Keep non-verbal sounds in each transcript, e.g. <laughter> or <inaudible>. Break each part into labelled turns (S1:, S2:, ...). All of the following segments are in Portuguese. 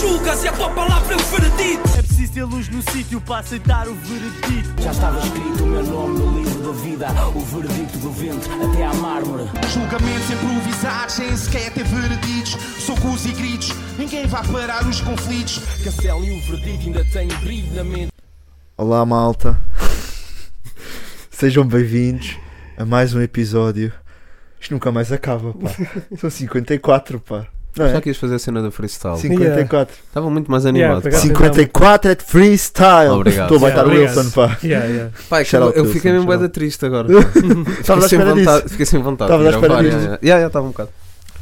S1: julgas e a tua palavra é o veredito.
S2: É preciso ter luz no sítio para aceitar o veredito.
S3: Já estava escrito o meu nome no livro da vida, o veredito do vento até à mármore.
S4: Julgamentos improvisados, sem sequer ter vereditos, socos e gritos, ninguém vai parar os conflitos.
S3: Castelo e o veredito ainda têm brilho na mente.
S5: Olá malta, <laughs> sejam bem-vindos a mais um episódio. Isto nunca mais acaba,
S6: <laughs>
S5: pá. São 54, pá. Não
S6: Já
S5: é?
S6: quis fazer a cena do freestyle.
S5: 54.
S6: Estava muito mais
S2: Yeah,
S6: animado.
S2: por
S6: pá.
S2: acaso-
S5: 54 é de freestyle.
S6: Obrigado.
S5: Estou a baitar o
S2: Yeah,
S5: Wilson, pá.
S2: Yeah, yeah.
S6: Pá, é que
S5: Shout out
S6: eu
S5: Wilson,
S6: fiquei mesmo
S5: shout out.
S6: bué da
S5: <laughs>
S6: triste agora.
S5: Estava à
S6: fiquei, sem
S5: espera disso.
S6: vontade, fiquei sem vontade.
S5: Estava à
S6: de
S5: espera
S6: gravar,
S5: disso.
S6: yeah, yeah. Yeah, yeah, estava um bocado.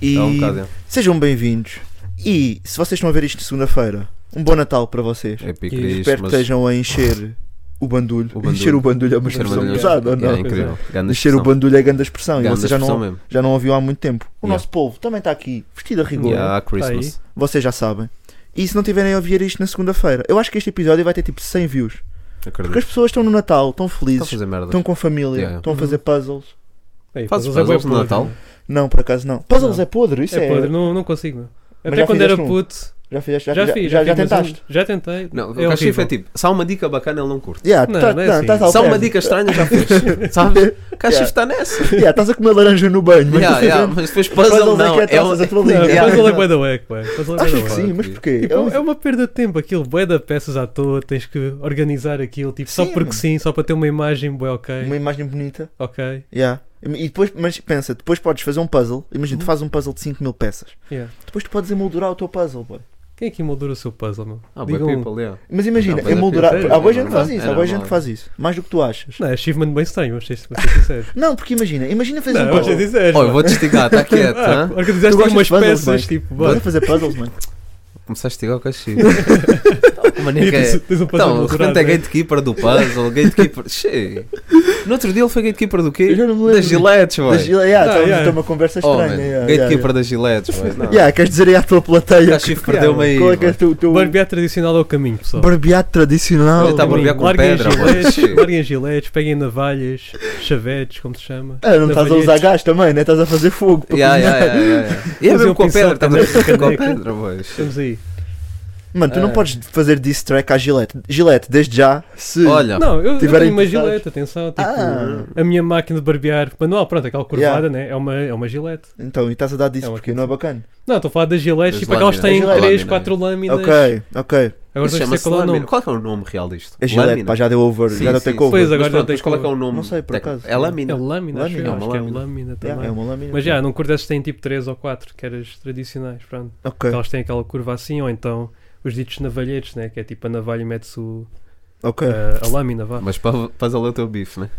S5: E
S6: Estava um bocado, yeah.
S5: sejam bem-vindos. E se vocês estão a ver isto segunda-feira, um bom Natal para vocês.
S6: É pico
S2: E
S6: isto,
S5: Espero que
S6: mas
S5: estejam a encher o bandulho.
S6: O bandulho.
S5: Encher o bandulho é uma
S6: encher o
S5: expressão
S6: bandulho-
S5: pesada, ou não?
S6: yeah, é incrível.
S5: Encher o
S6: Ganda expressão.
S5: bandulho é grande expressão. E
S6: Ganda
S5: vocês já
S6: expressão
S5: não,
S6: mesmo.
S5: já não ouviu há muito tempo. O
S6: Yeah.
S5: nosso povo também está aqui, vestido a rigor.
S6: Yeah,
S2: Tá
S6: Christmas.
S5: Vocês já sabem. E se não tiverem a ouvir isto na segunda-feira, eu acho que este episódio vai ter tipo 100 views. Porque
S6: Acredito.
S5: as pessoas estão no Natal, estão
S6: Está a
S5: felizes,
S6: fazer merda.
S5: estão com a família,
S6: Yeah.
S5: estão a fazer puzzles.
S2: Aí,
S6: Fazes
S2: puzzles é bué
S6: puzzles no
S2: podre.
S6: Natal?
S5: Não, por acaso não. Puzzles
S2: Não.
S5: é podre, isso é.
S2: É podre, não, não consigo. meu.
S5: Mas
S2: Até
S5: já
S2: quando era
S5: fizeste um?
S2: puto,
S5: Já fizeste,
S2: já,
S5: já, já,
S2: fiz.
S5: já- já
S2: fiz, mas
S5: tentaste.
S2: um- Já tentei.
S6: Não, o
S2: É
S6: que eu achei foi
S2: horrível.
S6: tipo, se há uma dica bacana ele não curte.
S5: Yeah,
S2: Não,
S5: tá-
S2: não é
S5: tá-
S2: assim.
S5: estás ao
S6: Se há uma
S5: pé.
S6: dica estranha
S5: <laughs>
S6: já fez. Sabes? O que
S5: Yeah.
S6: está nessa.
S5: Yeah, Estás a comer laranja no banho, mas
S6: Yeah,
S5: tu
S6: yeah,
S5: fazendo-
S6: mas depois
S5: puzzles
S6: puzzle não.
S5: é que é
S6: É um-
S5: traças a
S2: <laughs>
S5: tua
S2: Não,
S5: linha.
S6: Yeah.
S2: Puzzle é bué da wack, bué. Puzzle é bué
S5: Acho
S2: da
S5: que
S2: wack.
S5: sim, mas porquê?
S2: Tipo,
S5: É um-
S2: é uma perda de tempo aquilo, bué da peças à toa, tens que organizar aquilo, tipo, só
S5: Sim,
S2: porque
S5: mano.
S2: sim, só para ter uma imagem bué ok,
S5: Uma imagem bonita.
S2: ok,
S5: Yeah. E depois, mas pensa, depois podes fazer um puzzle. Imagina, tu fazes um puzzle de 5 mil peças.
S2: yeah.
S5: Depois tu podes emoldurar o teu puzzle, boy.
S2: Quem é que emoldura o seu puzzle, meu?
S6: Ah, bué
S2: Digam- um.
S6: people, yeah.
S5: Mas imagina,
S6: Não, mas é
S5: emoldurar.
S2: pior,
S5: Há boa
S6: é
S5: gente que faz
S6: normal,
S5: isso,
S6: é
S5: há boa gente
S6: normal.
S5: que faz isso. Mais do que tu achas.
S2: Não, é achievement bem estranho, mas tens de ser
S5: <laughs>
S2: sincero.
S5: Não, porque imagina, imagina fazer um
S2: Não, mas
S5: puzzle.
S2: é sincero.
S6: Olha, tá? vou-te estigar,
S5: <laughs>
S6: está quieto.
S2: Ah,
S6: hã?
S5: Tu
S2: organizaste
S5: gostas
S2: umas
S5: de puzzles,
S2: peças,
S5: Mike?
S2: tipo,
S5: Bora
S2: bora.
S5: fazer puzzles, mano.
S6: Começaste a estigar
S2: <laughs>
S6: o cachimbo.
S2: E
S6: Mania que
S2: tens-
S6: é.
S2: tens um puzzle
S6: Então, de repente
S2: moldurado,
S6: é
S2: né?
S6: gatekeeper do puzzle, gatekeeper. Che. No outro dia ele foi gatekeeper do
S5: Eu
S6: quê?
S5: já não me lembro.
S6: Das giletes,
S5: Da
S6: boy.
S5: Gila- yeah,
S2: Ah,
S5: estávamos
S2: yeah.
S5: a ter uma conversa
S6: Oh,
S5: estranha.
S6: man,
S5: yeah, yeah,
S6: gatekeeper das giletes, boy. não.
S5: yeah. Yeah, queres dizer aí à tua
S6: O
S5: plateia
S6: cachimbo perdeu-me aí.
S5: qual é que é o
S6: boy.
S5: teu, teu
S2: Barbear tradicional é o caminho, pessoal.
S5: barbeado tradicional?
S6: Ele está a
S2: Caminho.
S6: barbear com
S2: Larguem as
S6: pedra, boy.
S2: giletes,
S6: Che.
S2: Larguem as giletes, peguem navalhas, chavetes, como se chama.
S5: Ah, não estás a usar gás também, né? Estás a fazer fogo. para
S6: Yeah,
S5: cozinhar.
S6: yeah, yeah, yeah,
S5: <laughs>
S6: yeah. E é
S2: Fazer
S6: mesmo
S2: um
S6: com a
S2: pincel
S6: pedra, estás a ver? com a
S2: caneca.
S6: pedra, boy. Che.
S2: Estamos aí.
S5: Mano, tu não
S6: Ah.
S5: podes fazer diss track à Gillette. Gillette, desde já, se.
S6: Olha,
S2: Não, eu, eu
S5: Tiverem
S2: tenho uma
S5: interessados.
S2: gilete, atenção. Tipo,
S5: Ah.
S2: A minha máquina de barbear manual, pronto, aquela curvada,
S5: Yeah.
S2: né? É uma, é uma gilete.
S5: Então, e estás a dar disso
S2: É uma
S5: porque não é bacana?
S2: Não, estou a falar das giletes,
S6: Das
S2: tipo, aquelas
S6: lâminas.
S2: têm
S5: Das lâminas.
S2: 3, 4 lâminas.
S5: Ok, ok.
S2: Agora
S6: Isso
S2: não sei
S6: chama-se
S2: qual é o
S6: lâmina.
S2: nome.
S6: Qual é que é o nome real disto?
S5: A Gillette,
S6: Lâmina.
S5: pá, já deu over, já deu takeover.
S2: Pois, agora
S6: mas, pronto,
S2: deu
S6: mas qual é que é o
S2: takeover.
S6: nome?
S5: Não sei, por
S6: técnico?
S5: acho.
S6: É lâmina?
S2: É lâmina, acho
S5: Lâmina,
S2: eu,
S6: é
S2: acho
S6: uma
S2: que é
S6: lâmina.
S2: lâmina
S5: Yeah,
S2: também.
S5: é uma lâmina.
S2: Mas já, não curto essas que têm tipo 3 ou 4, que eram as tradicionais, pronto.
S5: Ok,
S2: Elas têm aquela curva assim, ou então os ditos navalhetes, né? Que é tipo a navalha e mete-se o-
S6: <laughs>
S5: ok.
S2: a, a lâmina, vá.
S6: Mas para fazer o teu bife, né?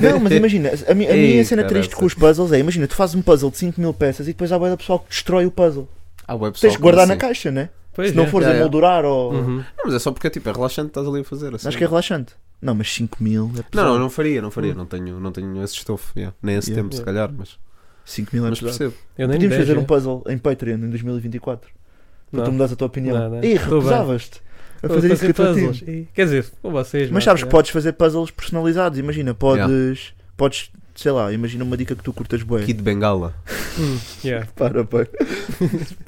S5: Não, mas imagina, a, mi- a
S6: Ei,
S5: minha cena triste
S6: caraca.
S5: com os puzzles é: imagina, tu fazes um puzzle de 5 mil peças e depois há boia da pessoal que destrói o puzzle.
S6: Há web
S5: Tens que guardar na
S6: assim.
S5: caixa, né?
S2: Pois
S5: Se não
S2: é.
S5: fores a
S6: Yeah, yeah.
S5: moldurar ou.
S2: Uhum.
S6: Não, mas é só porque tipo, é relaxante, estás ali a fazer assim.
S5: Acho que é relaxante. Não, mas 5 mil é
S6: Não,
S5: pesado.
S6: não, não faria, não faria. Não tenho, não tenho esse estofo, yeah. nem esse
S5: Yeah.
S6: tempo, se
S2: Yeah.
S6: calhar, mas,
S5: 5 mil é
S6: mas
S5: pesado.
S6: percebo.
S2: Eu nem
S5: Podíamos
S2: dez,
S5: fazer
S2: é.
S5: um puzzle em Patreon em 2024. Para tu
S2: Não.
S5: mudares a tua opinião.
S2: Não, não.
S5: Ih,
S2: Estou bem.
S5: recusavas-te a
S2: Vou
S5: fazer isso com a tua team.
S2: puzzles. E- Quer dizer, com vocês.
S5: Mas
S2: vá,
S5: sabes que
S2: é.
S5: podes fazer puzzles personalizados. Imagina, podes. Podes, sei lá, imagina uma dica que tu curtas bué.
S6: Kid Bengala.
S2: Hum, yeah.
S5: Para, pá.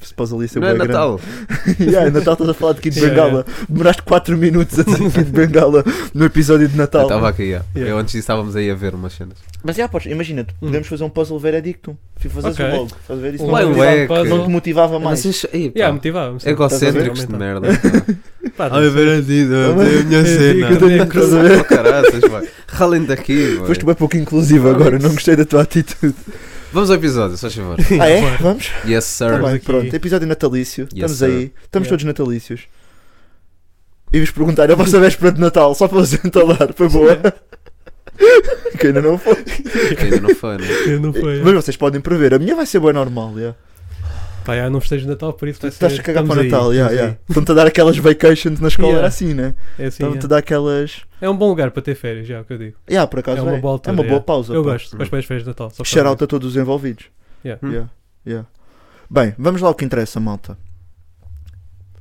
S5: Esse puzzle ia ser
S6: não
S5: bué
S6: é
S5: grande.
S6: Natal.
S5: <laughs> yeah, ainda estás a falar de Kid
S2: Yeah,
S5: Bengala. Demoraste 4 minutos a dizer Kid Bengala no episódio de
S6: Eu
S5: Natal.
S6: estava aqui, yeah.
S2: Yeah.
S6: eu antes disso estávamos aí a ver umas cenas.
S5: Mas já podes, imagina, tu-
S2: Hum.
S5: podemos fazer um puzzle veredicto. Tipo, fazes
S2: Ok.
S5: um logo. Estás a ver isso?
S2: Um
S5: Não é
S6: Ué,
S2: puzzle, um
S5: te motivava-
S6: ué, que-
S2: puzzes,
S5: não te motivava mais.
S6: Mas isso, ei, pá,
S2: Yeah, motivava-me. sim.
S6: egocêntricos de
S2: Estás a ver?
S6: merda.
S5: É
S2: Pá,
S6: <laughs>
S5: Ah,
S6: Ai, verandido,
S5: <laughs>
S6: a minha
S2: cena.
S6: cena.
S5: Estás a ver?
S6: Caraças, vai. Ralem daqui,
S5: <laughs>
S6: vai.
S5: Foste bem pouco inclusivo agora, não gostei da tua atitude.
S6: Vamos ao episódio, só favor.
S5: Ah é? Vamos?
S6: Yes,
S5: Tá
S6: sir.
S5: bem,
S2: aqui.
S5: pronto. Episódio natalício. Estamos
S6: sir.
S5: aí. Estamos
S2: Yeah.
S5: todos natalícios. E vos perguntar, "É a vossa véspera de Natal, só para vos <laughs> entalar, foi
S2: <laughs>
S5: boa? que ainda não foi.
S6: Que ainda não foi, né?
S2: não foi.
S5: Mas vocês podem prever, a minha vai ser boa normal, yeah.
S2: Pá, já não festejo de Natal, por isso
S5: Tu
S2: vai
S5: estás
S2: ser-
S5: a cagar
S2: estamos
S5: para o
S2: aí,
S5: Natal, yeah,
S2: estamos
S5: yeah. Estão-te a dar aquelas vacations na escola,
S2: Yeah.
S5: era assim, né?
S2: aí. É assim,
S5: Estão-te a
S2: yeah.
S5: dar aquelas...
S2: É um bom lugar para ter férias, já, é o que eu digo.
S5: Yeah, por acaso
S2: É uma
S5: é.
S2: boa
S5: é
S2: altura,
S5: uma boa
S2: yeah.
S5: pausa.
S2: Eu
S5: pá.
S2: gosto, gosto para as férias de Natal. Só para-
S5: Shout-out a todos os envolvidos.
S2: Yeah.
S6: Hum.
S5: Yeah, yeah. Bem, vamos lá ao que interessa, malta.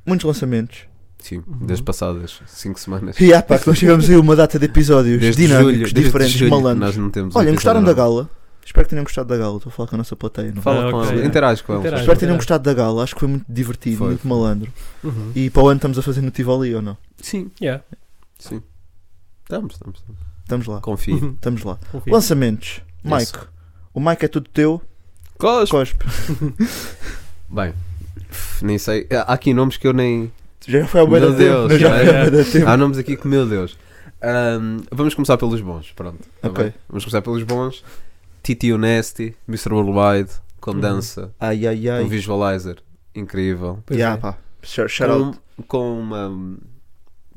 S5: Muitos lançamentos.
S6: Sim,
S5: Uhum.
S6: das passadas 5 semanas.
S5: E yeah, pá, que nós tivemos aí uma data de episódios
S6: Desde
S5: dinâmicos,
S6: julho, desde
S5: diferentes,
S6: julho que
S5: malandros.
S6: Nós não temos um
S5: Olhem,
S6: episódio
S5: gostaram da
S6: normal.
S5: gala? Espero que tenham gostado da gala. Estou a falar com a nossa plateia, não é?
S6: Fala
S2: Ah,
S6: com
S2: ok.
S6: ela, interage com ela.
S2: Interage.
S5: Espero que tenham gostado da gala. Acho que foi muito divertido,
S6: Foi,
S5: muito
S6: foi.
S5: malandro.
S2: Uhum.
S5: E para o ano estamos a fazer no Tivoli ou não?
S6: Sim,
S2: Yeah.
S6: sim. Estamos, estamos, estamos.
S5: Estamos lá. <laughs>
S6: Confio.
S5: Estamos lá.
S2: Uhum. Confia.
S5: Lançamentos. Mike. O Mike é tudo teu.
S6: Cospe.
S5: Cospe.
S6: Bem, nem sei. Há aqui nomes que eu nem.
S5: Já foi ao bué
S6: Meu
S5: da tempo.
S6: Deus,
S5: não, já
S6: é.
S5: foi ao bué da tempo.
S6: Há nomes aqui que, meu Deus. Ahm, vamos começar pelos bons, pronto. tá
S5: Ok.
S6: bem? Vamos começar pelos bons. Titi Honesty, Mr. Worldwide, Condensa,
S5: Ai, ai, Uhum. ai.
S6: um visualizer incrível.
S2: Pois
S5: Yeah,
S2: é.
S5: pá. Shout shout out.
S6: Com, com uma.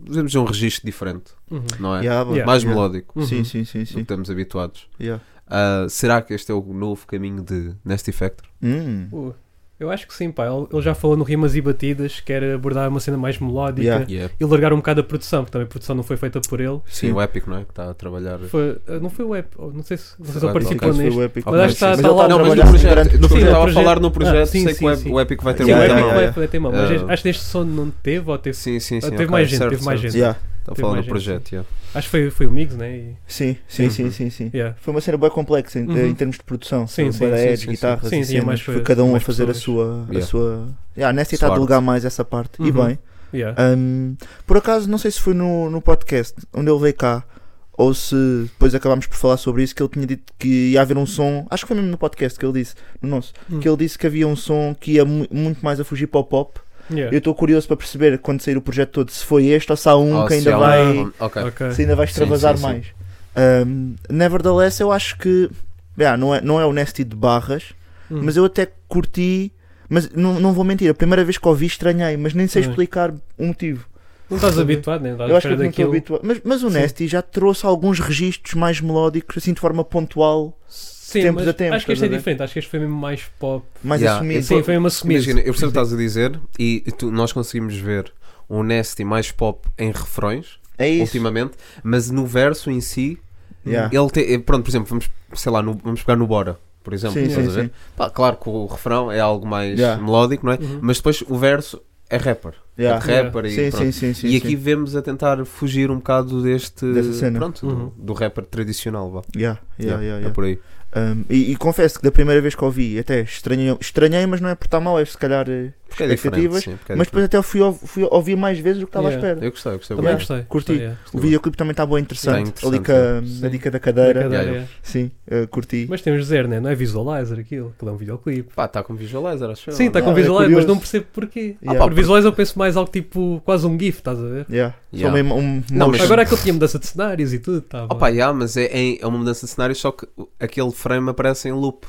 S6: Podemos dizer um registro diferente,
S2: Uhum.
S6: não é?
S5: Yeah, pá.
S2: Yeah.
S6: Mais
S5: Yeah.
S6: melódico
S2: Uhum.
S5: Sim, sim, sim,
S6: do que
S5: sim.
S6: estamos habituados.
S5: Yeah.
S6: Ah, será que este é o novo caminho de Nasty Factor?
S5: Hum.
S2: Uh, Eu acho que sim, pá. Ele, ele já falou no Rimas e Batidas, quer abordar uma cena mais melódica
S5: Yeah.
S6: Yeah.
S2: e largar um bocado a produção, que também a produção não foi feita por ele.
S6: Sim,
S5: Sim.
S6: o Epic, não é? Que Está a trabalhar.
S2: Foi- ah, não foi o Ep, oh, não sei se, não sei se
S6: Ah,
S2: ele tá participou
S6: ok.
S5: Foi
S2: neste.
S5: o Epic.
S2: Mas acho que está-
S5: Mas
S2: está
S5: ele
S2: lá
S5: está a
S6: Não, mas
S5: trabalhar
S6: no projeto.
S5: durante
S6: No fim, tá
S5: todo-
S2: Sim, é
S6: estava a
S2: projeto.
S6: falar no projeto.
S2: Ah, sim,
S6: sei que o
S2: sim,
S6: Ep-
S2: sim. é
S6: o Epic vai ter
S5: Yeah,
S6: um
S5: yeah,
S6: tema.
S5: yeah.
S2: vai ter mão, mas
S5: é.
S6: Ah.
S2: este- acho que este som não teve, ou teve.
S6: Sim, sim, sim.
S2: Teve
S6: ok,
S2: mais gente,
S6: certo,
S2: teve mais
S6: certo.
S2: gente.
S5: Yeah.
S6: Estava a
S2: Teve
S6: falar
S2: mais
S6: no
S2: gente,
S6: projeto, yeah.
S2: Acho que foi, foi o Mix, né? E,
S5: Sim, sim, sim, sim, sim.
S2: yeah.
S5: Foi uma cena bem complexa em,
S2: Uhum.
S5: em termos de produção.
S2: Sim,
S5: Foi
S2: sim,
S5: bué
S2: sim,
S5: edge,
S6: sim, sim.
S2: Sim,
S5: guitarras e
S2: sim, é
S5: cenas.
S2: mais
S5: foi
S2: foi-
S5: cada um a
S2: mais
S5: fazer a
S2: pessoas.
S5: sua. A
S6: Yeah.
S5: sua... Yeah, a Nessie está a
S6: Sua
S5: delegar mais essa parte.
S2: Uhum.
S5: E bem.
S2: Yeah.
S5: Hum, por acaso, não sei se foi no, no podcast onde ele veio cá ou se depois acabámos por falar sobre isso, que ele tinha dito que ia haver um som, acho que foi mesmo no podcast que ele disse, no nosso,
S2: Hum.
S5: que ele disse que havia um som que ia mu- muito mais a fugir para o pop.
S2: Yeah.
S5: Eu estou curioso para perceber quando sair o projeto todo se foi este ou se há um
S6: Oh,
S5: que
S6: se
S5: ainda
S6: há um
S5: vai
S2: Hum.
S6: álbum, Ok.
S2: Ok.
S5: se ainda vai extravasar
S6: sim, sim.
S5: mais. Um, nevertheless, eu acho que yeah, não, é, não é o Nasty de barras,
S2: Hum.
S5: mas eu até curti. Mas não, não vou mentir, a primeira vez que ouvi estranhei, mas nem sei
S2: Hum.
S5: explicar o motivo.
S2: Não estás habituado, né? Não
S5: eu acho
S2: estás
S5: que eu não estou
S2: daquilo.
S5: habituado. Mas, mas o
S2: Sim.
S5: Nasty já trouxe alguns registros mais melódicos, assim de forma pontual,
S2: Sim,
S5: tempos
S2: mas
S5: a tempos,
S2: acho que este é
S5: estás a ver?
S2: diferente. Acho que este foi mesmo mais pop.
S5: mais
S6: Yeah,
S5: assumidos.
S2: Sim, foi mesmo assumido.
S6: Imagina, eu percebo o que estás a dizer e tu- nós conseguimos ver um Nasty mais pop em refrões,
S5: É isso.
S6: ultimamente, mas no verso em si,
S5: Yeah.
S6: ele tem. Pronto, por exemplo, vamos, sei lá, no- vamos pegar no Bora, por exemplo.
S5: Sim,
S6: estás
S5: sim,
S6: a ver?
S5: sim.
S6: Pá, claro que o refrão é algo mais
S5: Yeah.
S6: melódico, não é?
S2: Uhum.
S6: Mas depois o verso é rapper. É
S5: Yeah.
S6: rapper e
S5: Sim,
S6: pronto.
S5: sim, sim, sim.
S6: e aqui
S5: sim.
S6: vemos a tentar fugir um bocado deste.
S5: Dessa cena.
S6: Pronto,
S2: Uhum.
S6: do, do rapper tradicional. Vá.
S5: Yeah, yeah, yeah, yeah.
S6: É por aí.
S5: Um, e, e confesso que da primeira vez que ouvi, até estranhei, estranhei mas não é por estar mal, é se calhar. eh,
S6: Porque é diferente.
S5: Expectativas,
S6: Sim, porque é
S5: mas depois
S6: diferente.
S5: até eu fui, ouv- fui ouvir mais vezes do que estava
S2: Yeah.
S5: à espera.
S6: Eu gostei, eu gostei.
S2: Também
S5: Yeah.
S6: bué.
S2: gostei.
S5: Curti.
S2: gostei, yeah.
S5: O videoclipe também está bom interessante.
S6: Está
S5: Ali
S6: interessante,
S5: com a-
S2: sim.
S5: na dica da
S2: Da
S5: cadeira.
S2: cadeira,
S6: Yeah,
S2: yeah.
S5: Sim, eh, curti.
S2: Mas tem um zero, né? Não é visualizer aquilo. Aquilo é um videoclipe.
S6: Pá, está com visualizer, acho eu.
S2: Sim, está
S5: não,
S2: com
S5: é
S2: visualizer, mas
S5: curioso.
S2: não percebo porquê.
S5: Yeah.
S2: Por visualizer eu penso mais algo tipo quase um GIF, estás a ver?
S5: Yeah.
S6: Yeah.
S5: Só uma, um,
S6: Não,
S5: motion.
S6: mas-
S2: Agora é que ele tinha mudança de cenários e tudo, tá bom.
S6: Opa, yeah, mas é, em- é uma mudança de cenário, só que o- aquele frame aparece em loop.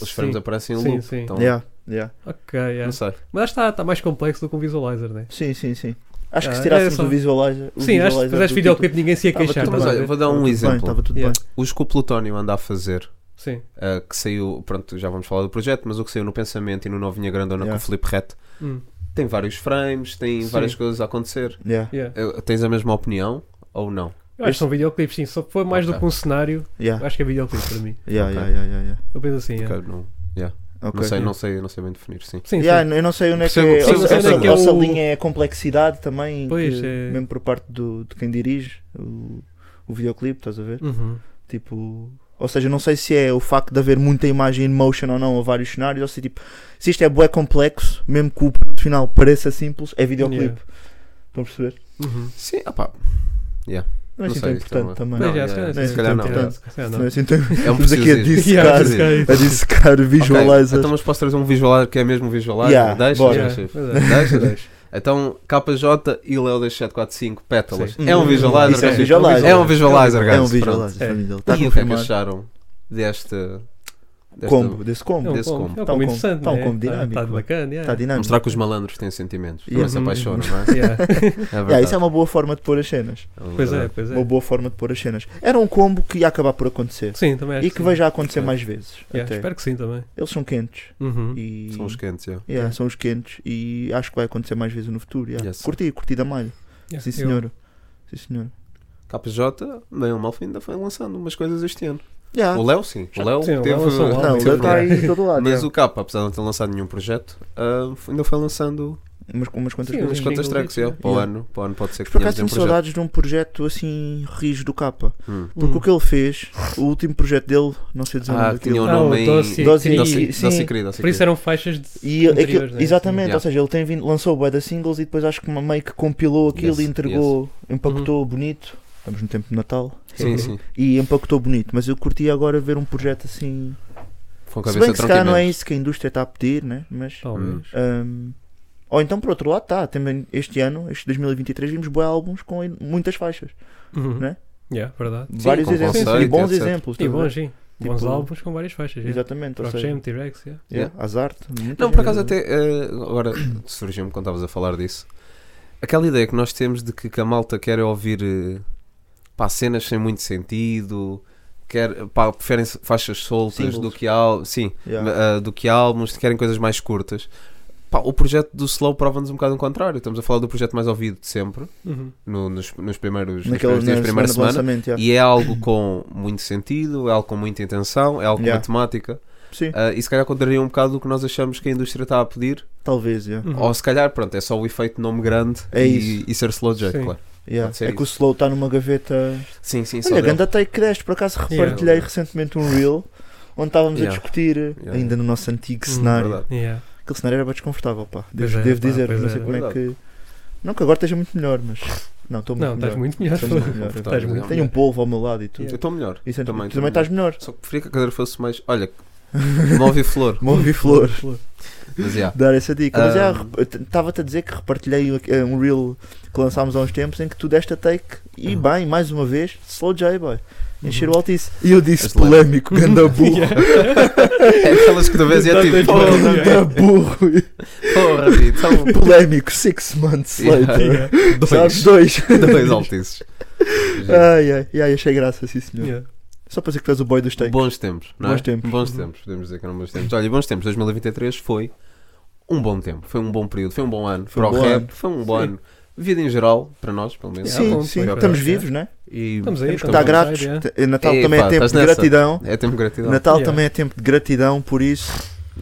S6: Os
S2: Sim.
S6: frames aparecem em
S2: Sim,
S6: loop.
S2: sim.
S6: Então,
S5: Yeah, yeah.
S2: Ok, yeah.
S6: Não sei.
S2: mas acho que está, está mais complexo do que um visualizer, né?
S5: Sim, sim, sim. Acho que
S2: Ah,
S5: se tirássemos
S2: é só-
S5: o visualizer. o
S2: Sim, acho que
S5: Um visualizer
S2: se fizeste
S5: do
S2: videoclipe ninguém se ia
S5: Tava
S2: queixar,
S5: tudo
S6: Mas
S2: estás a
S6: olha,
S2: ver?
S6: vou dar
S5: título,
S6: um
S5: estava tudo bem,
S6: exemplo.
S5: Estava tudo
S2: Yeah.
S5: bem.
S6: Os que o Plutónio anda a fazer,
S2: Sim.
S6: ah, que saiu, pronto, já vamos falar do projeto, mas o que saiu no Pensamento e no Novinha Grandona
S5: Yeah.
S6: com o Felipe Reto,
S2: Hum,
S6: tem vários frames, tem
S5: Sim.
S6: várias coisas a acontecer.
S5: Yeah,
S2: yeah.
S6: Eh, tens a mesma opinião ou não?
S2: Eu acho que são videoclipes, sim. Só que foi mais do
S6: Ok.
S2: que um cenário.
S5: yeah,
S2: Acho que é videoclipe para mim.
S5: yeah,
S6: Ok.
S5: yeah, yeah, yeah, yeah.
S2: Eu penso assim, yeah.
S6: Ok, não,
S5: Ah. Ok.
S6: não sei, não sei, não sei bem definir, sim.
S2: Sim, sim.
S5: Yeah, Eu não sei onde é que
S6: Percebo-
S5: é.
S6: percebo-
S5: essa-
S6: percebo-
S5: essa-
S6: é o-
S5: Essa linha é a complexidade também,
S2: Pois,
S5: que-
S2: é.
S5: mesmo por parte do, de quem dirige o, o videoclipe, estás a ver?
S2: Uhum.
S5: Tipo, ou seja, não sei se é o facto de haver muita imagem in motion ou não, ou vários cenários, ou se tipo, se isto é bué complexo, mesmo que o produto final pareça simples, é videoclipe. Estão a perceber?
S2: Uhum.
S6: Sim,
S5: ah
S6: opá,
S5: Não é
S6: Não
S5: assim
S6: sei,
S5: tão
S6: isto é
S5: importante
S6: uma-
S5: também.
S2: Mas
S6: Não,
S2: já,
S6: yeah,
S2: se
S5: yeah.
S2: calhar
S5: Se
S2: não. Se
S5: calhar
S2: calhar
S5: não.
S2: não. Se calhar
S5: Não é
S2: não.
S5: assim tão
S6: é um
S5: Estamos aqui a
S6: preciosismo.
S5: dissecar,
S2: <laughs> Yeah, se calhar.
S5: a dissecar
S6: Ok,
S5: visualizer.
S6: Então, mas posso trazer um visualizer que é mesmo um visualizer?
S5: Yeah,
S6: deixa,
S5: bora.
S6: deixa.
S2: Yeah, pois é.
S6: Deixa, deixa. Então, KJ e Leo 2745 Pétalas.
S2: Sim.
S6: É um
S5: Hum,
S6: visualizer,
S5: Isso é um
S6: guys.
S5: visualizer.
S6: É um visualizer, guys.
S5: É um
S6: Pronto.
S5: visualizer,
S2: É.
S5: família. Está
S6: E o que é que
S5: confirmado.
S6: acharam deste, deste-
S5: Combo, desse
S2: É um
S5: combo.
S6: desse
S2: combo.
S6: combo.
S2: É um
S5: Tá
S2: combo
S5: um combo-
S2: interessante,
S5: tá um
S2: né?
S5: combo
S2: Tá-
S5: dinâmico,
S2: Tá
S5: mano.
S2: bacana, yeah.
S5: Está dinâmico.
S6: Mostrar que os malandros têm sentimentos.
S5: Yeah.
S6: Mas se apaixonam, não é?
S2: Yeah.
S6: É
S5: <laughs> Yeah,
S6: verdade.
S5: isso é uma boa forma de pôr as cenas.
S6: verdade.
S2: Pois é, pois é.
S5: Uma boa forma de pôr as cenas. Era um combo que ia acabar por acontecer.
S2: Sim, também acho
S5: E que
S2: É, sim.
S5: vai já acontecer
S6: Ok.
S5: mais vezes.
S2: Yeah,
S5: até.
S2: Espero que sim também.
S5: Eles são quentes.
S2: Uhum.
S5: E...
S6: São os quentes, yeah.
S5: Yeah, São os quentes e acho que vai acontecer mais vezes no futuro. Yeah.
S6: Yes, sir.
S5: curti, curti da malha.
S2: Yeah,
S5: Sim,
S2: eu-
S5: senhora. Sim, senhora.
S6: KJ, bem ou mal, ainda foi lançando umas coisas este ano.
S5: Yeah.
S6: O Léo, sim. O Léo
S2: Sim,
S6: teve...
S2: o Léo lançou um álbum,
S5: Ah. Não,
S2: Sim,
S5: ele está aí de todo lado.
S6: Mas
S5: yeah.
S6: o K, apesar de não ter lançado nenhum projeto, ah, ainda foi lançando
S5: umas, umas quantas
S2: Sim,
S5: coisas.
S6: Mas quantas
S2: Jingle
S6: tracks,
S2: Beats,
S6: é? Para o
S5: yeah.
S6: ano, para o ano pode ser que
S5: Por acaso
S6: tenhamos um
S5: tenho
S6: projeto.
S5: saudades de um projeto assim rijo do capa.
S6: Hum.
S5: Porque o que ele fez, o último projeto dele, não sei dizer o nome
S6: Ah,
S5: daquilo.
S6: tinha um
S2: Ah, o
S6: nome em...
S2: Dossi-
S5: Dossi-
S6: Dossi-
S5: sim.
S6: Dossi querido, Dossi
S2: Por isso
S6: querido.
S2: eão faixas de
S5: E aquilo-
S2: anteriores, né?
S5: exatamente,
S6: Sim.
S5: ou seja, ele tem vindo, lançou o Boy da Singles e depois acho que meio que compilou aquilo
S6: Yes, Uhum.
S5: e entregou, empacotou bonito. Estamos no tempo de Natal.
S6: Sim, sim.
S5: E empacotou bonito. Mas eu curti agora ver um projeto assim.
S6: Com a
S5: Se bem
S6: cabeça
S5: que se calhar não é
S6: tronquinha.
S5: isso que a indústria está a pedir, né? Mas.
S2: Talvez.
S5: hum, ou então, por outro lado, está. Também este ano, este 2023, vimos bons álbuns com muitas faixas.
S2: Uhum.
S5: né?
S2: Yeah, verdade.
S5: Vários
S6: com
S5: exemplos.
S6: conceito,
S5: e bons
S6: etc.
S5: exemplos.
S2: E
S5: estás a ver?
S2: bons, sim. Bons
S5: Tipo-
S2: álbuns com várias faixas. Yeah.
S5: Exatamente. Ou
S2: Rock
S5: seja,
S2: Jam, T-Rex, yeah.
S5: yeah, Azarte. muita
S6: Não, por
S5: gente.
S6: acaso até eh, agora surgiu-me quando estavas a falar disso. Aquela ideia que nós temos de que, que a malta quer é ouvir eh, pá, cenas sem muito sentido, quer, pá, preferem faixas soltas
S5: Singles.
S6: do que, al sim,
S5: Yeah.
S6: eh, do que álbuns, querem coisas mais curtas. Pá, o projeto do Slow prova-nos um bocado o contrário. Estamos a falar do projeto mais ouvido de sempre,
S2: Uhum.
S6: no- nos, nos primeiros, nos
S5: Naquela
S6: primeiros dias,
S5: na semana
S6: primeira
S5: do
S6: semana.
S5: lançamento. yeah.
S6: E é algo com muito sentido, é algo com muita intenção, é algo com
S5: Yeah.
S6: matemática.
S5: Sim,
S6: Ah, e se calhar contraria um bocado o que nós achamos que a indústria está a pedir.
S5: talvez. yeah.
S2: Uhum.
S6: Ou se calhar, pronto, é só o efeito nome grande
S5: É
S6: e,
S5: isso.
S6: e ser slow jack,
S2: Sim.
S6: claro.
S5: Yeah,
S6: Pode ser
S5: É que o Slow está numa gaveta.
S6: Sim, sim, só
S5: Olha,
S6: dele.
S5: ganda take que deste, por acaso
S2: Yeah.
S5: repartilhei recentemente um reel onde estávamos
S6: Yeah.
S5: a discutir, ainda no nosso antigo cenário.
S6: verdade.
S2: Uhum. Yeah.
S5: Aquele cenário era bem desconfortável, pá.
S2: Hum, Pois
S5: Devo,
S2: é,
S5: devo
S2: pá,
S5: dizer,
S2: pois
S5: não
S2: é,
S5: sei
S2: é
S5: como é
S6: verdade.
S5: que. Não que agora esteja muito melhor, mas. Não, estou muito
S2: Não,
S5: melhor.
S2: estás muito melhor.
S5: Estou muito melhor.
S6: Confortável,
S2: Estás muito
S6: é.
S5: Tenho um polvo ao meu lado e tudo.
S6: Eu estou melhor.
S5: Isso é-
S6: Também,
S5: tu também estás melhor.
S6: Só que preferia que a cadeira fosse mais. Olha,
S5: <laughs>
S6: não ouvi flor,
S5: Move e flor.
S6: mas yeah.
S5: Dar essa dica. Mas
S6: Ah.
S5: já rep- estava-te a dizer que repartilhei o- eh, um reel que lançámos há uns tempos em que tu deste a take
S6: Uhum.
S5: e bem, mais uma vez, slow J boy. Encher o altice. E eu disse
S6: Excelente.
S5: polémico,
S6: <laughs>
S5: ganda burro.
S6: é aquelas que tu vês e
S2: Tá,
S6: é tipo.
S5: Oh,
S6: Porra,
S5: <laughs> ganda burro.
S6: porra, então.
S5: <laughs> polémico, six months
S6: Yeah.
S5: later. Sabes?
S6: Dois.
S5: Dois. <laughs>
S6: Dois altices.
S5: ai, ai, ai, achei graça, sim senhor.
S2: Yeah.
S5: Só para dizer que tu és o boy dos takes.
S6: Bons tempos, não é?
S5: Bons tempos.
S6: Bons tempos, podemos dizer que eram bons tempos. Olha, e bons tempos, 2023 foi um bom tempo, foi um bom período, foi um bom ano
S5: Foi um
S6: para o
S5: bom
S6: rap,
S5: ano.
S6: foi um bom ano. Vida em geral, para nós, pelo menos. É
S5: Sim,
S2: bom,
S5: sim,
S2: foi
S5: estamos
S2: bom.
S5: vivos, né?
S6: E
S2: Estamos aí,
S6: temos que
S2: estamos
S5: Está
S2: bom,
S6: aproveitar.
S5: grátis.
S2: sai, é.
S5: T- Natal
S6: Ei,
S5: também
S6: pá,
S5: é tempo
S6: estás
S5: de
S6: nessa.
S5: gratidão.
S6: É tempo de gratidão.
S5: Natal
S2: Yeah.
S5: também é tempo de gratidão, por isso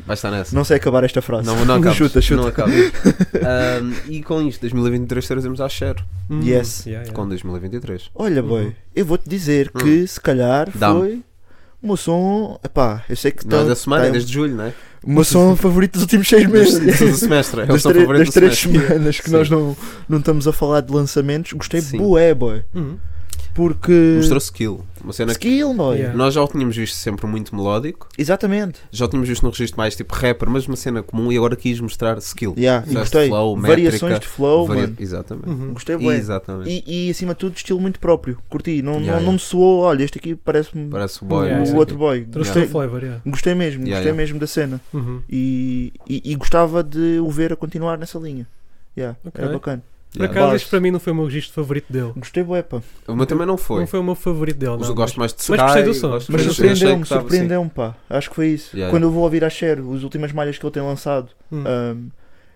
S6: Vai estar nessa.
S5: não sei acabar esta frase.
S6: Não, não acabes.
S5: chuta, chuta.
S6: Não acabes. <laughs> Ahm, e com isto, 2023 trazemos à share.
S2: Hum,
S5: Yes.
S2: yeah, yeah.
S6: Com 2023.
S5: Olha, boy,
S2: Uhum.
S5: eu vou-te dizer
S6: Hum.
S5: que se calhar
S6: Dá-me.
S5: foi o meu som. Epá, eu sei que
S6: Não é
S5: tá-
S6: da semana,
S5: tá-
S6: é desde julho, não é?
S5: O meu
S6: <laughs>
S5: som favorito dos últimos seis meses.
S6: Desde
S5: <laughs>
S6: desde o semestre. É o
S5: das
S6: seu
S5: três,
S6: favorito
S5: das
S6: do
S5: três
S6: semestre.
S5: semanas que
S6: Sim.
S5: nós não, não estamos a falar de lançamentos, gostei
S6: Sim.
S5: bué, boy.
S2: Uhum.
S5: Porque.
S6: Mostrou skill. Uma cena que
S5: skill, boy.
S2: Yeah.
S6: nós já o tínhamos visto sempre muito melódico.
S5: Exatamente.
S6: Já o tínhamos visto num registro mais tipo rapper, mas uma cena comum. E agora quis mostrar skill.
S5: Yeah, e
S6: Fast
S5: gostei.
S6: flow,
S5: Variações
S6: métrica,
S5: de flow,
S6: Varia-
S5: Oh, mano.
S6: Exatamente.
S2: Uhum.
S5: Gostei bué.
S6: Exatamente.
S5: E, e acima de tudo, estilo muito próprio. Curti. Não,
S6: Yeah,
S5: não,
S6: yeah.
S5: não me soou, olha, este aqui parece-me
S6: Parece o boy.
S2: Yeah,
S6: não
S5: o
S6: sei
S2: yeah.
S5: outro
S6: quê.
S5: boy.
S2: Trouxe
S5: Gostei,
S2: o flavor, yeah.
S5: gostei mesmo,
S6: Yeah,
S5: gostei
S6: yeah.
S5: mesmo da cena.
S2: Uhum.
S5: E, e, e gostava de o ver a continuar nessa linha. Yeah,
S2: Ok.
S5: Era bacana.
S2: Por
S6: Yeah.
S2: acaso,
S5: Bars.
S2: este para mim não foi o meu registro favorito dele.
S5: Gostei bué, pá.
S6: O meu também não foi.
S2: Não foi o meu favorito dele.
S6: Mas
S2: não,
S6: eu gosto mais de Sky.
S2: mas gostei do som.
S6: gosto-
S5: Mas
S6: achei que assim.
S5: surpreendeu-me,
S6: estava, sim.
S5: surpreendeu-me, pá. Acho que foi isso.
S6: Yeah,
S5: Quando eu vou ouvir a Cher, as últimas malhas que ele tem lançado,
S2: Hum.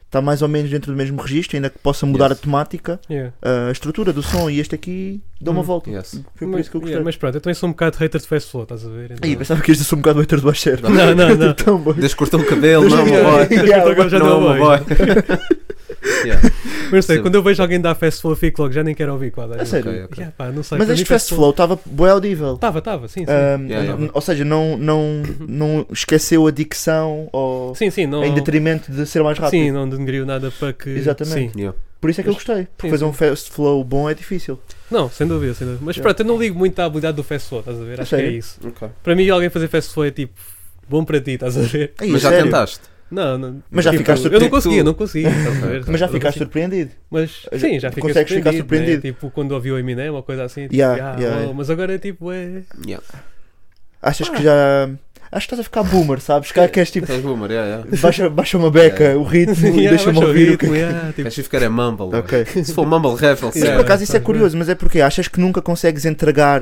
S5: está mais ou menos dentro do mesmo registro, ainda que possa mudar
S6: Yes.
S5: a temática,
S2: Yeah.
S5: ah, a estrutura do som. E este aqui dá uma
S2: Hum.
S5: volta.
S6: Yes.
S5: Foi por
S2: mas,
S5: isso que eu gostei.
S2: yeah, mas pronto, eu também sou um bocado hater de fast flow, estás a ver? Então-
S5: Aí, pensava que este sou um bocado hater do Asher. <laughs>
S6: Não,
S2: <laughs> não, não.
S5: Então, boy.
S6: Desde que cortou o cabelo, não, é
S5: Yeah,
S6: boy.
S5: yeah,
S2: Então <laughs> agora já
S6: não,
S2: deu
S6: meu
S2: bem.
S6: boy. <laughs> Yeah,
S2: Mas não sei,
S6: Sim.
S2: quando eu vejo alguém dar fast flow, eu fico logo, já nem quero ouvir. é? Claro,
S5: A sério.
S6: ok, ok.
S2: Yeah, pá, não sei,
S5: Mas
S2: para mim
S5: este
S2: um
S5: fast flow estava bué audível.
S2: Estava, estava, sim, sim.
S5: Ahm,
S6: Yeah, yeah.
S5: n- Ou seja, não, não, não esqueceu a dicção ou
S2: sim, sim, não.
S5: em detrimento de ser mais rápido.
S2: Sim, não denegriu nada para que. Sim.
S5: Exatamente.
S6: Yeah.
S5: Por isso é que eu gostei. Porque
S2: Sim,
S5: fazer um fast flow bom é difícil.
S2: Não, sem dúvida, sem dúvida. Mas
S5: Yeah.
S2: pronto, eu não ligo muito à habilidade do fast flow, estás a ver?
S5: A
S2: Acho que é
S5: sério?
S2: isso. Para mim, alguém fazer fast flow é tipo. Bom para ti, estás a ver?
S5: Aí,
S6: Mas já
S5: sério.
S6: tentaste.
S2: Não, não.
S5: Mas já
S2: tipo,
S5: ficaste
S2: Eu não
S5: surpreendido.
S2: conseguia, não conseguia. Estás a ver?
S5: <laughs> Mas já ficaste
S2: Eu não
S5: surpreendido.
S2: consegui. Mas sim, já
S5: Tu
S2: fiquei
S5: consegues
S2: surpreendido,
S5: ficar
S2: né?
S5: surpreendido.
S2: Tipo, quando ouvi o Eminem, uma coisa assim. Tipo,
S5: Yeah,
S2: ah,
S5: yeah,
S2: oh,
S5: yeah.
S2: Mas agora é tipo, é.
S5: <laughs>
S2: <laughs>
S6: Yeah.
S5: Achas
S2: Ah.
S5: que já. Acho que estás a ficar boomer, sabes? Cá queres tipo.
S6: Estás boomer, yeah, yeah.
S5: Baixa, baixa uma beca, o ritmo e
S2: <laughs> Yeah,
S5: deixa-me
S2: baixa o
S5: ouvir o que.
S2: ritmo, yeah, tipo,
S6: Queres ficar é mumble. boy.
S5: Ok.
S6: Se for mumble
S5: <laughs>
S6: rap, ele
S5: Mas
S2: Yeah.
S5: por
S6: serve.
S5: acaso isso é
S2: Estás
S5: curioso, mas é porque achas que nunca consegues entregar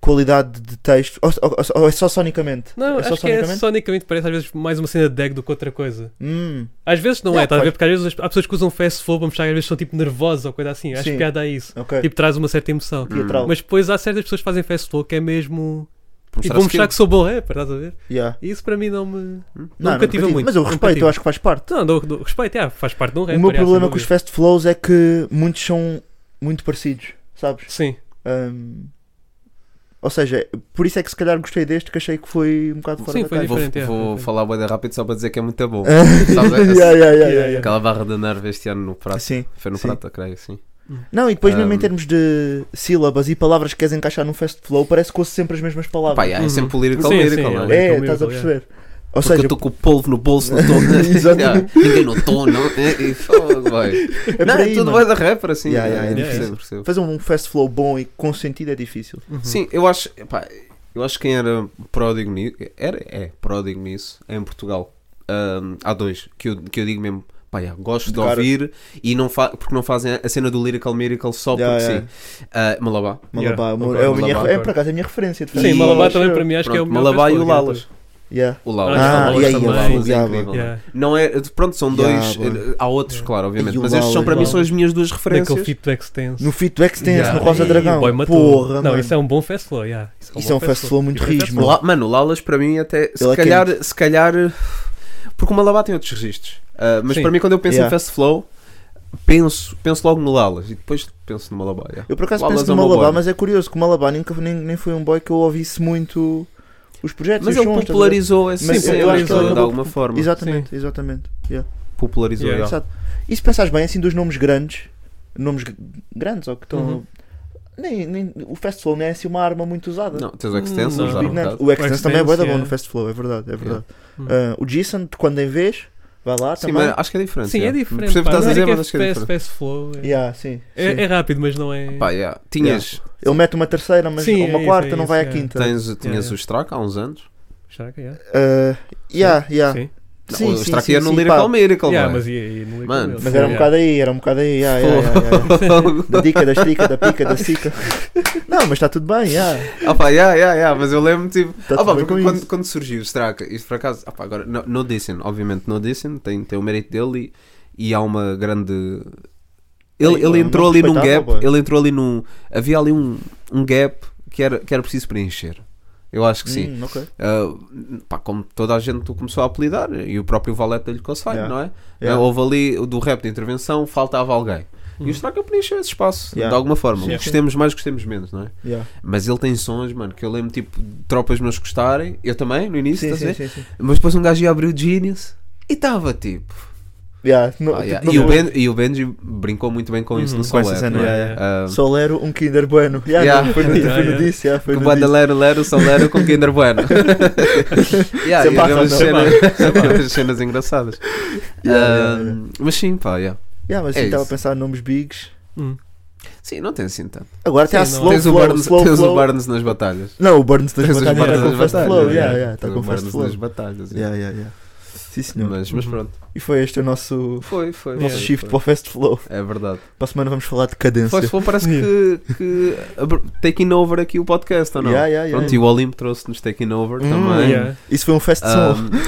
S5: qualidade de texto? Ou, ou- ou é só sonicamente?
S2: Não,
S5: é só
S2: acho que é sonicamente parece às vezes mais uma cena de dag do que outra coisa.
S5: Hum,
S2: Às vezes não é,
S5: Yeah,
S2: estás a ver?
S5: faz-
S2: Porque às vezes as- há pessoas que usam fast flow para mostrar que às vezes são tipo nervosas ou coisa assim. Acho
S5: Sim.
S2: piada a isso.
S5: ok.
S2: Tipo, traz uma certa emoção.
S5: Teatral.
S2: Mas depois há certas pessoas que fazem fast flow que é mesmo.
S6: Para
S2: E
S6: mostrar
S2: vou mostrar
S6: skill.
S2: que sou bom rapper, estás a ver?
S5: Yeah.
S2: E Isso para mim não me.
S5: Não,
S2: Não,
S5: não,
S2: me cativa
S5: cativa.
S2: muito.
S5: Mas eu
S2: não me
S5: respeito,
S2: cativa.
S5: eu acho que faz parte.
S2: Não, dou, dou respeito, é, faz parte de um rapper.
S5: o meu
S2: é,
S5: problema
S2: sem
S5: com os
S2: dúvida.
S5: fast flows é que muitos são muito parecidos, sabes?
S2: Sim,
S5: Ahm, ou seja, por isso é que se calhar gostei deste, que achei que foi um bocado fora
S2: Sim,
S5: da
S2: foi
S5: caixa.
S6: Vou,
S2: diferente, é,
S6: vou
S2: diferente.
S6: falar bem rápido só para dizer que é muito
S5: <laughs>
S6: bom. Sabes, é assim,
S5: Yeah,
S6: essa-
S5: yeah, yeah, yeah, yeah.
S6: Aquela barra da Nerve este ano no prato.
S5: Sim.
S6: Foi no
S5: sim.
S6: prato, creio, sim.
S5: Não, e depois mesmo em
S6: assim. Ahm.
S5: termos de sílabas e palavras que queres encaixar num fast flow, parece que ouço sempre as mesmas palavras.
S6: Pá, yeah, é
S2: Uhum.
S6: sempre o lyrical
S2: Sim,
S6: lyrical,
S2: sim,
S6: não é?
S5: É,
S2: Então,
S5: estás a
S2: mesmo, é.
S5: perceber. Ou
S6: Porque eu
S5: seja,
S6: estou com o polvo no bolso, não
S2: <laughs>
S6: estou.
S5: né? Exatamente.
S6: Ninguém notou, não? E, e fogo, vai.
S5: é
S6: <laughs> não,
S5: por aí,
S6: é tudo
S5: mano.
S6: bem da rapper, assim.
S5: Yeah, yeah,
S6: é,
S5: yeah,
S6: percebo,
S2: yeah.
S6: percebo.
S5: Fazer um fast flow bom e com sentido é difícil.
S6: Sim, eu acho. Pá, eu acho que quem era pródigo nisso. Era, é, pródigo nisso. É em Portugal. Ahm, há dois que eu, que eu digo mesmo. Pá, yeah, gosto de
S5: Cara.
S6: ouvir e não fa porque não fazem a cena do Lyrical Miracle só
S5: Yeah,
S6: porque
S5: yeah.
S6: sim. Ah, Malabá.
S5: Malabar,
S2: Yeah,
S5: amor,
S2: concordo,
S5: é, a minha-
S6: Malabar,
S5: é,
S2: concordo.
S5: por acaso é a minha referência. de
S2: sim,
S5: fast
S6: E-
S2: Malabar
S5: flows.
S2: também para mim acho que é o
S6: Pronto,
S2: melhor.
S6: Malabar e o
S2: festival que eu
S6: Lalas.
S5: Yeah.
S6: O
S5: Ah,
S6: Lalas. o Lalas
S5: e aí,
S6: também,
S5: o
S6: Lalas é
S5: Lalas,
S6: incrível.
S5: yeah.
S2: tenho. Yeah.
S6: Não é, pronto, são
S5: Yeah,
S6: dois.
S5: boy.
S6: eh, Há
S2: É.
S6: outros, claro, obviamente.
S5: E o
S6: Mas estes são
S5: Lalo,
S6: para mim
S5: Lalo.
S6: são as minhas duas
S2: Naquele
S6: referências.
S2: feedback que tem.
S5: No Fit do Extense,
S2: Yeah.
S5: no Rosa
S2: Ih,
S5: Dragão.
S2: boy, matou.
S5: Porra,
S2: Não,
S5: mano.
S2: isso é um bom fast flow, yeah.
S5: Isso é um fast flow muito
S2: Isso é
S5: rijo,
S2: fast
S5: mano.
S2: flow.
S6: La- mano, o Lalas para mim até. Se
S5: Ele é
S6: calhar, se calhar. Porque o Malabar tem outros registros. Ah, mas
S2: Sim.
S6: para mim, quando eu penso em
S5: Yeah.
S6: Fast Flow, penso, penso logo no Lalas e depois penso no Malabar. yeah.
S5: Eu por acaso
S6: Lalas
S5: penso
S6: é
S5: no
S6: uma
S5: Malabar,
S6: boa.
S5: mas é curioso que o Malabar nunca, nem, nem foi um boy que eu ouvisse muito os projetos.
S6: Mas
S5: e os
S6: ele
S5: sons, estás a ver?
S6: popularizou essa
S5: Mas
S6: cena
S5: eu acho que ele
S6: de
S5: acabou
S6: alguma
S5: por-
S6: forma.
S5: Exatamente, exatamente. Yeah.
S6: Popularizou.
S2: Yeah.
S6: yeah.
S5: Exato. E se pensares bem, assim, dos nomes grandes, nomes gr- grandes ou que estão.
S2: Uhum.
S5: Nem, nem, o Fast Flow não é assim uma arma muito usada.
S6: Não, tens o Extenso,
S2: Não.
S5: Os
S6: usar um
S5: Big Names.
S6: bocado.
S5: O Extense também é bué da
S2: Extense,
S5: bom
S2: é.
S5: no Fast Flow, é verdade, é verdade.
S2: Yeah. Uhum.
S5: Ah, o Jason, de quando em vez, vai lá
S6: Sim,
S5: também.
S6: mas acho que é diferente.
S2: Sim, é
S6: yeah.
S2: diferente.
S6: Percebo o que
S2: pá.
S6: estás a
S2: Não é
S6: dizer,
S2: que é
S6: mas acho que é
S2: fast,
S6: diferente.
S2: fast flow. é-
S5: Yeah, sim, sim.
S2: É é rápido, mas não é.
S6: Pá, yeah. Tinhas,
S5: Ele mete uma terceira, mas
S2: Sim,
S5: ou
S2: é
S5: uma
S2: isso,
S5: quarta,
S2: é
S5: não
S2: isso,
S5: vai à
S2: é.
S5: quinta.
S6: tinhas, tinhas
S2: Yeah.
S6: o Strack há uns anos.
S2: Chaca, yeah.
S5: Ah, yeah, yeah.
S2: Sim.
S6: Não,
S5: Sim,
S6: o
S5: sim,
S6: Strack
S5: sim,
S6: ia no
S5: sim,
S6: Lyrical
S5: pá.
S6: Miracle.
S2: Yeah,
S6: não é?
S2: mas e, e no
S6: Mano,
S5: Mas era um
S2: Yeah.
S5: bocado aí, era um bocado aí. Yeah, yeah, yeah, yeah. Da dica, da estica, da pica, da
S6: <laughs>
S5: sica. Não, mas está tudo bem, yeah.
S6: Ah pá, yeah, yeah, yeah, mas eu lembro tipo.
S5: Tá
S6: ah, pá,
S5: tudo bem
S6: porque
S5: com
S6: quando,
S5: isso.
S6: quando surgiu o Straka, isto por acaso, ah, pá, agora, no, no Dissing, obviamente no Dissing, tem, tem o mérito dele e, e há uma grande. Ele,
S5: Ei,
S6: ele
S5: pá,
S6: entrou
S5: não
S6: ali num
S5: respeitava,
S6: gap,
S5: pá.
S6: ele entrou ali num. Havia ali um, um gap que era, que era preciso preencher. Eu acho que sim.
S5: Hum, ok.
S6: Ah, pá, como toda a gente o começou a apelidar, e o próprio Valete lhe consegue,
S5: Yeah.
S6: não é?
S5: Yeah.
S6: Houve ali o do rap de intervenção, faltava alguém.
S2: Hum.
S6: E
S5: Uhum.
S6: o Straka preencheu esse espaço,
S5: Yeah.
S6: de alguma forma.
S2: Sim, sim.
S6: Gostemos mais, gostemos menos, não é?
S5: Yeah.
S6: Mas ele tem sons, mano, que eu lembro, tipo, de tropas meus gostarem, eu também, no início,
S5: Sim,
S6: estás a
S5: sim,
S6: ver?
S5: sim, sim.
S6: Mas depois um gajo ia abrir o Genius e estava tipo.
S5: Yeah, no-
S6: pá,
S5: tipo,
S6: Ah, yeah.
S5: não
S6: e, o
S5: vou-
S6: Ben- e o Benji brincou muito bem com isso
S2: Uhum,
S6: no
S5: com essa
S6: Solero.
S5: cena,
S6: não é?
S5: yeah,
S6: Ah,
S5: Solero, um Kinder Bueno. Yeah,
S6: Yeah.
S5: não, Foi
S6: <laughs>
S5: no,
S2: Yeah,
S5: foi no
S2: yeah.
S5: disso, yeah, foi
S6: o
S5: no
S6: banda
S5: disso.
S6: Lero Lero, Solero com
S5: <laughs>
S6: Kinder Bueno. <laughs> yeah,
S5: Se
S6: e
S5: passa,
S6: havia umas
S5: não.
S6: cenas, havia umas cenas engraçadas.
S5: Yeah,
S6: Ah,
S5: yeah, yeah.
S6: Mas sim, pá, yeah.
S5: Yeah, mas
S6: É
S5: assim, estava a
S6: isso.
S5: pensar em nomes bigs.
S2: Hum.
S6: Sim, não tem assim tanto.
S5: Agora até há
S2: Sim, não.
S5: Slow
S6: tens o
S5: Flow,
S6: Barnes,
S5: Slow
S6: tens
S5: Flow.
S6: o Barnes nas batalhas.
S5: Não, o Burns das
S6: Tens os
S5: Batalhas
S6: Barnes
S5: está
S6: nas
S5: com Fast
S6: batalhas.
S5: Flow.
S6: yeah.
S5: yeah, yeah, Está
S6: Tens
S5: com
S6: o
S5: Fast
S6: Barnes
S5: Flow.
S6: nas batalhas. yeah.
S5: Yeah, yeah, yeah. Sim, senhor.
S6: Mas, mas
S2: Uhum.
S6: pronto,
S5: E foi este o nosso,
S6: foi, foi.
S5: nosso
S6: foi,
S5: shift
S6: foi.
S5: para o Fast Flow.
S6: É verdade.
S5: Para a semana vamos falar de cadência.
S6: Pois foi, parece que, que abr- taking over aqui o podcast, ou não?
S5: Yeah, yeah, yeah.
S6: Pronto, e o Olimpo trouxe-nos taking over
S5: Hum,
S6: também.
S2: Yeah.
S5: Isso foi um fast song. <laughs>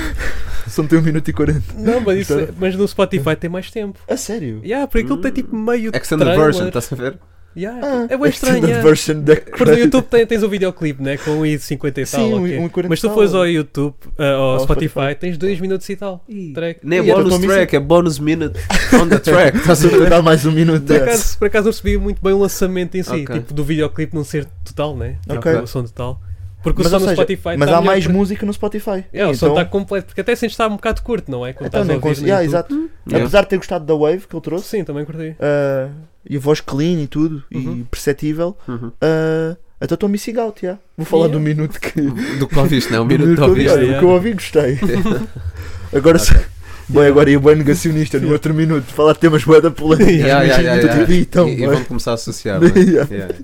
S6: Um,
S5: Só tem 1 minuto e 40.
S2: Não, mas, isso,
S5: Então-
S2: é- mas no Spotify tem mais tempo.
S5: A sério?
S2: Yeah, porque aquilo
S6: Hum.
S2: tem tipo meio.
S6: extended
S2: trailer.
S6: version, tá- estás é a ver?
S2: Yeah.
S5: Ah,
S2: é bem estranho.
S5: extended
S2: Yeah.
S5: version da
S2: Porque no YouTube tem- tens o videoclipe, né? Com 1,50 e tal.
S5: Sim, um-
S2: ok.
S5: um e quarenta
S2: Mas se tu
S5: tal.
S2: fores ao YouTube, ah, ao
S5: Ao
S2: Spotify,
S5: Spotify.
S2: tens 2 minutos e tal. Track.
S6: Nem é
S5: Yeah,
S6: bonus
S5: então,
S6: track, é bonus minute on the
S5: <laughs>
S6: track. estás a ver?
S5: Dá mais um minuto.
S2: tá Por acaso, por acaso não percebi muito bem o lançamento em si,
S6: Ok.
S2: tipo do videoclipe não ser total, né? Tipo,
S5: Ok.
S2: o som total. Porque
S5: Mas,
S2: o som
S5: ou
S2: no
S5: seja,
S2: Spotify
S5: mas
S2: tá
S5: há
S2: melhor
S5: mais
S2: pre-
S5: música no Spotify.
S2: É, o som está completo, porque até sentes estar um bocado curto, não é? Quando
S5: então
S2: estás a
S5: nem
S2: ouvir
S5: cons...
S2: no
S5: yeah,
S2: YouTube. Hum.
S5: exato.
S6: Yeah.
S5: Apesar de ter gostado da Wave que ele trouxe,
S2: Sim, também curti.
S5: ah, e a voz clean e tudo,
S2: Uhum.
S5: e perceptível,
S6: Uhum.
S5: ah, até estou-me out, yeah. Vou falar
S2: Yeah. Um
S5: do minuto que.
S2: <laughs>
S6: Do que ouviste, não é? O
S5: do
S6: minuto
S5: minuto que
S6: que
S5: eu ouvi,
S6: ouviste.
S5: olha, O que eu ouvi, gostei. Agora se. Bem, agora ia bem negacionista no outro minuto, falar de temas boa da polémica.
S6: <laughs> Yeah, yeah, yeah,
S5: Tudo
S6: yeah.
S5: bem, então,
S6: e, e
S5: bem.
S6: vão começar
S5: <laughs>
S6: a associar. não é?
S5: Yeah.
S6: Yeah.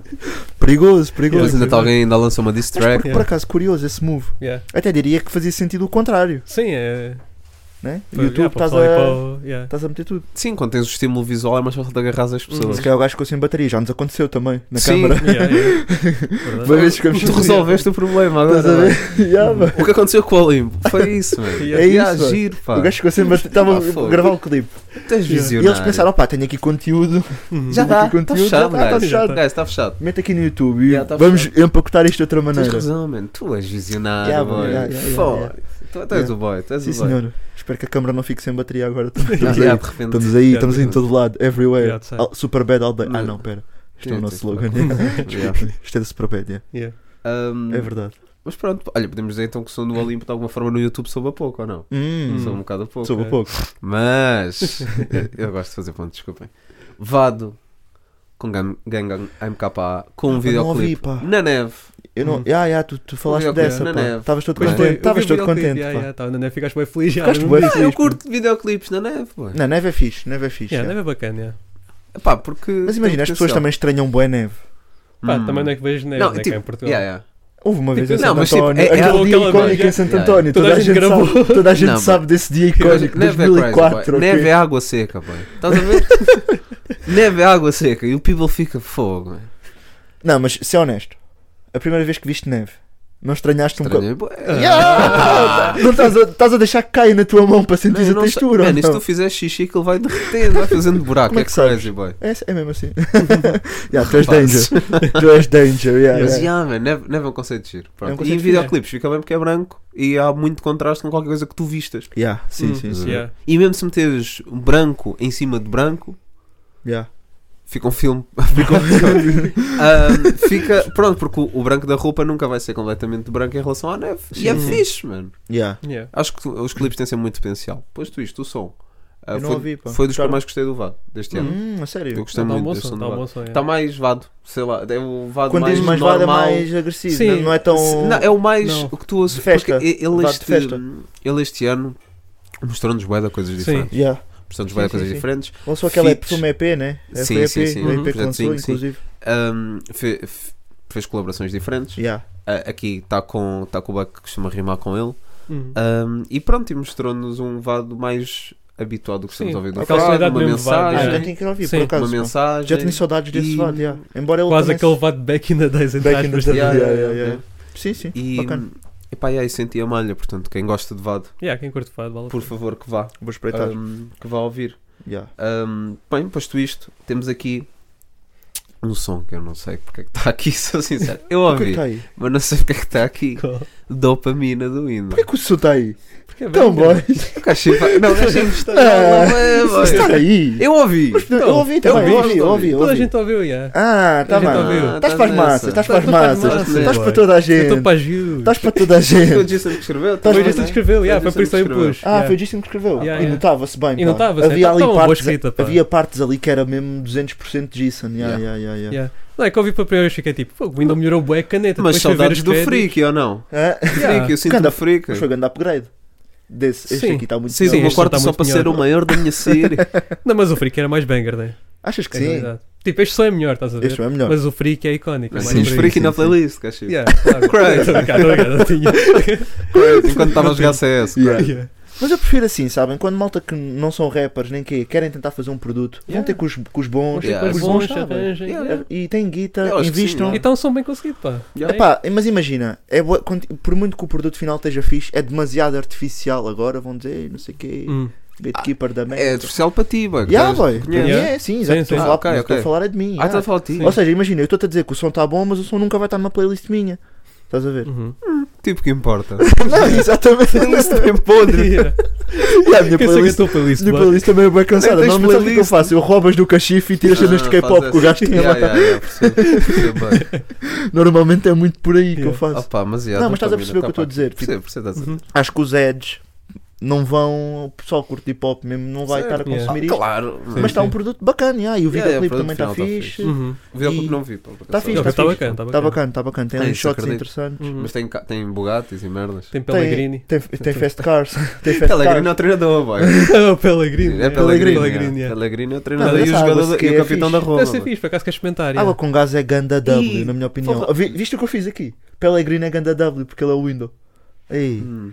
S5: Perigoso,
S6: Mas
S5: perigoso.
S6: ainda tá alguém ainda lançou uma diss
S5: Mas
S6: track.
S5: por, por acaso, curioso esse move.
S2: Yeah.
S5: Até diria que fazia sentido o contrário,
S2: Sim, é.
S5: né? O
S2: foi-
S5: YouTube
S2: yeah, para
S5: estás
S2: pessoal ir
S5: a,
S2: para o- yeah.
S5: estás a meter tudo.
S6: Sim, quando tens o estímulo visual é mais fácil de agarrar
S5: Uhum.
S6: as pessoas.
S5: Se calhar o gajo ficou sem bateria, já nos aconteceu também, na
S6: Sim. é
S5: câmara.
S2: Yeah, yeah. Verdade.
S5: Vai ver se ficamos
S6: Tu resolveste o problema
S5: Estás a
S6: agora. vai.
S5: ver? <laughs> Yeah, mano.
S6: O que aconteceu com o Olimpo? Foi isso, mano.
S5: <laughs> É isso, mano.
S6: Giro, pá.
S5: O gajo ficou sem bateria, estava
S6: Ah, fogo.
S5: a gravar o clipe.
S6: tens
S5: E
S6: visionário.
S5: eles pensaram, opá, tenho aqui conteúdo,
S6: já
S5: tenho
S6: dá,
S5: aqui
S6: está
S5: conteúdo, já
S6: fechado,
S5: tá, tá
S6: gajo.
S5: fechado.
S6: Gajo, está fechado.
S5: Mete aqui no YouTube e
S6: Yeah, tá
S5: vamos empacotar isto de outra
S6: Tens
S5: maneira.
S6: razão, mano. Tu és visionário,
S5: Yeah,
S6: boy.
S5: yeah, yeah, yeah,
S6: Foda.
S5: yeah.
S6: Tu, tu és
S5: Yeah.
S6: o boy, tu és
S5: Sim
S6: o boy.
S5: senhor, espero que a câmara não fique sem bateria agora.
S6: Yeah,
S5: Estamos
S6: yeah,
S5: aí,
S6: de repente.
S5: estamos aí,
S2: Yeah,
S5: estamos aí em
S6: yeah.
S5: todo lado, everywhere.
S2: Yeah, that's it.
S5: Ah, Superbad all day. Ah
S6: Yeah.
S5: não, pera, isto é
S6: Yeah,
S5: o nosso
S6: tem
S5: slogan.
S6: <laughs>
S5: <laughs>
S6: Yeah.
S5: Isto é da Superbad, yeah.
S2: Yeah.
S6: Um,
S5: é verdade.
S6: Mas pronto, olha, podemos dizer então que som do Olimpo de alguma forma no YouTube soube a pouco ou não?
S5: Hum,
S6: Soube um bocado a pouco.
S5: soube a pouco.
S6: Mas <laughs> eu gosto de fazer ponto, desculpem. Vado com Gang- Gangnam MKA com um
S5: Eu não ouvi,
S6: videoclipe
S5: pá. Tá
S6: na neve.
S5: Eu não,
S2: Hum.
S5: yeah, yeah, tu, tu falaste
S6: videoclipe
S5: dessa,
S6: na
S5: pá.
S6: neve.
S5: Estavas todo
S6: Pois
S5: contente,
S2: foi, eu
S5: estavas
S2: vi o
S5: todo
S2: videoclipe,
S5: contente,
S2: yeah,
S5: pá.
S2: yeah, tá, não é? Ficaste bem feliz. já,
S5: Ficaste
S2: não
S5: bué
S2: é?
S6: Ah, eu
S5: feliz,
S6: curto videoclipes na neve, ué.
S5: Na neve é fixe, neve é fixe.
S2: Yeah,
S5: yeah.
S2: deve é bacana. yeah.
S6: Pá, porque.
S5: Mas imagina, as
S6: tem
S5: pessoas
S6: potencial.
S5: também estranham boa neve.
S2: Pá,
S6: Hum.
S2: também não é que vejo neve,
S6: Não,
S2: né, cá
S6: tipo,
S2: em Portugal.
S6: yeah, yeah.
S5: Houve uma vez
S2: Tipo,
S5: em Santo
S6: não, mas, tipo,
S5: António,
S6: é- é
S5: aquele
S2: aquela
S5: dia icónico
S2: imagem.
S5: em Santo
S6: Yeah,
S5: António, toda, a gente
S2: gravou.
S5: sabe, toda a gente
S6: Não, mas-
S5: sabe desse dia icónico,
S6: Neve é crazy,
S5: 2004.
S6: boy.
S5: ok?
S6: Neve é água seca, boy. Estás a ver? <laughs> neve é água seca e o people fica fogo, man.
S5: Não, mas se é honesto, a primeira vez que viste neve, não estranhaste um bocado.
S6: Estranho, boy.
S5: Yeah! Não estás a, estás a deixar que caia na tua mão para
S6: Ah. Não,
S5: sentir
S6: eu
S5: a
S6: não sei-
S5: textura. então? ou
S6: Mano, e se
S5: não?
S6: tu fizer xixi, que ele vai derretendo,
S5: <laughs>
S6: vai fazendo buraco.
S5: Como é
S6: é
S5: que
S6: crazy, boy.
S5: É, é mesmo
S6: <laughs>
S5: assim. <laughs> yeah, tu és
S6: Rapaz.
S5: danger. Tu és danger. Yeah,
S6: Mas,
S5: yeah.
S6: yeah, man, neve, neve é um conceito de giro. Pronto.
S5: É um
S6: e
S5: conceito
S6: em
S5: de giro,
S6: videoclipes fica bem porque é branco e há muito contraste com qualquer coisa que tu vistas.
S5: Yeah, sim,
S2: Hum.
S5: sim, sim.
S2: Yeah.
S6: E mesmo se meteres um branco em cima de branco,
S5: Yeah.
S6: fica
S5: <laughs>
S6: um filme. Fica, um filme. <laughs> Ahm, fica- Pronto, porque o, o branco da roupa nunca vai ser completamente branco em relação à neve. E é
S2: Sim.
S6: fixe, mano.
S5: Yeah.
S2: Yeah.
S6: Acho que os clipes têm sempre muito potencial. Pois tu isto, o som. Ah,
S5: Eu não
S6: foi,
S5: ouvi, pá.
S6: foi dos que eu
S5: Gostaram?
S6: mais gostei do VAD deste ano.
S5: Hum, a sério.
S6: Eu gostei
S2: Tá um
S6: muito
S2: bom
S6: deste
S2: som,
S6: som
S2: tá
S6: do
S2: um
S6: VAD.
S2: bom som, yeah.
S6: Está mais vado, sei lá, é o vado
S5: Quando
S6: mais
S5: dizes mais vado é
S6: normal.
S5: mais agressivo,
S2: Sim.
S5: não, não é tão.
S6: Não, é o mais
S2: Não.
S6: o que tu ouço,
S5: De festa.
S6: porque ele
S5: Vado de
S6: este,
S5: festa.
S6: ele este ano mostrou-nos bué de coisas
S2: Sim.
S6: diferentes.
S5: Yeah.
S6: Mostrou-nos bué de
S5: Sim,
S6: coisas
S5: sim, sim.
S6: diferentes.
S5: Lançou aquela
S6: Feats.
S5: perfume EP, né? É,
S6: Sim,
S5: foi EP,
S6: sim, sim.
S5: o
S6: Uhum.
S5: EP que lançou,
S6: Sim, sim.
S5: inclusive.
S6: Ahm, fe- fe- fez colaborações diferentes.
S5: Yeah.
S6: Ah, aqui está com, tá com o Buck que costuma rimar com ele.
S2: Hum.
S6: Ahm, e pronto, e mostrou-nos um vado mais habituado do que estamos
S2: Sim,
S6: a ouvir do
S5: aquela
S6: Fado,
S2: qualidade
S6: uma
S2: mesmo vado,
S5: Ah,
S2: Ah,
S5: então
S2: yeah.
S6: mensagem.
S5: tenho que ir ouvir,
S2: Sim,
S5: por
S6: é? Uma
S5: acaso. pá.
S6: mensagem.
S5: Já tinha saudades desse
S6: e-
S5: vado, yeah. Embora ele
S2: Quase
S5: também-
S2: aquele vado back in the days, entre
S5: Back in the
S2: aspas.
S5: day,
S2: né?
S5: yeah,
S6: Yeah,
S5: yeah,
S6: yeah,
S5: yeah. Sim, sim,
S6: E,
S5: um. bacana.
S6: epá, yeah, e senti a malha, portanto, quem gosta de vado,
S2: Yeah, quem curte fado, vale a
S6: por
S2: pena.
S6: favor que vá.
S5: Vou espreitar.
S6: ahm, que vá ouvir.
S5: Yeah.
S6: Ahm, bem, posto isto, temos aqui um som que eu não sei porque é que está aqui, <laughs> sou sincero. Eu
S5: O que é que
S6: ouvi,
S5: está aí?
S6: mas não sei porque é que está aqui. Dopamina do hino.
S5: Porquê que o som está aí?
S2: Porque é bem
S5: Então,
S2: bacana.
S5: boy.
S6: Eu achei- Não, eu
S5: <laughs>
S6: achei
S5: Ah,
S6: não,
S5: Está
S6: não, é, boy.
S5: aí.
S6: Eu ouvi.
S5: Eu ouvi também, eu
S6: gosto,
S5: ouvi, eu ouvi. eu
S2: Toda a
S5: ouvi.
S2: gente ouviu, yeah.
S5: Ah, tá
S2: A gente
S5: bem.
S2: ouviu.
S5: Estás para as massas, estás para as
S2: Estás para as
S5: massas,
S2: massas,
S5: estás
S2: boy.
S5: para Tá toda a
S2: Eu estou
S5: gente,
S2: para as views.
S5: estás para toda a
S6: Foi o
S5: gente.
S6: Jason que escreveu. tá
S5: Estás
S2: Foi
S6: bem,
S2: o Jason
S6: né?
S2: que escreveu, yeah,
S6: Foi o
S2: foi por isso
S6: Jason
S2: aí
S6: que
S2: eu pus.
S5: Ah,
S2: yeah.
S5: foi o Justin que escreveu.
S2: Yeah,
S5: E
S2: yeah.
S5: notava-se bem.
S2: E
S5: pá.
S2: notava-se,
S5: Havia
S2: então
S5: ali
S2: tava boa
S5: partes,
S2: escrita, pá.
S5: havia partes ali que era mesmo 200% Jason. Yeah, yeah, yeah, yeah.
S2: Yeah. Não é que eu ouvi para a primeira vez fiquei tipo, pô, o Windows melhorou bué a caneta.
S6: Mas
S2: depois fui ver
S6: saudades
S2: as
S6: do
S2: férias.
S6: freak, ou não?
S5: Ah,
S6: Freak, eu sinto
S5: Canda-
S6: o freak.
S5: Mas foi um grande upgrade. Desse, este
S2: Sim.
S5: aqui está muito
S6: Sim,
S5: melhor.
S2: este
S6: sim, eu
S2: som tá
S6: corto só
S2: muito
S6: para ser
S2: melhor.
S6: o maior da
S5: <laughs>
S6: minha série.
S2: Não, mas o freak era mais banger, né?
S5: Achas que
S2: É
S5: sim?
S2: verdade. Tipo, este só é melhor, estás a ver?
S5: Este é melhor.
S2: Mas o freak é icónico. é
S6: Mas
S2: mais
S6: Tínhamos
S2: por aí.
S6: freak na
S5: sim, sim.
S6: playlist, é cachê. <laughs>
S2: Yeah, claro.
S6: Correct.
S2: Tô brincando, tô brincando, eu tinha.
S6: Enquanto estava a jogar CS.
S5: Yeah.
S2: Yeah.
S5: Mas eu prefiro assim, sabem? Quando malta que não são rappers nem que querem tentar fazer um produto, vão
S2: Yeah.
S5: ter com os, com os bons.
S6: Yeah.
S5: Os
S2: Os
S5: bons
S2: bons
S5: sabem. É,
S2: arranjem.
S6: Yeah,
S2: yeah.
S5: E têm guita,
S6: Eu acho que sim, é?
S5: investam.
S6: yeah.
S2: Então são bem conseguidos, pá.
S6: Yeah.
S5: Epá, mas imagina, é bué- quando- por muito que o produto final esteja fixe, é demasiado artificial agora, vão dizer, "Ei, não sei o quê,
S2: Hum.
S5: gatekeeper da merda.
S6: É especial para ti, boy. que
S5: Yeah,
S6: estás-
S5: boy.
S6: conheces.
S5: Yeah,
S2: Yeah.
S5: sim, exato.
S2: Sim, tá,
S5: Estou a
S2: sim.
S5: falar-
S6: Ah, ok,
S5: mas estou a
S6: ok.
S5: falar é de mim.
S6: Ah,
S5: yeah.
S6: estás a falar de ti.
S5: Ou seja, imagina, eu estou-te a dizer que o som está bom, mas o som nunca vai estar numa playlist minha. Estás
S6: <laughs>
S5: a ver?
S2: Uhum.
S6: Tipo que importa.
S5: <laughs> não, exatamente.
S6: bem
S2: <laughs>
S6: podre.
S2: Yeah.
S5: Yeah, a minha
S2: Quem sei que
S5: playlist,
S2: estou pelo
S5: a
S2: isso,
S5: minha playlist também é bem cansada.
S6: Nem tens
S5: Não, mas sabe o que é que eu
S6: playlist.
S5: faço? Eu roubas do cachifo e tiro as cenas de K-pop que o gajo tinha lá. Normalmente é muito por aí que eu
S2: Yeah.
S5: faço.
S6: Opa, mas yeah,
S5: Não, mas estás a
S6: dopamina,
S5: perceber o que eu
S6: tá
S5: estou a
S6: pá.
S5: dizer, tipo-
S6: Percebo, percebo, estás a
S2: Uhum,
S6: dizer.
S5: Acho que os ads não vão. O pessoal que curte hip hop mesmo não vai
S6: Certo,
S5: estar a
S2: yeah.
S5: consumir isto.
S6: Claro.
S5: Mas está um produto bacana, yeah, e o
S6: Yeah,
S5: videoclipe
S6: yeah, o
S5: também está
S6: produto final tá
S5: fixe.
S6: fixe.
S2: Uhum.
S6: O videoclipe
S5: E-
S6: não vi, pá.
S5: Está
S6: por acaso.
S5: fixe,
S2: Não,
S5: está
S2: tá
S5: fixe.
S2: bacana, tá
S5: Está
S2: bacana.
S5: bacana, Hum, está bacana. Tem
S6: Ah,
S5: ali
S6: isso
S5: shots
S6: acredito.
S5: interessantes.
S2: Uhum.
S6: Mas tem, ca- tem Bugattis e merdas.
S2: Tem
S5: Tem,
S2: Pellegrini.
S5: tem, tem Fast <laughs> Cars. Tem Fast
S6: Pellegrini é o
S5: Cars.
S6: treinador, boy.
S2: Ah, o Pellegrini.
S6: É
S2: yeah.
S6: Pellegrini.
S2: Pellegrini,
S6: é.
S2: yeah.
S6: Pellegrini é o treinador
S5: Não,
S6: e o
S5: essa água
S6: jogador
S5: sequer
S6: e
S5: é
S6: o capitão da
S5: fixe.
S6: Roma.
S2: Deve ser
S6: boy.
S2: fixe, por acaso queres experimentar.
S5: Água
S2: yeah.
S5: com gás é ganda W, na minha opinião.
S6: porra.
S5: Vi- Viste o que eu fiz aqui? Pellegrini é ganda W, porque ele é o window. Ei,
S6: Hum.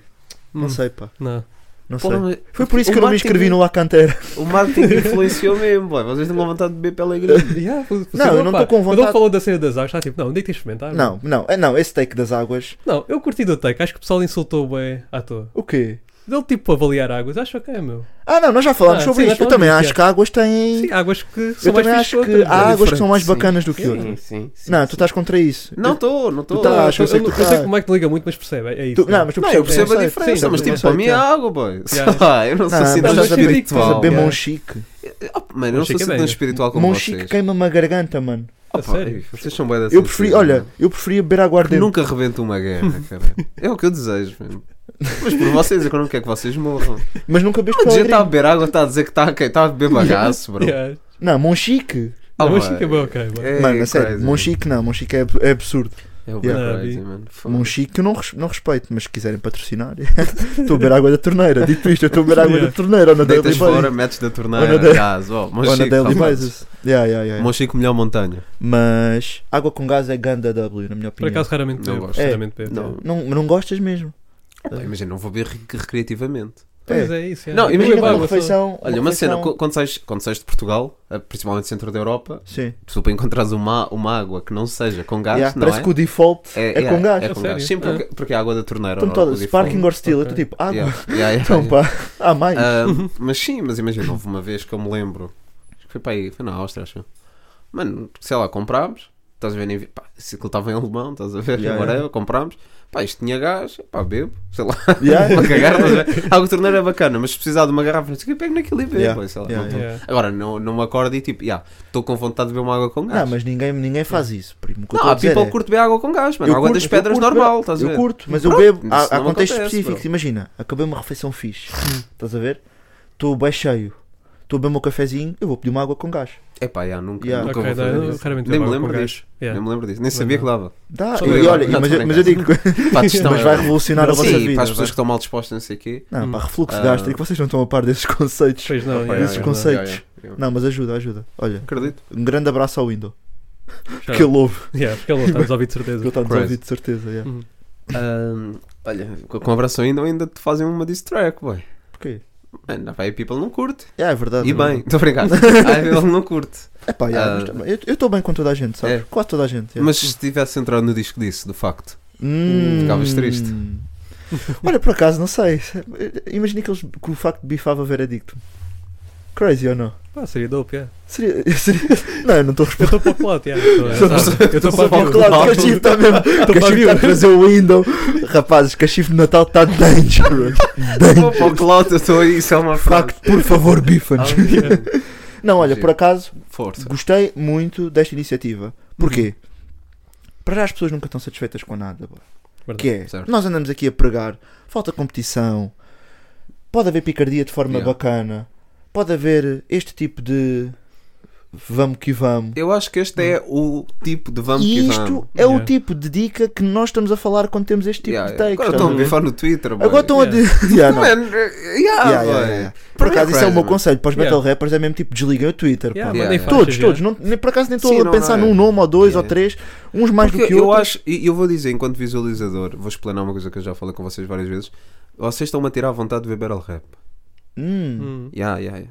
S5: não
S2: Hum.
S5: sei, pá.
S2: Não.
S5: Não
S6: Porra,
S5: sei.
S6: mas
S5: Foi por isso
S6: o
S5: que eu não me
S6: marketing-
S5: inscrevi no La Cantera.
S6: O marketing influenciou mesmo, boy. Vocês estão com vontade de beber Pellegrini.
S2: Yeah,
S5: Não, eu não tô com
S2: Quando
S5: vontade-
S2: ele falou da cena das águas, está tipo, não, onde é que tens de experimentar?
S6: Tá
S5: Não, não, é não, esse take das águas.
S2: Não, eu curti do take. Acho que o pessoal insultou bem à toa.
S5: O quê?
S2: Dele tipo avaliar águas, acho que é meu.
S5: Ah, não, nós já
S2: Ah,
S5: falámos sobre
S2: sim,
S5: isto.
S2: nós
S5: Eu também
S2: falamos
S5: acho
S2: disso.
S5: que águas têm.
S2: Sim, águas que são
S5: eu
S2: mais
S5: também
S2: fixe
S5: acho que
S2: outras. é
S5: há águas que são mais
S6: Sim.
S5: bacanas do que outras.
S6: né? Sim, sim, sim,
S5: Não, tu
S6: sim.
S5: estás contra isso.
S6: Não estou, não estou.
S5: Tu tá-
S2: Eu-
S5: acho que eu
S2: eu,
S5: sei
S2: não-
S5: que-
S2: eu sei que
S5: ah.
S2: o Mike liga muito, mas percebe. É isso.
S5: Tu- não, mas tu
S6: Não, eu
S5: percebes
S6: percebo a
S5: conceito.
S6: diferença,
S5: Sim,
S6: mas
S5: tu
S6: tipo,
S5: percebes
S6: para mim é
S5: conceito,
S6: água, boy.
S2: Yeah.
S6: Ah, eu não sou
S5: Ah,
S6: assim
S5: mas
S6: tão
S2: eu sei que
S5: é.
S6: espiritual.
S5: Beber
S2: Yeah.
S5: mão chique.
S6: Ah, Mano, eu não sou
S2: Chica
S6: assim
S2: é
S6: tão
S2: bem.
S6: espiritual como
S5: Mão
S6: vocês. é
S5: chique queima-me a garganta, mano.
S6: Ah,
S2: A
S6: pá,
S2: sério. <laughs>
S6: Vocês são bué da
S5: Eu preferi,
S6: sensíveis,
S5: olha,
S6: mano.
S5: eu preferia beber aguardente.
S6: Nunca reventam
S2: <laughs>
S6: uma guerra, cara. É o que eu desejo, mesmo. Mas por vocês, é que eu não quero que
S2: <laughs>
S6: vocês morram.
S5: Mas nunca bebo
S6: Mas a gente está a
S5: alegre.
S6: beber água, está a dizer que está a Está a beber bagaço, bro.
S2: Yeah.
S5: Não, mão chique.
S6: Ah,
S2: Não, mas
S6: mano.
S2: fica bem ok. mano.
S6: É
S5: Mano, a sério,
S6: crazy.
S5: mão chique não, mão chique é ab- é absurdo.
S6: É o
S2: Yeah.
S6: yeah. crazy,
S2: Ah,
S6: mano. Foda-se.
S5: Mão chique que eu não, res- não respeito, mas se quiserem patrocinar, <laughs> estou a beber água da torneira. Dito isto, eu estou a beber água da
S2: Yeah.
S5: torneira ou na Daily
S6: é. Deitas fora,
S5: Basis.
S6: metes da torneira,
S5: Ou na da-
S6: gás, ó. Mão
S5: Ou na
S6: chique,
S5: Daily
S6: rapaz.
S5: Basis. Yeah, yeah, yeah.
S6: Mão chique, melhor montanha.
S5: Mas água com gás é ganda W, na minha
S2: Por
S5: opinião.
S2: acaso raramente
S6: Não
S2: bebo.
S6: gosto.
S2: Raramente bebo.
S6: Não.
S2: yeah.
S5: Não, não gostas mesmo?
S2: Então.
S6: Pá, Imagina, não vou beber rec- recreativamente.
S2: Pois é isso. yeah.
S6: Não,
S2: Eu
S6: imagina
S2: bebo
S6: uma
S5: uma
S2: água só.
S5: refeição.
S6: Olha, uma cena, co- quando sais, quando sais de Portugal, eh, principalmente centro da Europa,
S5: Sim.
S6: se tu para encontrares uma, uma água que não seja com gás,
S5: Yeah,
S6: não
S5: parece
S6: é?
S5: que o default
S6: é,
S5: é,
S6: yeah,
S5: com gás.
S6: É
S2: A
S6: com
S2: sério?
S6: gás. Sim, porque, porque é água da torneira.
S5: Estão
S6: não,
S5: todas,
S6: o
S5: sparking
S6: default.
S5: or steel, eu
S2: Ok.
S5: estou tipo, água.
S6: Yeah, yeah, yeah,
S5: Então
S6: yeah.
S5: pá, há mais.
S6: Ahm,
S5: <laughs>
S6: mas sim, mas imagina, houve uma vez que eu me lembro, acho que foi para aí, foi na Áustria, acho eu. Mano, sei lá, comprámos, estás a ver, em vi- pá, se aquilo estava em alemão, estás a ver,
S5: Yeah,
S6: whatever,
S5: yeah.
S6: comprámos, pá, isto tinha gás, pá, bebo, sei lá,
S5: <laughs> Yeah.
S6: para cagar, estás a ver. Algo torneira é bacana, mas se precisar de uma garrafa, não sei o que, pego naquilo e bebo,
S5: Yeah,
S6: pô, sei lá.
S5: yeah,
S6: não tô-
S2: yeah.
S6: Agora, não, não me acordo e tipo, yeah, estou com vontade de beber uma água com gás.
S5: Não, mas ninguém, ninguém faz isso, primo. O que eu
S6: não
S5: tô a
S6: há
S5: dizer
S6: people
S5: é-
S6: que curte beber água com gás, mano,
S5: Eu
S6: água
S5: curto-
S6: das
S5: eu
S6: pedras
S5: curto,
S6: normal,
S5: bro.
S6: estás a ver.
S5: Eu curto, mas eu
S6: Pronto,
S5: bebo.
S6: isso
S5: Há, há
S6: não
S5: contextos
S6: acontece,
S5: específicos.
S6: bro. Hum.
S5: Imagina, acabei uma refeição fixe. Estás a ver? Estou bem cheio. Estou a beber o meu cafezinho. Eu vou pedir uma água com gás.
S6: É pá, yeah, nunca,
S5: Yeah.
S6: nunca
S2: Ok,
S6: vou
S2: não,
S6: fazer
S2: eu
S6: isso.
S2: raramente
S6: Nem
S2: bebo água
S6: me
S2: com
S6: lembro
S2: gás.
S6: disso.
S2: Yeah.
S6: Nem me lembro disso, nem
S2: é.
S6: sabia que dava.
S5: Dá.
S2: Só
S5: E,
S2: eu-
S5: olha,
S6: não,
S5: mas,
S6: tô
S5: eu- mas eu digo que
S6: <laughs> Pá, testão
S5: mas
S6: é-
S5: vai revolucionar a vossa
S6: Sim,
S5: vida.
S6: para as pessoas que estão mal dispostas, não sei o quê.
S5: Não, pá, refluxo
S6: Ah.
S5: gástrico. Vocês não estão a par desses <laughs> conceitos.
S2: Pois é, não,
S6: Opa,
S2: yeah,
S5: Esses
S2: yeah,
S5: conceitos.
S6: yeah, yeah.
S5: Não, mas ajuda, ajuda. Olha,
S6: Acredito.
S5: um grande abraço ao Window.
S2: não.
S5: Que ele ouve.
S2: Yeah, porque ele não está a nos ouvir de
S5: Ele
S6: <laughs>
S2: certeza.
S5: está
S6: Crazy.
S5: desouvido de certeza. yeah.
S6: Ahm, olha, com com abraço ainda, ainda te fazem uma diss track, boy.
S5: Porquê?
S6: Mano, a Vai People não curte.
S5: É, é verdade.
S6: E
S5: é
S6: bem, <laughs>
S5: verdade. <laughs>
S6: estou obrigado. A Vai People não curte.
S5: É pá, yeah, mas
S6: Ah.
S5: também- eu estou bem com toda a gente, sabes?
S6: É.
S5: Quase toda a gente. yeah.
S6: Mas se tivesse entrado no disco disso, de facto.
S5: Hum.
S6: Ficavas triste.
S5: <laughs> Olha, por acaso, não sei. Imagina que, eles, que o facto de bifava ver adicto. Crazy ou não?
S2: Pá, seria dope, yeah.
S5: Seria, <laughs> seria... Não, eu não estou a
S2: Eu
S5: responder.
S2: estou para o plot,
S6: <laughs>
S2: yeah. Tô- Eu estou para
S5: Claro,
S2: o
S5: claro, Cachif está tá mesmo. Cachif está a trazer o window. Rapazes, Cachif de Natal está dangerous.
S6: Pô, pô, Cláudio, eu estou aí, isso é uma frase.
S5: Facto, por favor, bifa-nos.
S6: Ah, yeah.
S5: Não, olha,
S6: Sim.
S5: por acaso,
S6: Força.
S5: gostei muito desta iniciativa. Porquê?
S6: Uhum.
S5: Para já as pessoas nunca estão satisfeitas com nada. bora.
S2: Verdade,
S5: que é,
S6: certo.
S5: nós andamos aqui a pregar, falta competição, pode haver picardia de forma
S6: Yeah.
S5: bacana, pode haver este tipo de vamos que vamos.
S6: Eu acho que este é o tipo de vamos que
S5: e
S6: vamos.
S5: Hum. isto é
S2: Yeah.
S5: o tipo de dica que nós estamos a falar quando temos este tipo
S6: Yeah,
S5: de
S6: yeah.
S5: takes.
S6: Agora
S5: estás
S6: estão
S5: a
S6: a
S5: ver?
S6: bifar no Twitter, boy.
S5: Agora estão a
S2: Yeah.
S5: dizer. <laughs> Yeah, não.
S6: Mano, eh, yeah,
S5: Yeah, yeah,
S6: boy.
S5: yeah, yeah. Ah, Por acaso, isso é o meu
S6: Mano.
S5: conselho para os
S2: Yeah.
S5: battle rappers: é mesmo tipo desliguem o Twitter. pá.
S2: Yeah,
S6: Yeah,
S2: mandei
S6: yeah.
S2: faixas,
S5: Todos,
S2: yeah.
S5: todos. Não, nem por acaso nem estou
S6: Sim,
S5: a
S6: não,
S5: pensar
S6: não é.
S5: num nome ou dois
S6: Yeah.
S5: ou três, uns mais
S6: Porque
S5: do que
S6: eu
S5: outros.
S6: acho, e eu vou dizer, enquanto visualizador, vou explanar uma coisa que eu já falei com vocês várias vezes. Vocês estão-me a tirar a vontade de ver battle rap.
S5: Hum.
S2: Hum.
S6: Yeah, yeah, yeah.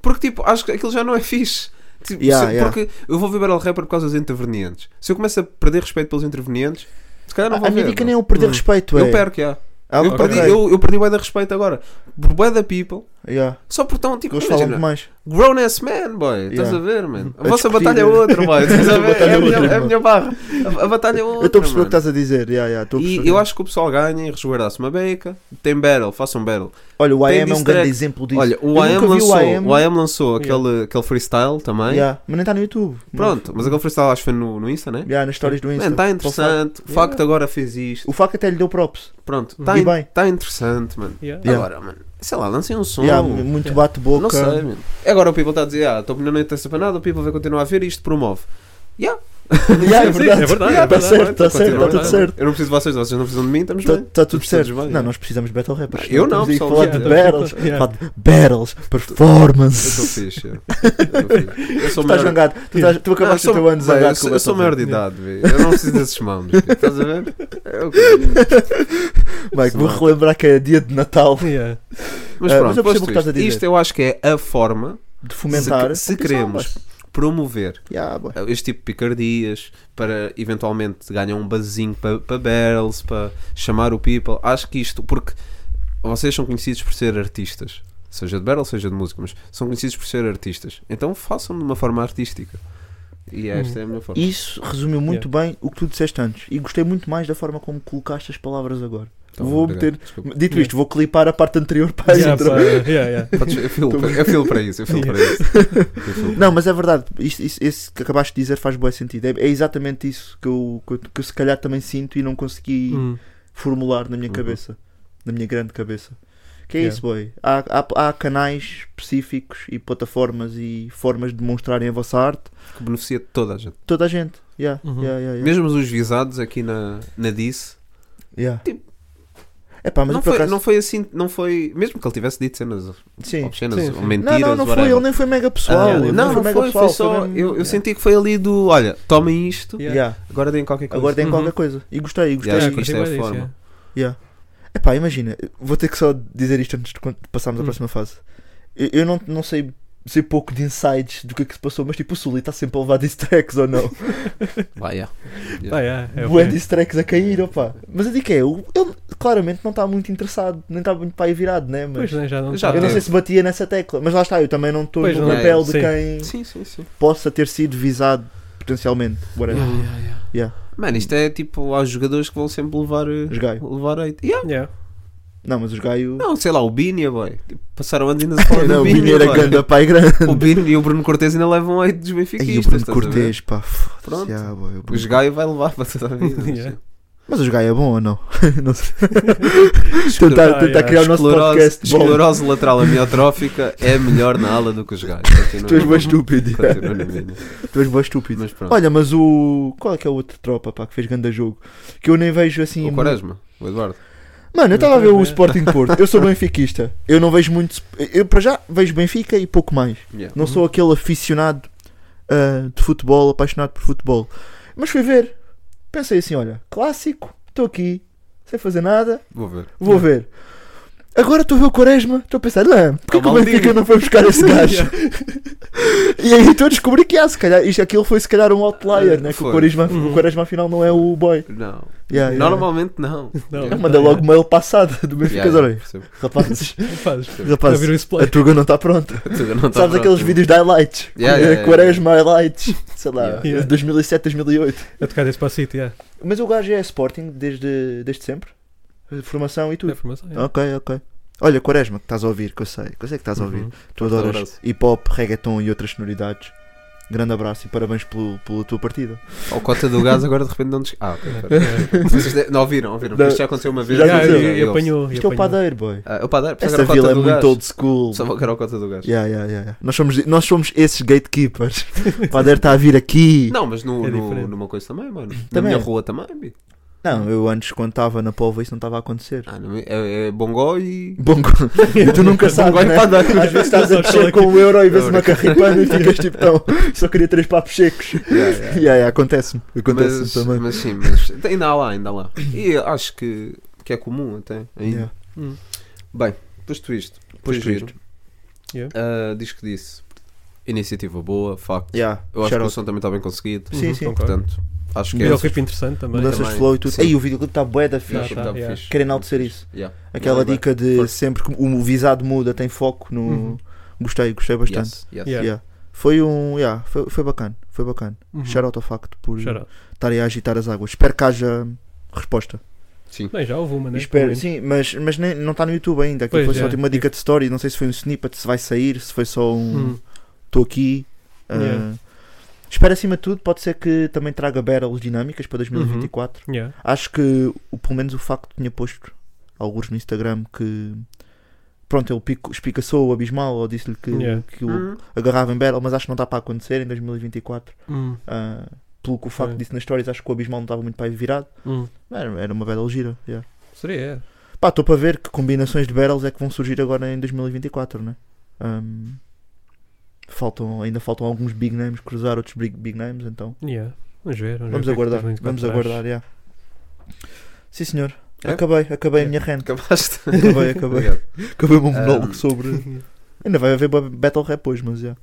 S6: Porque, tipo, acho que aquilo já não é fixe. Tipo,
S5: Yeah,
S6: se-
S5: yeah.
S6: Porque eu vou ver battle rapper por causa dos intervenientes. Se eu começo a perder respeito pelos intervenientes, se calhar não
S5: A-
S6: vou
S5: a
S6: ver.
S5: minha dica
S6: não.
S5: nem é o perder
S2: Hum.
S5: respeito, é.
S6: Eu perco, yeah.
S5: Ah,
S6: eu,
S5: ok.
S6: perdi, eu, eu perdi bué de respeito agora. Por bué da people.
S5: Yeah.
S6: Só por tão, tipo,
S5: Eles falam
S6: imagina,
S5: demais.
S6: grown ass man, boy. Estás
S5: Yeah.
S6: a ver, man. A,
S5: A
S6: vossa
S5: discutir.
S6: batalha é outra, boy. Estás a
S5: <laughs> A
S6: ver?
S5: batalha é
S6: É a minha,
S5: outra,
S6: é a minha barra. A, a batalha é outra.
S5: eu estou a perceber o que tá estás
S6: mano.
S5: a dizer. Yeah, yeah, estou a
S6: E
S5: perceber.
S6: eu acho que o pessoal ganha e resguarda-se uma beca. Tem battle, façam battle.
S5: Olha, o
S6: tem
S5: IM é um
S6: diss
S5: grande
S6: track.
S5: exemplo disso.
S6: Olha,
S5: Eu
S6: o
S5: nunca
S6: IAM
S5: vi
S6: lançou, o
S5: IAM,
S6: IAM lançou aquele, aquele freestyle também.
S5: yeah, mas nem está no YouTube.
S6: um Pronto, mas aquele freestyle acho que foi no, no Insta, né?
S5: Yeah, nas histórias do Insta.
S6: Mano, está interessante. O
S2: Yeah.
S6: facto agora fez isto.
S5: O Fac até lhe deu props.
S6: Pronto, está
S5: E bem.
S6: tá interessante, mano.
S2: Yeah.
S5: Yeah.
S6: Agora, mano, sei lá, lancem um som.
S5: Yeah, muito
S2: Yeah.
S5: bate-boca. <laughs>
S6: Não sei, mano. Agora o People está a dizer, ah, a tua opinião não interessa para nada, o People vai continuar a ver e isto um promove. Yeah,
S5: <laughs> Yeah, é
S2: Sim, sim,
S5: verdade.
S2: é verdade,
S5: Yeah,
S2: é
S5: tá
S2: verdade.
S5: certo, está certo,
S6: continua,
S5: está tudo
S6: tá.
S5: certo.
S6: Eu não preciso de vocês, vocês não precisam de mim, estamos bem.
S5: Está Tá, tudo
S6: Estamos
S5: certo.
S6: bem,
S5: não,
S6: é.
S5: nós precisamos de battle rappers.
S6: Eu não,
S5: Estamos aí a
S6: pessoal,
S5: falar
S2: yeah.
S5: de battles,
S2: Yeah.
S5: falar de battles, performance.
S6: Eu estou fixe. é.
S5: <laughs>
S6: Eu tô fixe. Eu sou
S5: Tu estás
S6: melhor.
S5: zangado. Tu, estás, tu
S6: Não, eu
S5: acabaste
S6: sou-
S5: o teu ano
S6: bem, eu
S5: zangado com
S6: sou-
S5: o
S6: Eu sou
S5: battle
S6: maior de
S5: rap.
S6: idade, velho. eu não preciso desses mãos. Estás a ver? É o que
S5: <laughs>
S6: eu digo.
S5: Mike, vou
S6: Sim.
S5: relembrar que é dia de Natal
S2: Yeah.
S6: Mas
S5: Ah,
S6: pronto,
S5: mas eu percebo
S6: posto
S5: o que estás a
S6: isto,
S5: dizer.
S6: isto eu acho que é a forma
S5: de fomentar.
S6: se, se queremos promover
S5: Yeah, boy.
S6: este tipo de picardias para eventualmente ganhar um buzzinho para, para barrels, para chamar o people. Acho que isto, porque vocês são conhecidos por ser artistas, seja de battle, seja de música, mas são conhecidos por ser artistas. Então façam de uma forma artística. E
S5: Hum.
S6: esta é a minha forma.
S5: Isso resumiu muito bem o que tu disseste antes. E gostei muito mais da forma como colocaste as palavras agora.
S6: Então,
S5: vou
S6: obrigado.
S5: meter.
S6: Desculpa.
S5: Dito isto, vou clipar a parte anterior para a
S2: Yeah,
S5: intro.
S2: pá, yeah, yeah.
S6: Podes- Eu filo para- eu filo para isso, eu filo
S5: <laughs>
S6: para isso. Eu filo para
S5: Não, mas é verdade, isso, isso- esse que acabaste de dizer faz bom sentido. É, é exatamente isso que eu, que, eu, que eu se calhar também sinto e não consegui
S2: Hum.
S5: formular na minha
S6: Uhum.
S5: cabeça, na minha grande cabeça. Que é
S2: Yeah.
S5: isso, boy. Há, há, há canais específicos e plataformas e formas de mostrarem a vossa arte.
S6: isso. Que beneficia toda a gente.
S5: Toda a gente. Yeah,
S2: Uhum.
S5: yeah, yeah, yeah.
S6: Mesmo os visados aqui na, na DIS.
S5: Yeah.
S6: Tipo-
S5: É pá, mas
S6: Não
S5: por
S6: foi,
S5: acaso.
S6: não foi assim, não foi. Mesmo que ele tivesse dito cenas
S5: Sim.
S6: obscenas
S2: Sim,
S6: ou
S2: sim.
S5: Não,
S6: mentiras.
S5: não, não foi,
S6: whatever.
S5: ele nem foi mega pessoal.
S6: Ah,
S5: ele
S6: não, não
S5: foi, mega
S6: foi,
S5: pessoal,
S6: foi só.
S5: mesmo-
S6: eu eu
S5: yeah.
S6: senti que foi ali do. Olha, tomem isto,
S2: Yeah.
S5: Yeah.
S6: agora deem qualquer coisa.
S5: Agora tem
S2: Uhum.
S5: qualquer coisa. E gostei, e gostei.
S6: acho
S2: Yeah,
S6: que
S2: curti
S6: isto é
S2: bué
S6: a
S2: disso,
S6: forma.
S2: yeah.
S5: Yeah. Epá, imagina, vou ter que só dizer isto antes de con- de passarmos à
S2: Hum.
S5: próxima fase. Eu, eu não, não sei, sei pouco de insights do que é que se passou, mas tipo, o Sully está sempre a levar diss tracks ou não.
S6: Vai, yeah.
S2: Ah, yeah, <laughs> é
S5: É,
S2: o
S5: Bué
S2: quê?
S5: diss tracks a cair, opá. Mas eu digo é, o- ele claramente não está muito interessado, nem está muito para aí virado, né? Mas
S2: Pois né, já não
S6: Já
S2: tá.
S5: eu não sei
S6: teve.
S5: se batia nessa tecla, mas lá está, eu também não estou
S2: Pois
S5: no
S2: não,
S5: papel
S2: é,
S5: de
S2: sim.
S5: quem
S6: Sim, sim, sim.
S5: possa ter sido visado potencialmente. Whatever.
S6: Yeah, yeah, yeah.
S5: Yeah.
S6: Mano, isto é tipo, há jogadores que vão sempre levar. eh,
S5: Os gaio.
S6: Levar a... yeah.
S2: Yeah.
S5: Não, mas os gaio.
S6: Não, sei lá, o Bini, boy. Tipo, passaram anos ainda se fala
S5: <laughs> Não,
S6: do
S5: o
S6: Bini. é
S5: Bini era
S6: boy.
S5: grande, pai grande.
S6: O Bini e o Bruno Cortez ainda levam 8 dos
S2: é
S5: E o
S6: benfiquistas.
S5: Bruno
S6: estás a ver?
S5: Cortês, pá. foda-se,
S6: Pronto.
S5: ah, boy, o Bruno
S6: Os Gaio vai levar para toda
S5: <laughs>
S6: a vida.
S2: Yeah.
S5: Mas os Gaia é bom ou não? <laughs> não sei.
S6: Esclero-
S5: tentar
S2: Ah,
S5: tentar
S2: yeah.
S5: criar o nosso
S6: esclerose,
S5: podcast bom.
S6: esclerose lateral amiotrófica é melhor na ala do que os Gaio.
S5: <laughs> Tu és bem estúpido. yeah.
S6: Continua na minha.
S5: <laughs> Tu és bem estúpido.
S6: Mas pronto.
S5: Olha, mas o. Qual é que é o outro tropa pá, que fez grande jogo? Que eu nem vejo assim.
S6: o Quaresma, o Eduardo.
S5: Mano, eu estava a ver o
S2: também.
S5: Sporting Porto. Eu
S6: <laughs>
S5: sou benfiquista. Eu não vejo muito. Eu para já vejo Benfica e pouco mais.
S6: Yeah.
S5: Não sou aquele aficionado ah, de futebol, apaixonado por futebol. Mas fui ver. Pensei assim: olha, clássico, estou aqui, sem fazer nada.
S6: Vou ver.
S5: Vou ver. Agora estou a ver o Quaresma, estou a pensar, não, porquê
S6: Ah,
S5: que o Benfica
S6: maldito.
S5: não foi buscar
S6: <laughs>
S5: esse gajo? e aí estou a descobrir que há, se calhar, isto, aquilo foi se calhar um outlier, né? Que o
S6: É, Foi.
S5: Quaresma, o
S2: Uhum.
S5: Quaresma afinal não é o boy.
S6: Não.
S5: Yeah, yeah,
S6: Normalmente não.
S2: Não.
S5: yeah. Eu mandei logo mail passado do Benfica,
S6: Yeah, Tá
S5: olha aí,
S6: percebo. <laughs>
S5: rapazes,
S2: Não <laughs> fazes. Já
S5: rapazes,
S2: viram esse play?
S5: a Tuga não está pronta.
S6: Tu não tá
S5: Sabes
S6: pronto.
S5: aqueles vídeos de highlights?
S6: Yeah, yeah, yeah.
S5: Quaresma highlights, sei lá,
S6: Yeah.
S2: Yeah.
S5: 2007, 2008.
S2: A tocar desse passito, yeah.
S5: Mas o gajo é Sporting desde, desde sempre? Formação e tudo?
S2: Da formação,
S6: É.
S2: yeah.
S5: Ok, ok. Olha, Quaresma, que estás a ouvir, que eu sei, que eu sei que estás a ouvir.
S2: Uhum.
S5: Tu adoras
S6: abraço.
S5: hip hop, reggaeton e outras sonoridades. Grande abraço e parabéns pelo- pela tua partida.
S6: Ao cota do gás agora de repente não des... Ah, ok.
S5: <laughs>
S6: pera.
S2: Yeah.
S6: Vocês de- Não ouviram, ouviram.
S5: Não.
S6: Isto já aconteceu uma vez.
S5: Já
S2: Yeah,
S5: aconteceu.
S2: e- e apanhou. e
S5: Isto é o
S2: apanhou.
S5: padeiro, boy.
S6: Ah, eu pá, dar,
S5: Essa vila é muito old school.
S6: Só vou agora ao cota do gás.
S5: Yeah, yeah, yeah, yeah. Nós, somos, nós somos esses gatekeepers. <laughs> O padeiro está a vir aqui.
S6: Não, mas no,
S2: É
S6: no-
S2: diferente.
S6: numa coisa também, mano. Na
S5: Também. é.
S6: minha rua também, bi.
S5: Não, eu antes, quando estava na pova, isso não estava a acontecer.
S6: Ah, não, é, é
S5: <laughs>
S6: bongó e.
S5: Bom, e tu nunca sabes,
S6: Bongó
S5: né?
S6: e padeiro.
S5: Às vezes estás a
S2: Só
S5: descer
S2: aqui.
S5: com um euro e vês uma carripana e ficas tipo, não, só queria três papos
S6: <laughs>
S5: secos.
S6: Yeah, yeah.
S5: Yeah, yeah, acontece-me. Acontece-me
S6: Mas,
S5: também.
S6: mas sim, mas ainda há lá, ainda há lá. E eu acho que, que é comum até. Ainda.
S5: Yeah.
S2: Hum.
S6: Bem, posto isto,
S5: Posto
S6: posto giro.
S2: Yeah.
S6: Ah, diz que disse. Iniciativa boa, facto.
S5: Yeah,
S6: Eu acho
S5: shout
S6: que o
S5: out.
S6: som também está bem conseguido.
S5: Sim,
S2: Uhum,
S5: sim.
S2: concordo.
S6: Portanto, acho que é.
S2: Videoclipe interessante também. né?
S5: Mudanças de
S6: Também,
S5: flow e tudo.
S6: sim.
S5: Aí o videoclipe está bué da fixe.
S2: Tá, tá, yeah.
S5: Quero enaltecer isso.
S6: Yeah.
S5: Aquela
S6: Bem,
S5: dica de
S6: Força.
S5: sempre que o visado muda, tem foco no.
S2: Uhum.
S5: Gostei, gostei
S6: bem.
S5: bastante.
S6: Yes, yes.
S2: Yeah.
S5: Yeah. Foi um. Yeah, foi, foi bacana, foi bacana.
S2: Uhum.
S5: Shout out ao facto por
S2: Shout out.
S5: estarem a agitar as águas. Espero que haja resposta.
S6: Sim.
S2: Bem, já houve uma, né?
S5: Espero,
S2: Pelo
S5: sim, mas, mas nem- não está no YouTube ainda. Aquilo
S2: Pois,
S5: foi só
S2: é.
S5: tipo, uma dica de story. Não sei se foi um snippet, se vai sair, se foi só um.
S2: menos. Hum.
S5: Estou aqui. ah,
S2: Yeah.
S5: Espero acima de tudo, pode ser que também traga battles dinâmicas
S2: Uhum.
S5: para 2024.
S2: Yeah.
S5: Acho que o- pelo menos o facto tinha posto alguns no Instagram que pronto, ele pico- espicaçou o Abismal ou disse-lhe que,
S2: Yeah.
S5: que o
S6: Ah.
S5: agarrava em Battle, mas acho que não está para acontecer em 2024.
S2: Hum.
S5: Ah, pelo que o facto
S2: Ok.
S5: disse nas histórias, acho que o Abismal não estava muito para aí virado.
S2: Hum.
S5: Era, era uma Battle gira. yeah.
S2: Seria, é.
S5: Pá, estou para ver que combinações de Battles é que vão surgir agora em 2024, né? Ahm, faltam, ainda faltam alguns big names, cruzar outros big, big names, então
S2: Yeah. Vamos ver.
S5: vamos
S2: ver o que é que
S5: aguardar.
S2: 2024
S5: Vamos
S2: traz.
S5: aguardar, yeah. Sim, senhor.
S6: É?
S5: Acabei, acabei a
S2: É.
S5: minha rant.
S6: Acabaste.
S5: <laughs> Acabei, acabei.
S6: Obrigado.
S5: Acabei o meu
S6: Ah.
S5: monólogo sobre. Ainda vai haver ba- Battle Rap hoje, mas já.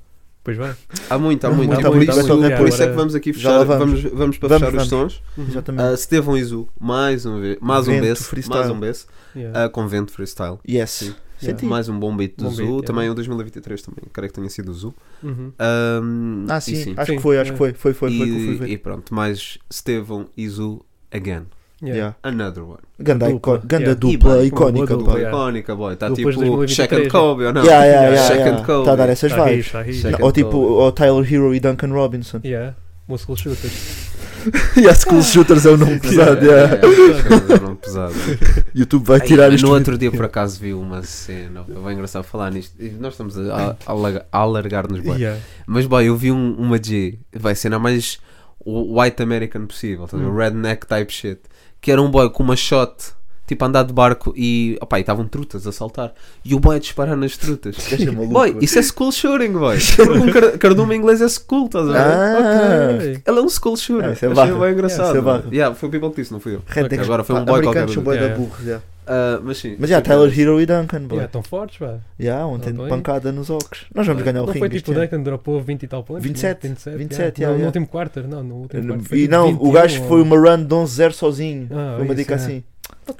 S2: Pois vai.
S6: Há muito, há muito.
S5: muito,
S6: e
S5: há
S6: por,
S5: muito,
S6: isso,
S5: mas talvez
S6: por isso é que
S2: agora-
S6: vamos aqui
S5: Já
S6: fechar.
S5: lá
S6: Vamos,
S5: vamos.
S6: vamos para
S5: Vamos,
S6: fechar os
S5: vamos.
S6: tons.
S5: Exatamente.
S6: Uh, Estevão Izu, mais um, ve- mais um
S5: Vento
S6: beijo.
S5: freestyle.
S6: Mais um beijo.
S2: Yeah.
S6: Uh, com vento freestyle.
S5: yes.
S6: sim.
S5: Senti.
S6: Mais um bom beat do
S2: Bom
S6: Zoo.
S2: beat, yeah.
S6: Também o 2023 também. Creio que tenha sido o Zoo.
S2: Uhum.
S6: Um,
S5: Ah,
S6: e
S5: sim,
S6: sim.
S5: acho
S2: Sim,
S5: que foi, acho
S2: é.
S5: que foi. Foi, foi, foi que eu fui
S6: E,
S5: ver.
S6: e pronto, mais Estevão Izu again.
S2: Yeah.
S5: Yeah.
S6: Another one.
S5: Ganda,
S2: Dupla,
S5: icó- ganda
S2: yeah.
S5: dupla,
S2: E bem,
S5: icónica.
S2: uma boa
S5: pá.
S2: Yeah.
S6: Icónica, boy. Está
S2: Depois de
S6: tipo
S2: 2023,
S6: Second
S2: né?
S6: Kobe ou não?
S5: Yeah, yeah, yeah,
S6: Second né?
S5: yeah.
S6: Kobe.
S5: Tá a dar
S6: <laughs>
S5: essas
S2: Tá rixe,
S5: vibes.
S2: tá rixe.
S6: Second
S5: Ou tipo,
S6: Kobe.
S5: ou Tyler Hero e Duncan
S2: <laughs>
S5: Robinson.
S2: Yeah. Muscle shooters.
S5: e a School Shooters é o <laughs> nome pesado. yeah.
S6: é, é, é, é, pesado.
S5: YouTube vai
S6: Ai,
S5: tirar
S6: no
S5: isto.
S6: outro dia por acaso vi uma cena, eu vou engraçado falar nisto. e Nós estamos a, a, a alarga- a alargar-nos bué.
S2: Yeah.
S6: Mas boy, eu vi um- uma G, vai cena mais o- white American possível, tá a ver?
S5: Hum.
S6: redneck type shit. Que era um boy com uma shot, tipo a andar de barco e opá, e estavam trutas a saltar. E o boy a disparar nas trutas.
S5: gajo é maluco,
S6: boy,
S5: mano.
S6: isso é school shooting,
S5: <laughs>
S6: boy. Porque um car- cardume em inglês é school, estás a ver?
S5: Ah,
S2: Ei.
S6: Ele é um school shooter.
S5: Ah, isso é
S6: Achei
S5: barra.
S6: bem engraçado.
S5: Isso é barra.
S6: mano. Yeah, foi o people que disse, não fui eu.
S5: Rednecks,
S6: Agora foi um
S5: pá,
S6: boy
S5: americanos
S6: qualquer
S5: são bué da
S2: Yeah, yeah.
S5: burros, yeah.
S6: Ah, mas sim.
S5: Mas já,
S6: Sim,
S5: Tyler Hero e Duncan, boy.
S2: Yeah, tão fortes, pá.
S5: Já, ontem
S2: Não,
S5: de
S2: bem.
S5: pancada nos Ox. Nós vamos ganhar o
S2: não
S5: ringue.
S2: foi
S5: este
S2: tipo o
S5: ano.
S2: Duncan dropou 20 e tal pontos.
S5: 27,
S2: né? 27,
S5: 27,
S2: yeah.
S5: yeah,
S2: Não, no
S5: yeah.
S2: último quarto, não, no último quarto. foi
S5: E
S2: tipo
S5: não, o
S2: 21
S5: gajo
S2: ou-
S5: foi uma run de 11-0 sozinho.
S2: Ah,
S5: Foi uma
S2: isso,
S5: dica
S2: é.
S5: assim.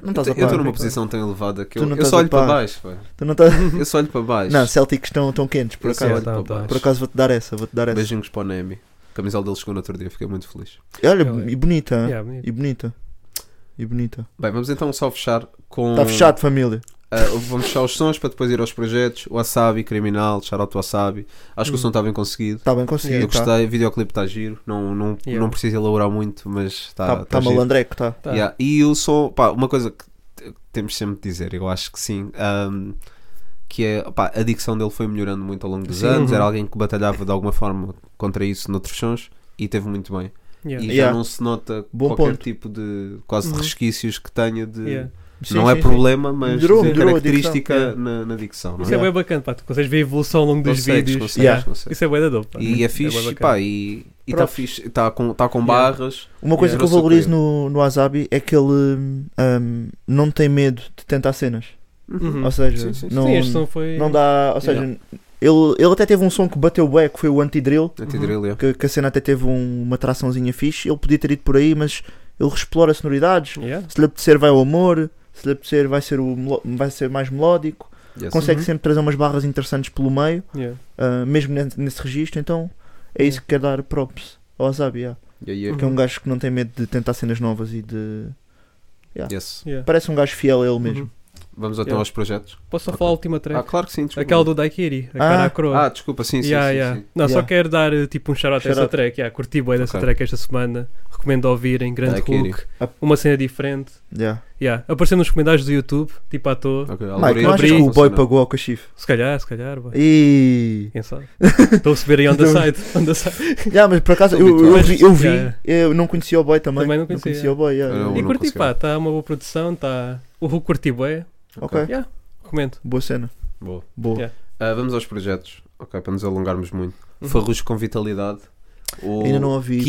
S5: Não estás a
S6: Eu estou
S5: par.
S6: numa posição tão elevada que
S5: Tu
S6: eu,
S5: não
S6: eu
S5: estás
S6: só
S5: a
S6: olho para
S5: par.
S6: baixo. pá.
S5: Tu não estás.
S6: Eu só olho para baixo.
S5: Não, Celtics estão estão quentes, por
S6: eu só olho
S5: acaso.
S2: tá,
S6: para
S2: tá.
S6: baixo.
S5: Por acaso vou-te dar essa, vou-te dar essa.
S6: Beijinhos para o Nemi. A camisola dele chegou no outro dia, fiquei muito feliz.
S5: E Olha,
S2: Ele-
S5: e bonita, hã?
S2: Yeah, bonito.
S5: e bonita. E bonita.
S6: Bem, vamos então só fechar com.
S5: Está Tá fechado, família.
S6: Ah, vamos fechar os sons para depois ir aos projetos. Wasabi, Criminal, Charote Wasabi. Acho que o som está bem conseguido.
S5: Está Tá bem
S6: Eu
S5: conseguido, está.
S6: gostei, o videoclipe está giro. Não, não,
S2: Yeah.
S6: não preciso elaborar muito, mas está
S5: Está
S6: está
S5: tá
S6: giro.
S5: malandreco, está.
S2: Tá.
S6: Yeah, E o som, pá, uma coisa que t- temos sempre de dizer, eu acho que sim, ahm, que é, pá, a dicção dele foi melhorando muito ao longo dos
S2: Sim,
S6: anos,
S2: uhum.
S6: era alguém que batalhava de alguma forma contra isso noutros sons e teve muito bem.
S2: Yeah.
S6: E já
S5: Yeah.
S6: não se nota
S5: Bom
S6: qualquer
S5: ponto.
S6: tipo de quase
S2: Uhum.
S6: resquícios que tenha de.
S2: Yeah.
S5: Sim,
S6: não
S5: sim,
S6: é
S5: sim.
S6: problema, mas
S5: Melhorou,
S6: sim,
S5: melhorou a
S6: característica
S2: dicção, yeah.
S6: na, na dicção. Não
S2: Isso é
S6: é?
S2: bem bacana, pá. Tu consegues ver a evolução ao longo dos
S6: Consegues,
S2: vídeos.
S6: consegues,
S2: Yeah.
S6: consegues.
S2: Isso é bué da dope, pá.
S6: E é
S2: Muito-
S6: fixe,
S2: bué
S6: e
S2: bacana.
S6: pá, e está
S5: Props.
S6: fixe, está com, tá com
S2: Yeah.
S6: barras.
S5: Uma coisa
S6: Yeah.
S5: que eu
S6: Não sou
S5: valorizo no, no Azabi é que ele hum, hum, não tem medo de tentar cenas.
S2: Uhum.
S5: Ou seja,
S6: Sim, sim, sim.
S5: não,
S2: Sim, este som foi.
S5: não dá. Ou seja, ele, ele até teve um som que bateu bué, que foi o anti-drill,
S6: Anti-drill, yeah.
S5: que, que a cena até teve um- uma traçãozinha fixe. Ele podia ter ido por aí, mas ele explora sonoridades.
S2: Yeah.
S5: Se lhe apetecer, vai o amor. Se lhe apetecer, vai ser, o, melo- vai ser mais melódico.
S6: Yes.
S5: Consegue
S2: Uhum.
S5: sempre trazer umas barras interessantes pelo meio,
S2: Yeah.
S5: ah, mesmo nesse, nesse registro. Então, é isso que quer dar props ao Azabi. yeah.
S6: Yeah, yeah.
S5: Que é um gajo que não tem medo de tentar cenas novas e de.
S6: Yes.
S2: Yeah.
S5: Parece um gajo fiel a ele mesmo.
S2: Uhum.
S6: Vamos até
S2: Yeah.
S6: aos projetos.
S2: Posso só
S6: Ok.
S2: falar a última
S6: Ah,
S2: track?
S6: claro que sim. desculpa.
S2: Aquela do Daikiri, a cara à coroa.
S6: Ah, desculpa, sim, sim.
S2: Yeah,
S6: sim,
S2: yeah.
S6: sim.
S2: Não, só
S5: Yeah.
S2: quero dar eh, tipo um shout-out a essa
S5: Shout-out.
S2: track. Yeah, curti bem dessa
S6: Ok.
S2: track esta semana. Recomendo ouvirem. Grande
S6: Daikiri.
S2: hook.
S5: Ah.
S2: Uma cena diferente.
S5: Yeah.
S2: Yeah. Apareceu nos comentários do YouTube, tipo à toa.
S6: Ok,
S5: Mike,
S6: algoritmo
S5: não achas que o
S6: funciona.
S5: boy pagou ao
S6: Ah.
S5: cachifo?
S2: Se calhar, se calhar. bué.
S5: E.
S2: Quem sabe? Estou a receber aí on the
S6: Então,
S2: side. On the side.
S5: Já, mas por acaso eu, eu,
S2: Mas-
S5: vi, eu, vi
S2: Yeah.
S5: eu não conhecia o boy também.
S2: Também não conhecia.
S5: o boy, yeah,
S6: Eu
S5: yeah.
S2: E
S6: não
S2: curti,
S6: consegui.
S2: pá. Está uma boa produção. Tá... O Hulk curti bem.
S5: Ok,
S2: Yeah. Recomendo.
S5: boa cena.
S6: Boa.
S5: Boa.
S2: Yeah.
S6: Ah, vamos aos projetos. Ok, para nos alongarmos muito.
S2: Uhum.
S6: Farrusco com Vitalidade. O
S5: Ainda não ouvi. pá.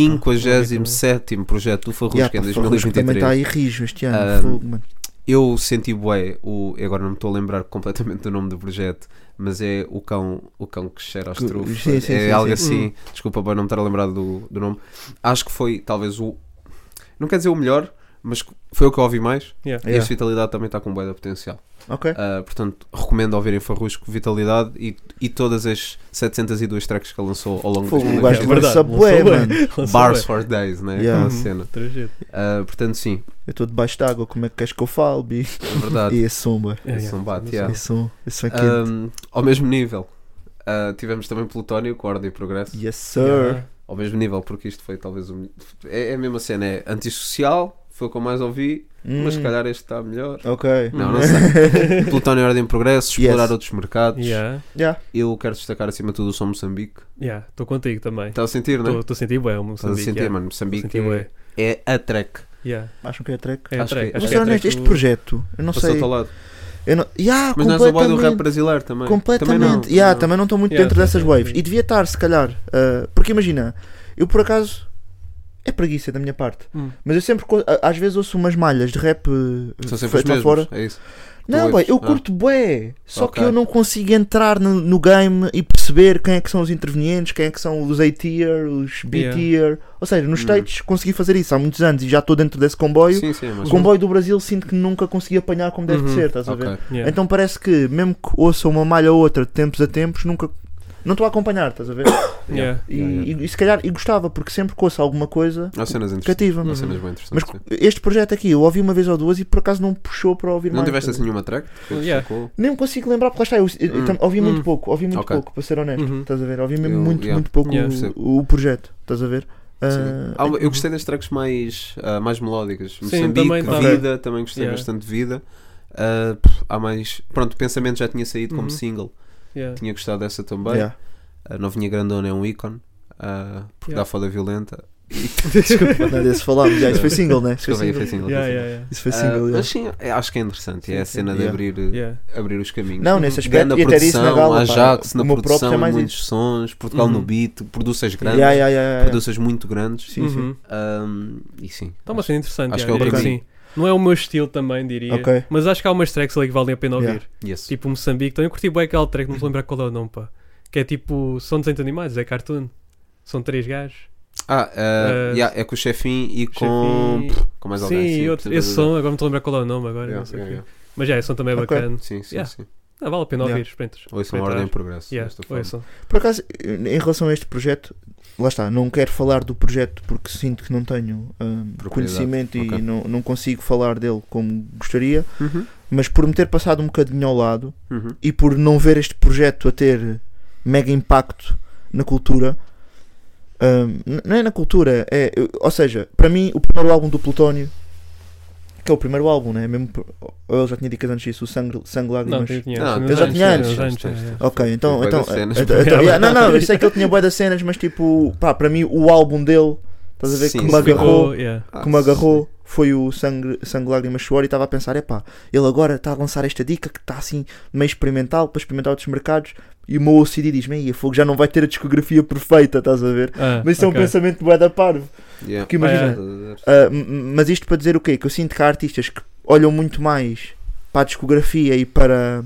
S6: 57 projeto do Farrusco
S5: é Yeah, pá,
S6: em
S5: Farrusco também
S6: 2023.
S5: está aí rijo este ano.
S6: Ah,
S5: fogo, mano.
S6: Eu senti bué, o, eu agora não me estou a lembrar completamente do nome do projeto, mas é o cão, o cão que cheira às
S5: Que-
S6: trufas.
S5: sim, sim,
S6: é
S5: sim, Hum.
S6: algo
S5: sim.
S6: assim. Desculpa, bué, não me estar a lembrar do, do nome. Acho que foi talvez o. Não quer dizer o melhor, mas foi o que eu ouvi mais.
S2: Yeah.
S6: E
S5: Yeah.
S6: esse Vitalidade também está com bué da potencial.
S5: Ok,
S6: Uh, portanto, recomendo ouvirem Farrusco, Vitalidade e, e todas as 702 tracks que ele lançou ao longo
S5: Fogo,
S6: dos
S5: o gajo
S2: é
S5: parece
S2: verdade,
S5: a bué,
S2: lançou bué.
S5: mano.
S6: Bars for Days, né?
S5: Yeah.
S6: Aquela
S2: Uhum.
S6: cena.
S2: Trajeto.
S6: Uh, portanto, sim,
S5: Eu estou debaixo de água, como é que queres que eu fale, bi?
S6: é verdade.
S5: E esse som, boy.
S2: Yeah, yeah.
S6: Esse
S2: assim.
S6: um bate,
S5: Esse
S6: yeah.
S5: som, esse som é quente.
S6: Um, ao mesmo nível, uh, tivemos também Plutónio com Ordem e Progresso.
S5: Yes, sir.
S2: Yeah.
S6: Ao mesmo nível, porque isto foi talvez o. melhor- É, é a mesma cena, é antissocial, foi o que eu mais ouvi, mas se
S5: Hum,
S6: calhar este está melhor.
S5: Ok. <laughs>
S6: Não, não sei. Plutónio Ordem e Progresso,
S5: Yes.
S6: explorar outros mercados.
S2: Uhum. Yeah.
S5: Yeah.
S6: Eu quero destacar acima de tudo o som Moçambique.
S2: Yeah. Estou contigo também.
S6: Está a sentir, não é?
S2: Estou a sentir bem. Estou
S6: Estás a sentir, mano. Moçambique
S2: Senti bué.
S6: é a track.
S2: Yeah.
S5: Acham que é track?
S2: É a
S6: Acho
S2: track,
S6: que-
S2: acho que
S5: Vou ser
S2: é a
S5: honesto,
S2: track
S5: este
S2: do-
S5: projeto, eu não
S6: Passou
S5: sei.
S6: ao lado.
S5: Eu não... Yeah,
S6: Mas não é? és o boy do
S5: completamente.
S6: rap brasileiro também.
S5: Completamente.
S6: Também não.
S5: Também yeah, também não estou muito
S2: Yeah,
S5: dentro
S2: sim,
S5: dessas
S2: sim,
S5: waves.
S2: sim.
S5: E devia estar, se calhar. ah, porque imagina, eu por acaso. É preguiça da minha parte.
S2: Hum.
S5: Mas eu sempre, co- a- às vezes, ouço umas malhas de rap eh,
S6: São sempre
S5: feitas
S6: os
S5: lá
S6: mesmos.
S5: fora.
S6: É isso.
S5: Não,
S6: ouves?
S5: boy, eu
S6: Ah.
S5: curto bué. Só
S6: Ok.
S5: que eu não consigo entrar no, no game e perceber quem é que são os intervenientes, quem é que são os A-tier, os B-tier. Ou seja, nos States consegui fazer isso há muitos anos e já estou dentro desse comboio.
S6: Hum. Sim, é sim, mas.
S5: O comboio do Brasil sinto que nunca consegui apanhar como deve de
S2: Uhum.
S5: ser, estás a ver?
S6: Ok.
S2: Yeah.
S5: Então parece que, mesmo que ouça uma malha ou outra de tempos a tempos, nunca. Não estou a acompanhar, estás a
S6: <coughs>
S5: ver?
S6: é
S2: Yeah.
S5: E,
S6: Yeah, yeah.
S5: e- e se calhar e gostava, porque sempre que ouço alguma coisa,
S6: Há cenas interessantes.
S5: cativa-me.
S6: Há cenas bem
S5: Mas
S6: interessantes. sim.
S5: este projeto aqui, eu ouvi uma vez ou duas e por acaso não me puxou para ouvir
S6: Não
S5: mais.
S6: tiveste
S5: estás a
S6: assim
S5: ver?
S6: nenhuma track? que
S2: Yeah.
S6: ficou?
S5: Nem me consigo lembrar, porque lá está, eu, eu- eu
S6: Hum.
S5: tam- ouvi muito
S2: Hum.
S5: pouco, ouvi muito
S6: Ok. Hum.
S5: pouco, para ser honesto,
S2: Uhum.
S5: estás a ver? Ouvi mesmo
S6: Eu-
S5: muito,
S6: yeah.
S5: muito pouco
S2: Yeah.
S6: Percebo.
S5: o, o projeto, estás a ver?
S6: Sim.
S5: Ah,
S6: Há uma- eu gostei das tracks mais, ah, mais melódicas. Moçambique,
S2: também tá.
S6: Vida, também gostei
S2: Yeah.
S6: bastante de Vida. Ah, pff, há mais. Pronto, Pensamento já tinha saído como
S2: Uhum.
S6: single.
S2: Yeah.
S6: Tinha gostado dessa também. <laughs>
S5: yeah.
S6: A Novinha Grandona é um ícone. ah, porque
S2: Yeah.
S6: dá foda violenta.
S5: Não, desse falámos, já, isso foi single, né? Isso foi
S6: Desculpa, aí,
S5: single.
S6: foi single.
S2: Yeah,
S6: foi
S2: yeah, yeah.
S5: Isso foi
S6: single.
S5: single,
S6: Ah,
S5: yeah.
S6: mas sim, é- acho que é interessante. é a
S2: sim.
S6: cena de
S5: Yeah.
S6: abrir,
S2: Yeah.
S6: abrir os caminhos.
S5: Não, nesse
S6: Grande
S5: aspecto, e até disse na
S6: produção, um
S5: gala, pá,
S6: Ajax na
S5: o meu próprio
S6: produção,
S5: é mais
S6: muitos sons, Portugal no
S2: Uhum.
S6: beat, produções
S5: isso.
S6: grandes,
S5: Yeah, yeah, yeah, yeah, yeah.
S6: produções muito grandes.
S5: Sim, sim.
S2: Uhum.
S6: Ahm, e sim.
S2: Está uma cena Então, interessante.
S6: Acho
S2: já,
S6: que é o
S2: diria
S6: caminho.
S2: sim. Não é o meu estilo também, diria.
S5: Ok.
S2: Mas acho que há umas tracks ali que valem a pena ouvir.
S5: Yeah.
S6: Yes.
S2: Tipo Moçambique. Também curti bem aquela track, não me lembro qual é o nome, pá. Que é tipo, são desenhos animados, é cartoon. São três gajos.
S6: Ah, ah,
S2: Ah,
S6: yeah, é com o chefim e com.
S2: Chefinho-
S6: Com mais
S2: Sim,
S6: alguém.
S2: e outro, esse som, agora não te lembro qual é o nome agora.
S6: Yeah,
S2: não sei o
S6: yeah,
S2: quê. Mas já, esse som também é
S5: Ok.
S2: bacana.
S6: Sim, sim,
S2: Yeah.
S6: sim.
S2: Ah, vale a pena
S5: Yeah.
S2: ouvir, espreitas.
S6: Ou isso é uma
S2: espreitar.
S6: ordem em progresso.
S2: Yeah,
S6: desta forma.
S2: ouçam.
S5: Por acaso, em relação a este projeto, lá está, não quero falar do projeto porque sinto que não tenho hum,
S6: Propriedade,
S5: conhecimento
S6: ok.
S5: e não, não consigo falar dele como gostaria,
S6: Uhum,
S5: mas por me ter passado um bocadinho ao lado
S6: uhum.
S5: e por não ver este projeto a ter mega impacto na cultura. hum, n- não é na cultura, é, eu- ou seja, para mim o primeiro álbum do Plutónio, que é o primeiro álbum, né? Mesmo, por- eu já tinha dicas antes disso, o Sangue, Sangue
S2: Não,
S5: Lágrimas.
S2: eu tinha.
S6: Não,
S5: eu já tinha
S2: eu
S5: antes.
S2: já
S6: Tens, tens,
S2: é.
S5: Ok, então.
S6: Tem bué
S5: então,
S6: das cenas.
S5: então- então- yeah, não, não, eu sei que ele tinha boia
S6: <laughs>
S5: das cenas, mas tipo, pá, para mim o álbum dele, estás a ver,
S6: Sim,
S5: que me
S6: sim.
S5: agarrou,
S2: Oh, yeah.
S6: Ah,
S5: que me agarrou foi o Sangue, sangue Lágrimas Suor e estava a pensar, epá, ele agora está a lançar esta dica que está assim meio experimental para experimentar outros mercados e o meu OCD diz, meia fogo, já não vai ter a discografia perfeita, estás a ver?
S2: Ah,
S5: Mas isso é
S2: ok.
S5: um pensamento bué da parvo.
S6: yeah.
S5: Porque imagina, ah, m- m- mas isto para dizer o quê? Que eu sinto que há artistas que olham muito mais para a discografia e para.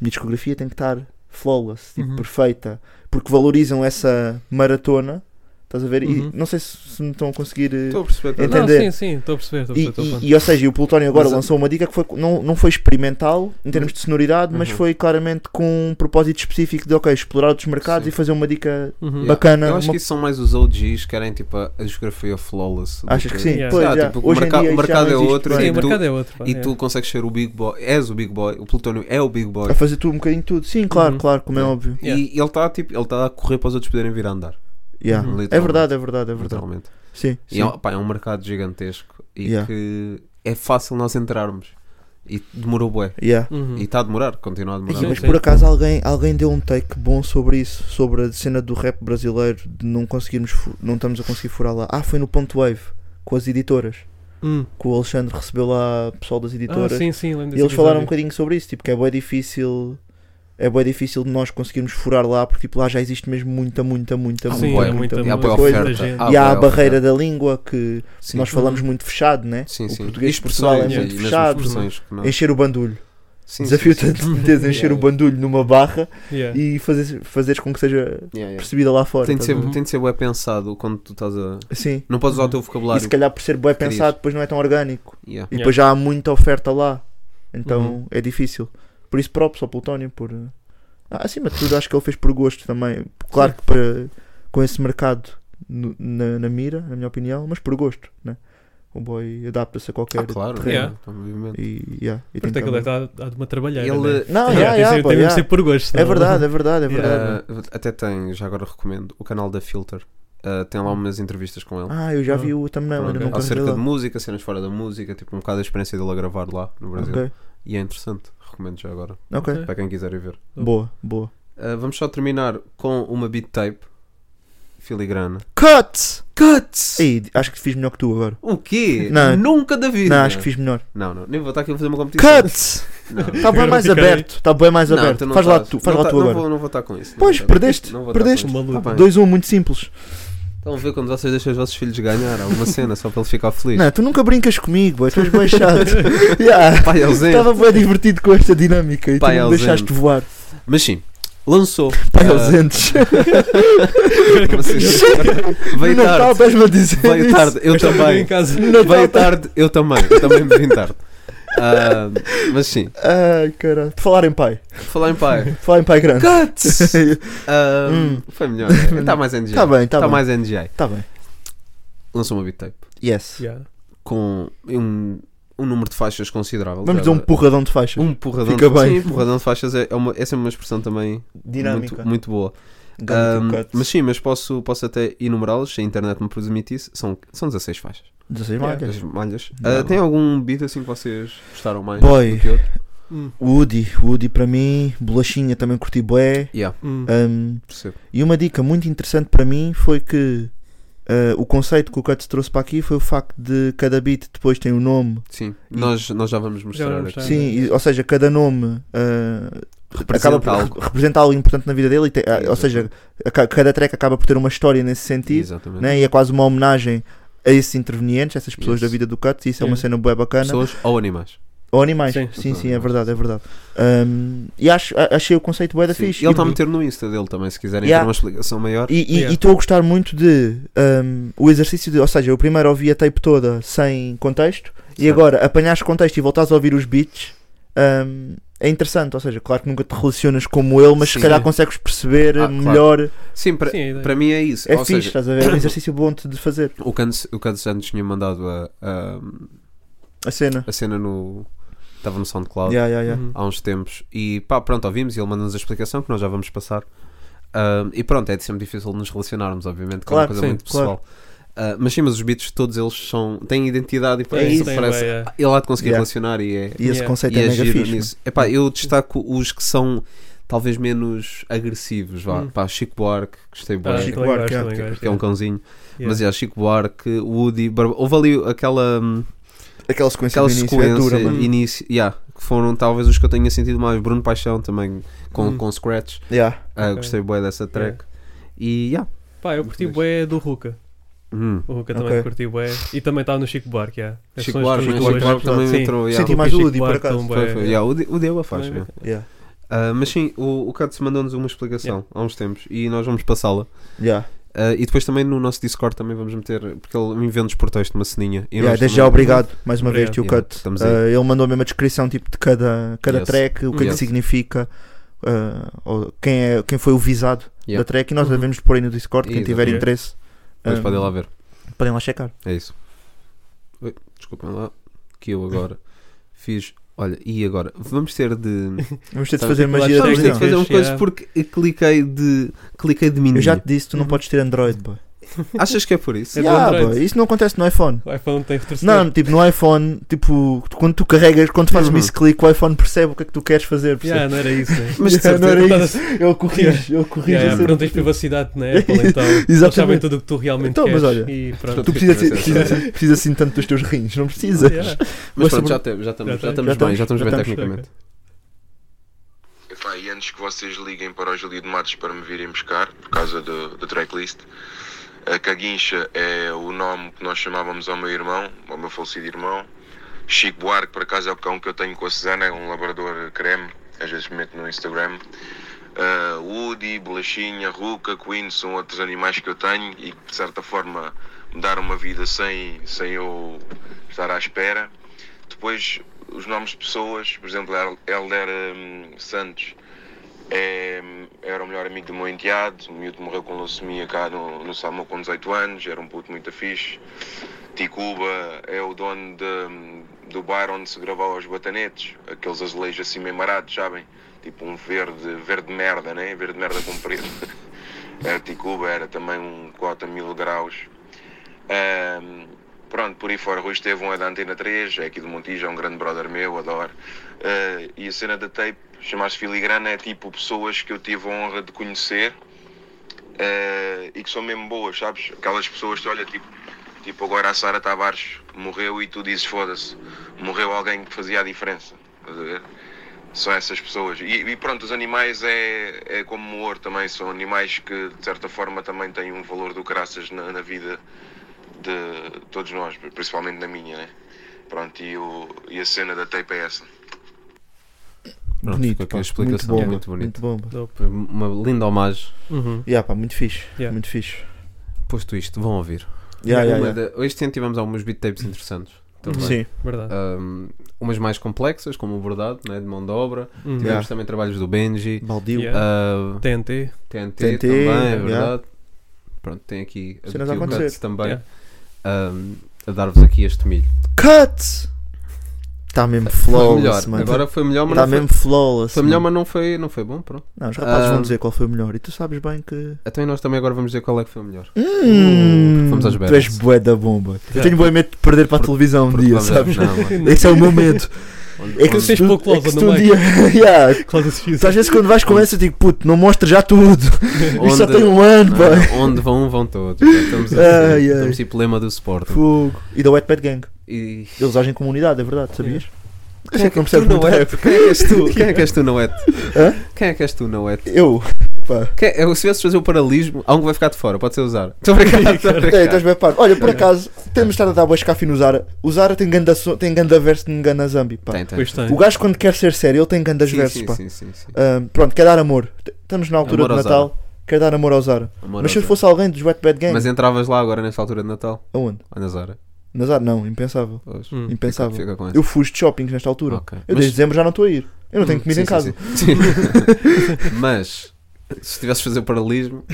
S5: Minha discografia tem que estar flawless, tipo,
S2: Uhum.
S5: perfeita, porque valorizam essa maratona. Estás a ver?
S2: Uhum.
S5: E não sei se, se me estão a conseguir. eh,
S6: Estou a perceber. tá-
S5: Entendo.
S2: Não,
S5: entender.
S2: sim, sim, estou a perceber. Estou a
S5: E,
S2: perceber. estou a
S5: e-
S2: perceber.
S5: e, ou seja, e o Plutónio agora
S6: Mas a-
S5: lançou uma dica que foi, não, não foi experimental em termos de sonoridade, mas
S6: Uhum.
S5: foi claramente com um propósito específico de ok, explorar outros mercados
S6: Sim.
S5: e fazer uma dica
S2: Uhum.
S6: Yeah.
S5: bacana.
S6: Eu acho
S5: uma-
S6: que isso são mais os OGs que querem tipo a a discografia flawless. do
S5: Achas que sim?
S2: Yeah.
S5: Pois,
S6: Ah,
S5: já.
S6: tipo, o
S5: Hoje em
S6: merca-
S5: dia
S6: o
S5: isso já
S6: mercado
S5: não
S6: é
S5: existe,
S6: outro
S5: bem.
S2: Sim,
S6: e
S2: o
S6: tu-
S2: mercado é outro. pá,
S6: E
S2: é.
S6: tu consegues ser o Big Boy, és o Big Boy, o Plutónio é o Big Boy.
S5: a fazer tudo um bocadinho tudo. Sim, claro,
S2: Uhum.
S5: claro, como é óbvio.
S6: E
S2: Yeah.
S6: ele está tipo, ele está a correr para os outros poderem vir a andar.
S5: Yeah.
S6: Uhum.
S5: É verdade, é verdade, é verdade.
S6: Literalmente.
S5: Sim,
S6: E
S5: sim.
S6: é, um- pá, é um mercado gigantesco e
S5: Yeah.
S6: que é fácil nós entrarmos. E demorou bué.
S5: Yeah.
S2: Uhum.
S6: E está a demorar, continua a demorar.
S5: Ei, mas
S2: sim.
S5: por acaso alguém, alguém deu um take bom sobre isso, sobre a cena do rap brasileiro de não conseguirmos, fu- não estamos a conseguir furar lá. Ah, foi no Ponto Wave, com as editoras,
S2: Hum.
S5: que o Alexandre recebeu lá pessoal das
S2: Ah,
S5: editoras
S2: sim, sim, lembro
S5: e eles falaram um bocadinho sobre isso, tipo que é bem difícil, é bem difícil de nós conseguirmos furar lá porque tipo, lá já existe mesmo muita, muita, muita,
S6: Há
S2: Sim,
S5: muita,
S2: é muita,
S6: há
S2: muita
S6: boa
S5: coisa. Ah,
S6: oferta. Ah,
S2: gente.
S5: e há a
S6: boa
S5: barreira da
S6: oferta.
S5: língua que
S6: Sim.
S5: nós falamos muito fechado, né?
S6: Sim,
S5: o
S6: sim.
S5: português
S6: E
S5: de Portugal é
S6: expressões,
S5: muito
S6: e mesmo
S5: fechado.
S6: expressões que não-
S5: Encher o bandulho.
S6: Sim,
S5: Desafio-te
S6: sim,
S5: a
S6: sim.
S5: meteres a
S2: <laughs>
S5: encher o bandulho numa barra
S2: Yeah.
S5: e fazer, fazeres com que seja
S6: Yeah, yeah.
S5: percebida lá fora. tá
S6: Tem de
S5: estás
S6: ser,
S5: a
S2: Uhum.
S6: tem de ser bué pensado quando tu estás a.
S5: ver? Sim.
S6: Não podes usar o teu
S5: Uhum. E
S6: vocabulário.
S5: se calhar por ser bem
S6: Querias.
S5: pensado, depois não é tão orgânico.
S6: Yeah.
S5: E
S2: Yeah.
S5: depois já há muita oferta lá. Então
S2: Uhum.
S5: é difícil. Por isso próprio, só Plutónio, por. eh, ah, acima de tudo, acho que ele fez por gosto também. Claro que para, com esse mercado no- na, na mira, na minha opinião, mas por gosto, né? O boy adapta-se a qualquer.
S6: Ah, claro.
S5: terreno.
S2: Yeah.
S6: obviamente.
S5: E, yeah, e tem
S2: Porque aquilo
S5: também-
S2: deve dar dar de uma trabalhada.
S6: Ele,
S2: né? Yeah,
S5: Não, yeah,
S2: tem
S5: yeah,
S2: sempre-
S5: pô,
S2: tem mesmo
S5: yeah.
S2: sempre por gosto.
S5: É
S2: não?
S5: verdade, é verdade, é
S2: Yeah.
S5: verdade.
S6: Ah, até tem, já agora recomendo, o canal da Filter. Ah, tem lá
S5: Uhum.
S6: umas entrevistas com ele.
S5: Ah, eu já vi o thumbnail, ainda
S6: Ok.
S5: não
S6: Acerca de
S5: carreguei lá.
S6: música, cenas fora da música, tipo um bocado a experiência dele a gravar lá no Brasil.
S5: Ok,
S6: E é interessante, recomendo já agora,
S5: ok.
S2: Ok.
S6: para quem quiser ir ver.
S5: Boa, boa.
S6: Ah, vamos só terminar com uma beat tape filigrana.
S5: Cut!
S6: Cuts!
S5: Ei, acho que fiz melhor que tu agora.
S6: O quê?
S5: Não.
S6: Nunca da vida!
S5: Não, acho que fiz melhor.
S6: Não, não, nem vou estar aqui a fazer uma competição.
S5: Cut!
S6: Não, não.
S5: Está bem
S2: Agora
S5: mais
S2: fica
S5: aberto. Está bem mais
S6: Não,
S5: aberto.
S6: não
S5: Faz lá
S6: estás.
S5: tu, faz
S6: Não
S5: lá
S6: tá-
S5: tu
S6: Não
S5: agora.
S6: vou, não vou estar com isso. não
S5: Pois,
S6: vou estar com
S5: perdeste, Tá
S6: isso. Tá Não vou estar com
S5: perdeste.
S6: isso.
S2: Maluco.
S6: Tá bem.
S5: 2-1 muito simples.
S6: Estão a ver quando vocês deixam os vossos filhos ganhar alguma cena só para ele ficar feliz.
S5: Não, tu nunca brincas comigo, boy. Tu és
S6: <laughs>
S5: bem chato. yeah.
S6: Pai ausente.
S5: Estava bem divertido com esta dinâmica e
S6: Pai
S5: tu me
S6: ausente. Ah.
S5: deixaste voar.
S6: Mas sim, lançou.
S5: Pai
S6: ah,
S5: ausentes.
S6: <laughs> como assim?
S5: No
S6: <laughs> Veio
S5: Natal
S6: tarde.
S5: estás-me a dizer
S6: Veio
S5: isso.
S6: tarde.
S2: <laughs>
S6: Eu
S2: Também
S6: também.
S2: em
S5: <laughs>
S2: casa.
S5: No Natal
S6: Veio
S5: tá-
S6: tarde. Eu também. Eu também me vim tarde. Ah, mas sim,
S5: Ai, caralho. Por Falar em pai.
S6: falar em pai.
S5: Por Falar em pai grande.
S6: Cuts!
S5: <laughs>
S6: Ah,
S5: Hum.
S6: Foi melhor. Está mais NGI.
S5: Está Tá bem, está
S6: Está
S5: bem.
S6: Tá mais NGI.
S5: Está Tá bem.
S6: Lançou uma beat tape
S5: Yes.
S2: Yeah.
S6: com um, um número de faixas considerável.
S5: Vamos
S6: Já-
S5: dizer um porradão de faixa.
S6: um porradão
S5: Fica
S6: de
S5: bem.
S6: Sim, porradão de faixas é, é uma, essa é uma expressão também
S5: Dinâmica.
S6: Muito, muito boa.
S5: Gangue,
S6: Ahm,
S5: cut.
S6: mas sim, mas posso, posso até enumerá-los se a internet me permitisse. São, são 16 faixas.
S5: 16
S6: As
S5: marcas.
S6: malhas.
S5: Não.
S6: Ah, tem algum beat assim que vocês gostaram mais
S5: Boy.
S6: do que outro?
S2: Hum,
S5: Woody. Woody para mim. Bolachinha também curti bué.
S6: Yeah,
S2: hum.
S5: Ahm,
S6: percebo.
S5: e uma dica muito interessante para mim foi que ah, o conceito que o Cuts trouxe para aqui foi o facto de cada beat depois tem o nome.
S6: Sim,
S5: E-
S6: nós, nós já vamos mostrar
S2: vamos
S6: aqui.
S2: mostrar.
S5: Sim, e- ou seja, cada nome ah,
S6: Representa
S5: acaba por
S6: <laughs> algo.
S5: re- representar algo importante na vida dele, e tem- ah, ou
S6: Exato.
S5: seja, a ca- cada track acaba por ter uma história nesse sentido,
S6: Exatamente.
S5: né? e é quase uma homenagem a esses intervenientes, a essas pessoas
S6: Isso.
S5: da vida do Cut, e isso é uma
S2: Yeah.
S5: cena boa bacana.
S6: Pessoas ou animais.
S5: Ou animais, sim,
S2: Sim.
S5: sim, é verdade, é verdade. Um, e acho, a- achei o conceito bué da
S6: Sim.
S5: É fixe.
S6: E ele tá está a
S5: E-
S6: meter no Insta dele também, se quiserem
S5: Yeah.
S6: ter uma explicação maior.
S5: E e- e
S2: Yeah.
S5: estou a gostar muito de um, o exercício de, ou seja, eu primeiro ouvi a tape toda sem contexto e
S6: Certo.
S5: agora apanhares contexto e voltares a ouvir os beats um, é interessante, ou seja, claro que nunca te relacionas como ele, mas
S6: Sim.
S5: se calhar consegues perceber
S6: Ah, claro.
S5: melhor.
S6: Sim, para,
S2: Sim, a ideia.
S6: para mim é isso.
S5: É
S6: ou
S5: fixe,
S6: seja,
S5: estás a ver? É
S6: <coughs>
S5: um exercício bom de de fazer
S6: o Candes o Candes Santos tinha mandado a, a,
S5: a cena.
S6: a cena no. Estava no SoundCloud
S5: Yeah, yeah, yeah.
S2: Uhum.
S6: há uns tempos. E pá, pronto, ouvimos e ele mandou-nos a explicação que nós já vamos passar. Ah, e pronto, é sempre difícil nos relacionarmos, obviamente, com é uma
S5: Claro,
S6: coisa
S2: sim,
S6: muito
S5: claro.
S6: pessoal. Ah, mas sim, mas os beats todos eles são, têm identidade e
S2: Tem-
S6: parece,
S2: tem,
S6: parece
S2: bué, yeah.
S6: ele há de conseguir
S5: Yeah.
S6: relacionar e
S5: E
S6: é,
S5: esse
S2: Yeah.
S5: conceito
S6: e
S5: é
S6: é
S5: mega
S6: giro
S5: fixe.
S6: nisso. Epá, eu destaco os que são talvez menos agressivos, vá.
S2: Hum.
S6: Pá, Chico Buarque, gostei
S2: Ah,
S6: bem,
S5: Chico
S2: também gosto,
S5: Buarque,
S2: também
S6: porque
S2: gosto,
S6: é um
S2: yeah.
S6: cãozinho.
S2: Yeah.
S6: Mas é, Chico Buarque, Woody, Barba... houve ali aquela, hum,
S5: Aquela sequência
S6: aquela
S5: do início é
S6: sequência,
S5: dura, mano.
S2: mano.
S6: início, yeah, que foram talvez os que eu tenha sentido mais. Bruno Paixão também, com,
S2: Hum.
S6: com Scratch,
S5: Yeah.
S6: Ah,
S2: Ok.
S6: gostei bem dessa track. E yeah.
S2: Pá, eu curti bué do Ruka.
S6: Hum.
S2: O Ruka
S5: Ok.
S2: também curti bué. E também está no Chico Buarque, yeah. As
S6: Chico
S2: sons
S6: Buarque,
S2: dos
S6: né?
S5: Chico
S2: dois.
S6: Chico Buarque também
S5: Sim.
S6: entrou. yeah,
S5: Senti
S6: o-
S5: mais
S2: Chico
S5: o Woody, por
S2: Buarque
S5: acaso.
S2: tão bué,
S6: foi- foi- yeah, o Woody- o Woody é uma faixa.
S2: Também
S6: yeah.
S5: Yeah.
S6: Ah, mas sim, o, o Cuts mandou-nos uma explicação há uns tempos e nós vamos passá-la.
S5: Yeah.
S6: Ah, e depois também no nosso Discord também vamos meter, porque ele envia-nos por texto uma ceninha. E
S5: Yeah,
S6: nós
S5: desde
S6: também-
S5: já obrigado mais uma vez,
S2: Obrigado.
S5: tio
S6: Yeah,
S5: Cut.
S6: estamos
S5: Uh,
S6: aí.
S5: ele mandou mesmo a descrição tipo, de cada, cada
S6: Yes.
S5: track, o que é
S6: Yes.
S5: que significa, uh, ou quem, é, quem foi o visado
S6: Yeah.
S5: da track. E nós
S2: Uhum.
S5: devemos pôr aí no Discord, quem
S6: Exato.
S5: tiver
S2: Yeah.
S5: interesse.
S6: Depois
S5: um,
S6: podem lá ver.
S5: podem lá checar.
S6: É isso. Ui, desculpem lá, que eu agora fiz. Olha, e agora? Vamos ter de.
S5: Vamos ter de
S2: Então,
S5: fazer
S2: tipo,
S5: uma
S2: lá
S5: gira
S2: está,
S5: de
S6: Vamos ter
S2: Fez,
S5: reunião.
S6: de fazer uma coisa
S2: yeah.
S6: porque cliquei de. Cliquei de mim.
S5: Eu já te disse, tu não podes ter Android, boy.
S6: Achas que é por isso?
S2: Uhum. É do
S5: Yeah,
S2: Android.
S5: boy, Isso não acontece no iPhone.
S2: O iPhone tem retrocedido.
S5: Não, tipo, no iPhone, tipo, tu- quando tu carregas, quando tu fazes um
S6: Uhum.
S5: misclick, o iPhone percebe o que é que tu queres fazer.
S2: Yeah,
S5: percebes?
S2: não era isso, né? <laughs>
S6: Mas de
S5: Yeah, não
S6: certeza.
S5: era
S2: Tá-
S5: isso. Ele corrige, ele corrige.
S2: Yeah,
S5: a
S2: porque não
S5: cena.
S2: tens privacidade na Apple,
S5: <laughs>
S2: então. Eles sabem
S5: Exatamente.
S2: tudo o que tu realmente
S5: Então, mas
S2: queres.
S5: olha, <laughs>
S2: e pronto.
S5: Tu precisas,
S6: Sim, sim, sim.
S5: precisas, precisas assim tanto dos teus rins, não
S2: <laughs>
S5: precisas. <laughs>
S2: Yeah.
S6: Mas pronto,
S5: sobre-
S6: já, te- já estamos, já
S2: Já
S6: estamos
S5: estamos-
S6: bem, já estamos
S5: já
S6: bem
S5: estamos-
S6: tecnicamente.
S7: Epá, e antes que vocês liguem para o Júlio de Matos para me virem buscar, por causa do, do tracklist, a Caguincha é o nome que nós chamávamos ao meu irmão, ao meu falecido irmão. Chico Buarque, por acaso, é o cão que eu tenho com a Susana, é um labrador creme, às vezes me meto no Instagram. Ah, Woody, Bolachinha, Ruca, Queen são outros animais que eu tenho e que, de certa forma, me deram uma vida sem, sem eu estar à espera. Depois, os nomes de pessoas, por exemplo, El- Elder hum, Santos é, era o melhor amigo do meu enteado, o miúdo morreu com leucemia cá no, no Samu com 18 anos, era um puto muito fixe. Ticuba é o dono de- do bar onde se gravava os batanetes, aqueles azulejos assim meio marados, sabem? Tipo um verde, verde merda, né? Verde merda com preto. <laughs> Era Ticuba, era também um cota mil graus. Ahm, pronto, por aí fora, Rui Estevão é da Antena 3, é aqui do Montijo, é um grande brother meu, adoro. Ah, e a cena da tape, chamar-se Filigrana, é tipo pessoas que eu tive a honra de conhecer ah, e que são mesmo boas, sabes? Aquelas pessoas que, olha, tipo, tipo agora a Sara Tavares morreu e tu dizes, foda-se, morreu alguém que fazia a diferença. estás a ver? São essas pessoas. E, e pronto, os animais é, é como o ouro também, são animais que de certa forma também têm um valor do caraças na, na vida de todos nós, principalmente na minha, né? Pronto, e, o, e a cena da tape é essa.
S6: Pronto,
S5: bonito,
S6: fica aqui
S5: pá,
S6: a explicação,
S5: muito, bomba,
S6: muito bonito.
S5: Muito bomba.
S6: Foi Uma linda homagem.
S2: Uhum.
S5: Yeah, pá, muito fixe.
S2: Yeah.
S5: Muito fixe.
S6: Posto isto, vão ouvir.
S5: Yeah, yeah,
S6: Uma
S5: yeah.
S6: da- Este ano tivemos algumas beat tapes interessantes. Também.
S5: Sim,
S2: Verdade.
S6: Um, umas mais complexas, como o bordado, né, de mão de obra.
S2: Uhum.
S6: Tivemos
S5: Hum, Yeah.
S6: também trabalhos do Benji,
S5: baldio.
S2: Yeah.
S6: uh,
S2: TNT.
S6: TNT,
S5: TNT,
S6: também, é
S5: yeah.
S6: verdade. Pronto, tem aqui a
S5: Cenas a
S6: Bill Gates
S5: acontecer.
S6: também
S2: Yeah.
S6: um, a dar-vos aqui este milho.
S5: Cut! Está mesmo
S6: foi melhor,
S5: flawless, mano.
S6: agora foi melhor, mas,
S5: Está
S6: não, foi,
S5: mesmo assim. flawless.
S6: foi melhor,
S5: mano.
S6: mas não, foi, não foi bom. Pronto.
S5: Não, os rapazes
S6: Ah.
S5: vão dizer qual foi o melhor. E tu sabes bem que.
S6: Até nós também agora vamos dizer qual é que foi o melhor.
S5: Hum,
S6: vamos às
S5: tu és
S6: beras.
S5: bué da bomba. Eu tenho bué medo de perder para a televisão um
S6: Porque
S5: dia,
S6: vamos-
S5: sabes? <laughs>
S6: não, mano.
S5: Esse é o meu
S6: <laughs>
S5: medo.
S6: Onde-
S5: É que
S6: onde-
S5: se
S2: Vocês
S5: tu,
S2: pouco
S5: é que se
S2: louvam,
S5: tu um
S2: não é?
S5: dia. <laughs> yeah,
S2: Cláudio X.
S5: tu às vezes quando vais com essa, eu digo, puto, não mostra já tudo. Isto só
S6: onde-
S5: tem um ano, pá.
S6: não, Onde vão, vão todos. Já Estamos, assim,
S5: <laughs> Ai, ai.
S6: estamos tipo lema do Sporting.
S5: Fogo. E da Wetpad Gang.
S6: E
S5: Eles agem como unidade, é verdade, sabias? Quem é que não
S6: Tu
S5: percebe
S6: não
S5: muito
S6: é?
S5: rap?
S6: Quem é que és tu?
S5: <laughs>
S6: Quem é que és tu não é?
S5: Hã?
S6: Quem é que és tu não é?
S5: Eu. Pá.
S6: Quem, eu, se tivesse de fazer o paralelismo, há um que vai ficar de fora, pode ser o Zara. Estou a brincar, estou a brincar.
S5: É, estás bem par. Olha, por acaso, temos estado a dar boas café no Zara. O Zara tem ganda, so- tem ganda verso de ganda zambi, pá.
S6: Tem, tem.
S2: Pois tem.
S5: O gajo quando quer ser sério, ele tem gandas
S6: sim,
S5: versos,
S6: sim,
S5: pá.
S6: sim, sim, sim.
S5: Ahm, pronto, quer dar amor. T- Estamos na altura
S6: Amor
S5: de
S6: ao
S5: Natal, quer dar amor ao Zara.
S6: Amor
S5: Mas se
S6: ao
S5: eu
S6: Zara.
S5: fosse alguém dos Wet Bad Gang,
S6: Mas é- entravas lá agora nesta altura de Natal?
S5: aonde?
S6: Ou na Zara?
S5: Na Zara? Não, impensável.
S6: Hoje.
S2: Hum.
S5: Impensável.
S6: Fica com essa.
S5: Eu fujo de shoppings nesta altura.
S6: é Ok.
S5: Eu
S6: Mas- Hum,
S5: desde dezembro já não estou a ir. Eu não tenho comida
S6: Sim,
S5: em
S6: sim,
S5: casa.
S6: sim. Sim. <laughs> Mas, se tivesses de fazer o paralelismo,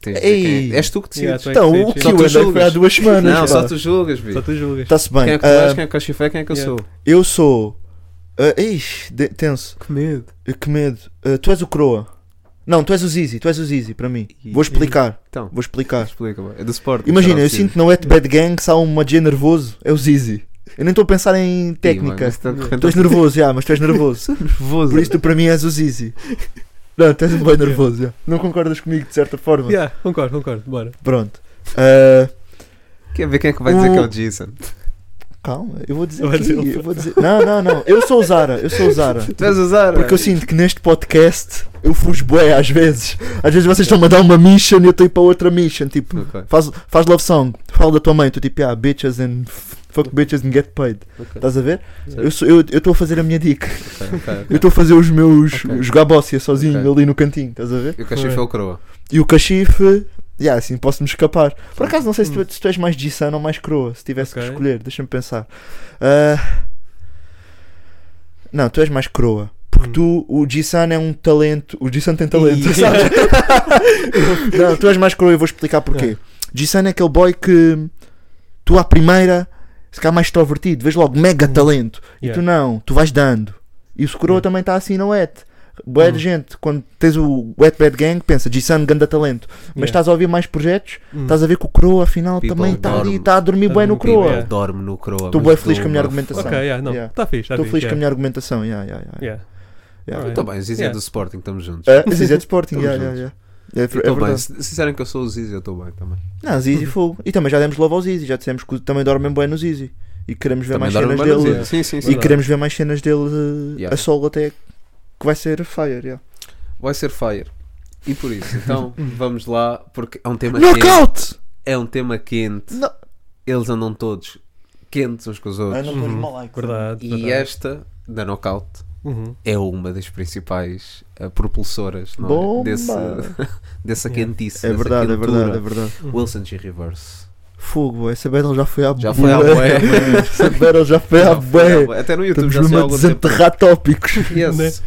S6: tens de dizer
S5: Ei.
S6: quem é. és tu que decides.
S2: Yeah,
S5: Então,
S2: Sim,
S5: o
S2: sim.
S5: que
S6: Só
S5: eu
S6: tu
S5: andei foi há
S6: julgas.
S5: duas semanas.
S6: Não,
S5: pá.
S6: só tu julgas, vi.
S2: Só tu julgas.
S5: Está-se bem.
S6: Quem é que tu
S5: Ah,
S6: és, quem é que eu chifrei, quem é que eu
S2: Yeah.
S6: sou?
S5: Eu sou. ah, ixi, de- tenso.
S6: Que medo.
S5: Eh, Que medo. Eh, tu és o Croa. Não, tu és o Zizi, tu és o Zizi para mim. Vou explicar,
S6: Então,
S5: vou explicar.
S6: explica, pá. é do Sporting.
S5: Imagina,
S6: será
S5: eu
S6: possível?
S5: sinto que na Wet Bad Gang se há um G nervoso, é o Zizi. Eu nem estou a pensar em técnica.
S6: então
S5: Tu és nervoso, já, mas tu és nervoso.
S6: nervoso.
S5: Por isso tu para mim és o Zizi. Não, tu és um bem nervoso, já. Não concordas comigo de certa forma?
S2: Yeah, concordo, concordo. Bora.
S5: Pronto. Eh,
S6: Quer ver quem é que vai dizer
S5: O-
S6: que é o Jason?
S5: calma, eu vou dizer
S2: Vai dizer
S5: aqui,
S2: ele.
S5: eu vou dizer... Não, não, não. Eu sou o Zara, eu sou o Zara.
S6: Tu és o Zara.
S5: Porque eu sinto que neste podcast eu fujo bué às vezes. Às vezes vocês estão-me a dar uma mission e eu estou a ir para outra mission. Tipo,
S6: Ok.
S5: faz, faz love song, fala da tua mãe, tu tipo, ah, bitches and f- fuck bitches and get paid. Estás a ver?
S6: Certo.
S5: Eu sou- eu eu estou a fazer a minha dica.
S6: Ok, ok, ok.
S5: Eu estou a fazer os meus.
S6: Ok.
S5: jogar bóssia sozinho
S6: Ok.
S5: ali no cantinho, estás a ver?
S6: Eu cachei foi o Croa.
S5: E o cachife. Yeah, assim posso-me escapar. Por acaso não sei se tu, se tu és mais G-San ou mais Croa, se tivesse que
S2: Hum. Ok.
S5: escolher, deixa-me pensar. Ah, não, tu és mais Croa. Porque
S2: Hum.
S5: tu, o G-San é um talento. O G-San tem talento,
S2: Ih. <laughs>
S5: sabes? não, tu és mais Croa e eu vou explicar porquê. G-San é aquele boy que tu à primeira se calhar mais extrovertido, vês logo mega
S2: Hum.
S5: talento. E
S2: Yeah.
S5: tu não, tu vais dando. E o Croa também está assim não é Boa de
S2: Hum.
S5: gente, quando tens o Wet Bad Gang, pensa, G-Sun, ganda talento. Mas
S2: Yeah.
S5: estás a ouvir mais projetos,
S2: Hum.
S5: estás a ver que o Croa afinal
S6: People
S5: também está ali,
S6: dorme.
S5: está a dormir
S2: Tá
S5: bem no
S2: dormindo bem,
S5: Croa.
S2: yeah.
S6: Dorme no Croa.
S5: Estou
S6: mas
S5: bem feliz
S6: dou
S5: com a minha
S6: uma
S5: argumentação.
S2: Ok, yeah, não.
S5: Yeah. Tá
S2: Está fixe, está
S5: Estou
S2: fixe.
S5: feliz com a
S2: yeah.
S5: minha argumentação. Yeah, yeah, yeah, yeah.
S2: Yeah.
S5: Yeah.
S6: f-
S2: Alright.
S6: Tá bem, Zizi é
S2: Yeah.
S6: do Sporting, estamos juntos. <laughs>
S5: Ah, Zizi é de Sporting,
S6: Tamo
S5: yeah, yeah,
S6: juntos. Então
S5: yeah. É, ver- é
S6: Estou bem,
S5: verdade.
S6: se se disserem que eu sou o Zizi, eu estou bem também.
S2: <laughs>
S5: Não, Zizi fogo. E também já demos love ao Zizi, já dissemos que também dormem bem no Zizi. E queremos ver mais
S6: Também dorme
S5: cenas
S6: bem no
S5: dele.
S6: Zizi. Sim, sim,
S5: E
S6: sim.
S2: Verdade.
S5: queremos ver mais cenas dele eh,
S6: Yeah.
S5: a solo até que vai ser fire. Yeah.
S6: Vai ser Fire. E por
S5: <laughs>
S6: isso, então, vamos lá, porque é um tema quente.
S5: Hum. Knockout!
S6: É um tema quente.
S5: Não.
S6: Eles andam todos quentes uns com os outros.
S5: todos
S2: Uhum.
S5: malaico.
S2: Verdade.
S6: E
S2: verdade.
S6: esta, da Knockout,
S2: Uhum.
S6: é uma das principais eh, propulsoras não é?
S5: Bomba!
S6: <laughs> Desse, dessa
S2: Yeah.
S6: quentice.
S5: É
S6: dessa
S5: verdade, é
S6: quentura.
S5: verdade, é verdade.
S6: Wilson G. Reverse.
S5: Fogo, essa battle já foi à
S6: Já foi à
S5: bué.
S6: bué.
S5: <laughs> Essa battle já foi à
S6: Já foi à
S5: bué.
S6: bué. Até no YouTube
S5: Estamos
S6: já saiu
S5: mesmo a
S6: algum tempo.
S5: desenterrar tópicos.
S6: <laughs>
S5: Né?
S6: Yes.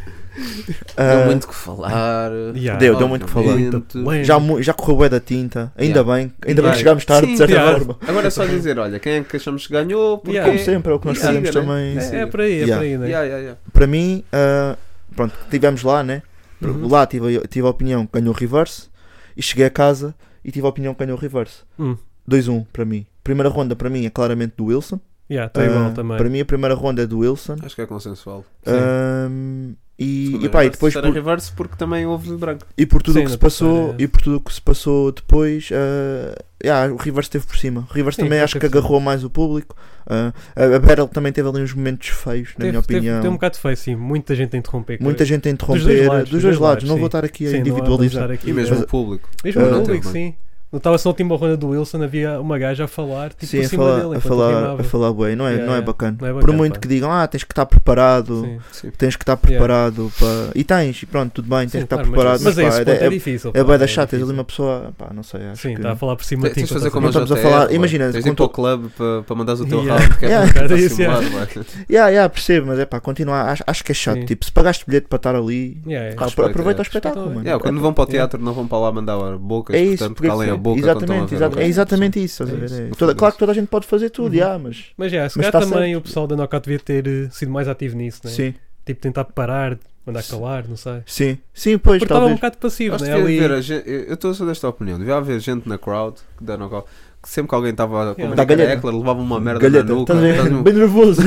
S6: Deu
S5: Ah,
S6: muito o que falar.
S2: Yeah.
S5: Deu, deu muito o que falar.
S6: Obviamente.
S5: já, mu- já correu bué da tinta. Ainda
S6: Yeah.
S5: bem, ainda bem
S6: Yeah.
S5: que chegámos tarde,
S6: Sim,
S5: de certa
S2: yeah.
S5: forma.
S6: Agora é só dizer, olha, quem é que achamos que ganhou? Porque...
S2: Yeah.
S5: Como sempre, é o que nós
S6: Yeah. É.
S5: fizemos
S6: Siga, né?
S5: também.
S6: É.
S2: É, é para aí, é
S5: Yeah.
S2: para aí, né?
S6: Yeah, yeah, yeah.
S5: Para mim, ah, pronto, estivemos lá, né?
S2: Uhum.
S6: Uhum.
S5: Lá tive, a- tive a opinião que ganhou o reverse. E cheguei a casa e tive a opinião que ganhou o reverse.
S2: Hum.
S5: 2-1 para mim. Primeira ronda para mim é claramente do Wilson.
S2: Yeah, estou igual
S5: Ah,
S2: também.
S5: Para mim, a primeira ronda é do Wilson.
S6: Acho que é consensual.
S5: Ahm, e,
S6: Segunda
S5: e, pá, e
S6: reverse,
S5: depois
S6: terceira
S5: por,
S6: reverse porque também houve branco.
S5: e por tudo
S2: Sim,
S5: o que
S2: na
S5: se passou
S2: terceira.
S5: e por tudo o que se passou depois ah, yeah, o Rivers esteve por cima o Rivers
S2: Sim,
S5: também
S2: claro
S5: acho
S2: que
S5: que
S2: sim.
S5: agarrou mais o público Ah, a, a Beryl também teve ali uns momentos feios na
S2: Teve-
S5: minha
S2: teve-
S5: opinião
S2: Teve um bocado feio, sim. Muita gente a interromper. creio.
S5: muita gente a interromper
S2: dois lados, dos dois lados,
S5: não vou
S2: sim.
S5: estar aqui a
S2: Sim, não há- vamos
S5: individualizar
S2: estar aqui.
S6: E mesmo
S5: Mas-
S6: o público.
S2: Mesmo
S5: Ah,
S2: o
S5: não
S2: público,
S6: teve
S2: sim. Não estava só a última ronda do Wilson, havia uma gaja a falar, tipo,
S5: Sim,
S2: por
S5: a
S2: cima
S5: falar,
S2: dele,
S5: a
S2: enquanto
S5: falar,
S2: queimava.
S5: a falar bué, não é,
S2: Yeah,
S5: não, é
S2: yeah.
S5: bacana.
S2: Não é
S5: Por
S2: bacana,
S5: muito
S2: pá.
S5: que digam, ah, tens que estar preparado,
S2: Sim.
S6: Sim.
S5: tens que estar
S2: Yeah.
S5: preparado para. E tens, e pronto, tudo bem, tens
S2: Sim,
S5: que estar
S2: claro,
S5: preparado, mas,
S2: mas, a esse
S5: pá,
S2: ponto é,
S5: é,
S2: difícil.
S5: é, é
S2: pá,
S5: bué da chata, tens ali
S2: difícil.
S5: uma pessoa, pá, não sei, acho
S2: Sim,
S5: que.
S2: está a falar por cima de ti. tá
S6: Tens de fazer
S2: enquanto
S6: como
S5: Não estamos a
S6: JTR,
S5: falar-
S6: vai.
S5: imagina,
S6: Tens de ir para o
S5: quando-
S6: club para, para mandares o teu
S2: Yeah.
S6: round. Que
S5: Yeah.
S6: é para tentar
S2: Yeah.
S6: simular, vai.
S5: Yeah, yeah, percebo, mas é pá, continuar, acho, acho que é chato,
S2: Sim. É,
S5: tipo, se pagaste bilhete para estar ali,
S2: Yeah, yeah.
S5: pá,
S6: Respeita,
S5: aproveita
S6: yeah.
S5: o espetáculo,
S2: Respeita,
S5: mano.
S6: é, Yeah, quando vão para o teatro não vão para lá mandar bocas,
S5: É isso,
S6: portanto
S5: porque-
S6: calem a boca. então quando estão a
S5: exatamente,
S6: ver
S5: exatamente,
S6: alguém.
S5: é exatamente isso. estás a
S2: É
S5: ver,
S2: isso.
S5: é.
S6: No
S5: Toda-
S6: fundo,
S5: Claro
S6: isso.
S5: que toda a gente pode fazer tudo,
S2: Uhum.
S5: yeah, mas
S2: Mas já, se
S5: Mas
S2: calhar
S5: tá
S2: também
S5: certo.
S2: o pessoal da Knockout devia ter eh, sido mais ativo nisso, né?
S5: sim,
S2: Tipo, tentar parar, mandar calar, não sei.
S5: sim, sim, pois
S2: Porque estava um
S5: talvez.
S2: bocado passivo,
S6: Acho que
S2: né?
S6: devia
S2: Ali. <laughs>
S6: haver a gente- eu estou a ser desta opinião. Devia haver gente na crowd que dá no call, que sempre que alguém estava a
S5: Da
S6: comunicar
S5: galheta.
S6: a Eckler levava uma merda
S5: Galheta,
S6: na nuca. um-
S5: estás a
S6: estás
S5: ver?
S6: no-
S5: Bem
S6: <laughs>
S5: nervoso.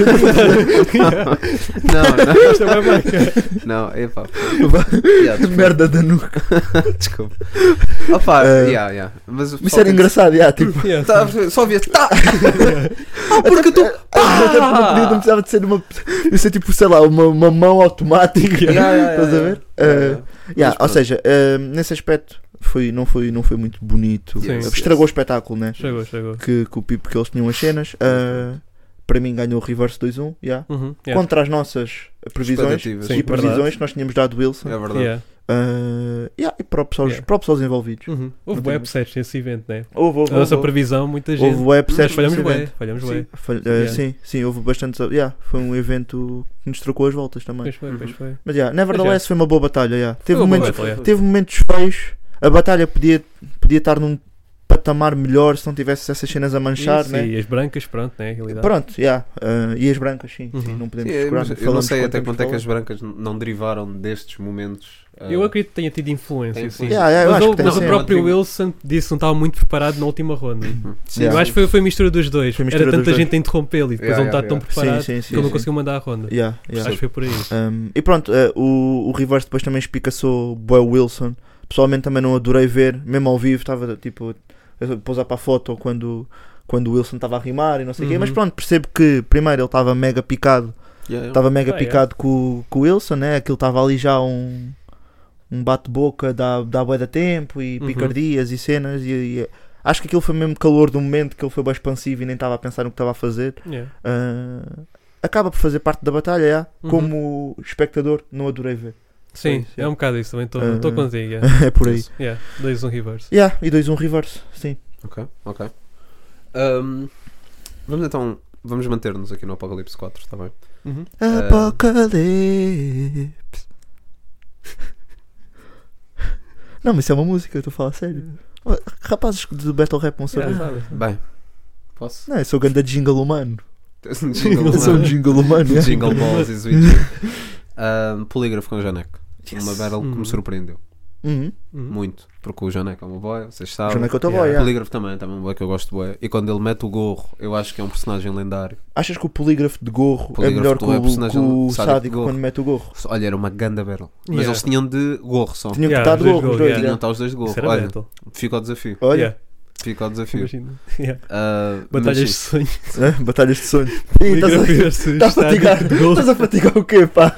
S6: um- Não,
S2: Isto é bem bem.
S6: não, não, epá. Yeah, desculpa.
S5: Merda da nuca.
S6: Desculpa. Opa,
S5: Eh,
S6: yeah, yeah. Mas o
S5: Isso
S6: pessoal
S5: era
S6: tem-
S5: engraçado,
S2: <laughs>
S5: yeah, <laughs> tipo.
S2: Yeah,
S6: Tá, só ouvia tá. Ah, porque tu.
S5: Até porque não, podia, não precisava de ser uma. Isso ser tipo, sei lá, uma, uma mão automática.
S6: Yeah, yeah, yeah,
S5: Estás a ver?
S6: yeah. Yeah,
S5: Uh, yeah,
S6: Mas
S5: ou
S6: pronto.
S5: seja, uh, nesse aspecto foi, não, foi, não foi muito bonito.
S6: é,
S2: Sim.
S5: Uh, Estragou o espetáculo, né?
S2: Chegou, chegou.
S5: Que, que o Pipo que eles tinham as cenas. uh, para mim ganhou o Reverse 2-1. Yeah.
S2: Uhum, yeah.
S5: Contra as nossas previsões
S6: Expectativas.
S5: e
S2: Sim,
S5: previsões
S2: verdade.
S5: que nós tínhamos dado Wilson.
S6: É
S2: <laughs>
S6: verdade.
S2: Yeah.
S5: Uh, yeah, e para o pessoal-
S2: Yeah.
S5: para o pessoal envolvidos.
S2: Uhum.
S5: Não
S2: Houve
S5: tem-
S2: websites nesse evento, né?
S5: Houve, houve,
S2: A nossa
S5: houve,
S2: previsão, muita gente.
S5: houve
S2: Mas
S5: websites
S2: falhamos
S5: nesse
S2: bem,
S5: evento.
S2: falhamos
S6: Sim.
S2: bem.
S5: Falha- eh,
S2: Yeah.
S5: Sim, sim, houve bastantes. Yeah, foi um evento que nos trocou as voltas também.
S2: Pois foi, pois foi.
S5: Mas yeah, nevertheless foi uma boa batalha. yeah. Teve,
S2: uma boa
S5: momentos,
S2: batalha.
S5: teve momentos feios. A batalha podia, podia estar num patamar melhor se não tivesse essas cenas a manchar,
S2: Isso,
S5: né?
S2: E as brancas, pronto, né? realidade.
S5: Pronto, yeah. eh, e as brancas, sim,
S2: Uhum.
S5: sim, não podemos
S6: Sim,
S5: procurar.
S6: mas eu não
S5: falamos
S6: sei
S5: quando
S6: até
S5: temos
S6: quanto é que
S5: falar.
S6: as brancas n- não derivaram destes momentos. ah,
S2: Eu acredito que tenha tido influência,
S6: Tem
S2: sim.
S6: influência.
S5: Yeah, yeah, eu
S2: mas
S5: acho
S2: houve-
S5: que tem
S2: mas o
S5: sim. é
S2: próprio
S6: Rodrigo.
S2: Wilson disse que não estava muito preparado na última ronda.
S5: Sim,
S2: Eu acho que foi, foi mistura dos dois.
S5: Foi mistura
S2: Era tanta
S5: dos dois.
S2: gente a interrompê-lo e depois
S6: Yeah,
S2: ele não está
S6: yeah,
S2: tão
S6: yeah.
S2: preparado
S5: Sim, sim, sim,
S2: que ele não
S5: sim.
S2: conseguiu mandar a ronda.
S5: Yeah, yeah.
S2: Acho que foi por aí.
S5: Um, e pronto, eh, o, o Reverse depois também espicaçou o Boy Wilson. Pessoalmente também não adorei ver, mesmo ao vivo, estava tipo a pousar para a foto quando, quando o Wilson estava a rimar e não sei o quê.
S2: Uhum.
S5: Mas pronto, percebo que primeiro ele estava mega picado,
S6: Yeah, yeah.
S5: estava mega
S2: Ah, é.
S5: picado com, o- com o Wilson, né? aquilo estava ali já um, um bate-boca da, da boia da tempo e
S2: Uhum.
S5: picardias e cenas. E, e acho que aquilo foi mesmo calor do momento que ele foi bem expansivo e nem estava a pensar no que estava a fazer.
S2: Yeah.
S5: Ah, acaba por fazer parte da batalha, já.
S2: Uhum.
S5: como espectador, não
S2: <laughs>
S5: adorei ver.
S2: Sim,
S5: isso,
S2: é um bocado isso também.
S5: Ah.
S2: Estou contigo. yeah.
S5: é por aí.
S2: Yeah, 2-1 reverse.
S5: Yeah, e 2-1 reverse, sim.
S6: Ok, ok. Ahm, vamos então. Vamos manter-nos aqui no Apocalipse 4, está bem?
S2: Uhum. <laughs>
S6: Ah.
S5: Apocalipse. Não, mas isso é uma música, eu estou a falar a sério.
S2: É.
S5: Rapazes do Battle Rap não sabem.
S2: Yeah, sabe.
S6: Bem, posso?
S5: Não, eu sou o ganda jingle humano.
S6: <laughs> Jingle,
S5: Eu sou um
S6: mano.
S5: jingle humano. yeah.
S6: Jingle Balls e Switch. Ahm, polígrafo com o Janek. Uma battle que
S2: Uhum.
S6: me surpreendeu.
S5: Uhum.
S2: Uhum.
S6: Muito. Porque o Janek é uma boy, vocês sabem.
S5: Joana Cotoboy,
S2: Yeah.
S5: yeah.
S6: Polígrafo também, também um boy que eu gosto bué. E quando ele mete o gorro, eu acho que é um personagem lendário.
S5: Achas que o polígrafo de gorro
S6: Polígrafo
S5: é melhor
S6: de
S5: que
S6: gorro é
S5: o, que
S6: personagem
S5: o
S6: sádico de
S5: sádico
S6: gorro.
S5: quando mete o gorro?
S6: Olha, era uma ganda battle. Mas
S2: Yeah.
S6: eles tinham de gorro só.
S5: Tinha que
S2: Yeah, os
S5: estar de
S2: dois
S5: gorro,
S2: gorros,
S5: os dois.
S2: yeah.
S6: Tinham
S5: yeah.
S6: estar os dois de gorro.
S2: Isso era
S6: Olha,
S2: metal.
S6: fica o desafio.
S5: Olha,
S2: Yeah,
S6: Fica o desafio.
S2: imagina. Yeah.
S6: Ah, mas
S2: Batalhas de
S6: sim,
S2: sonho.
S5: é, batalhas de
S2: <laughs>
S5: sonho. Ih, estás a- <laughs> Estás fatigado? Estás a fatigar o quê,
S2: <laughs>
S5: pá?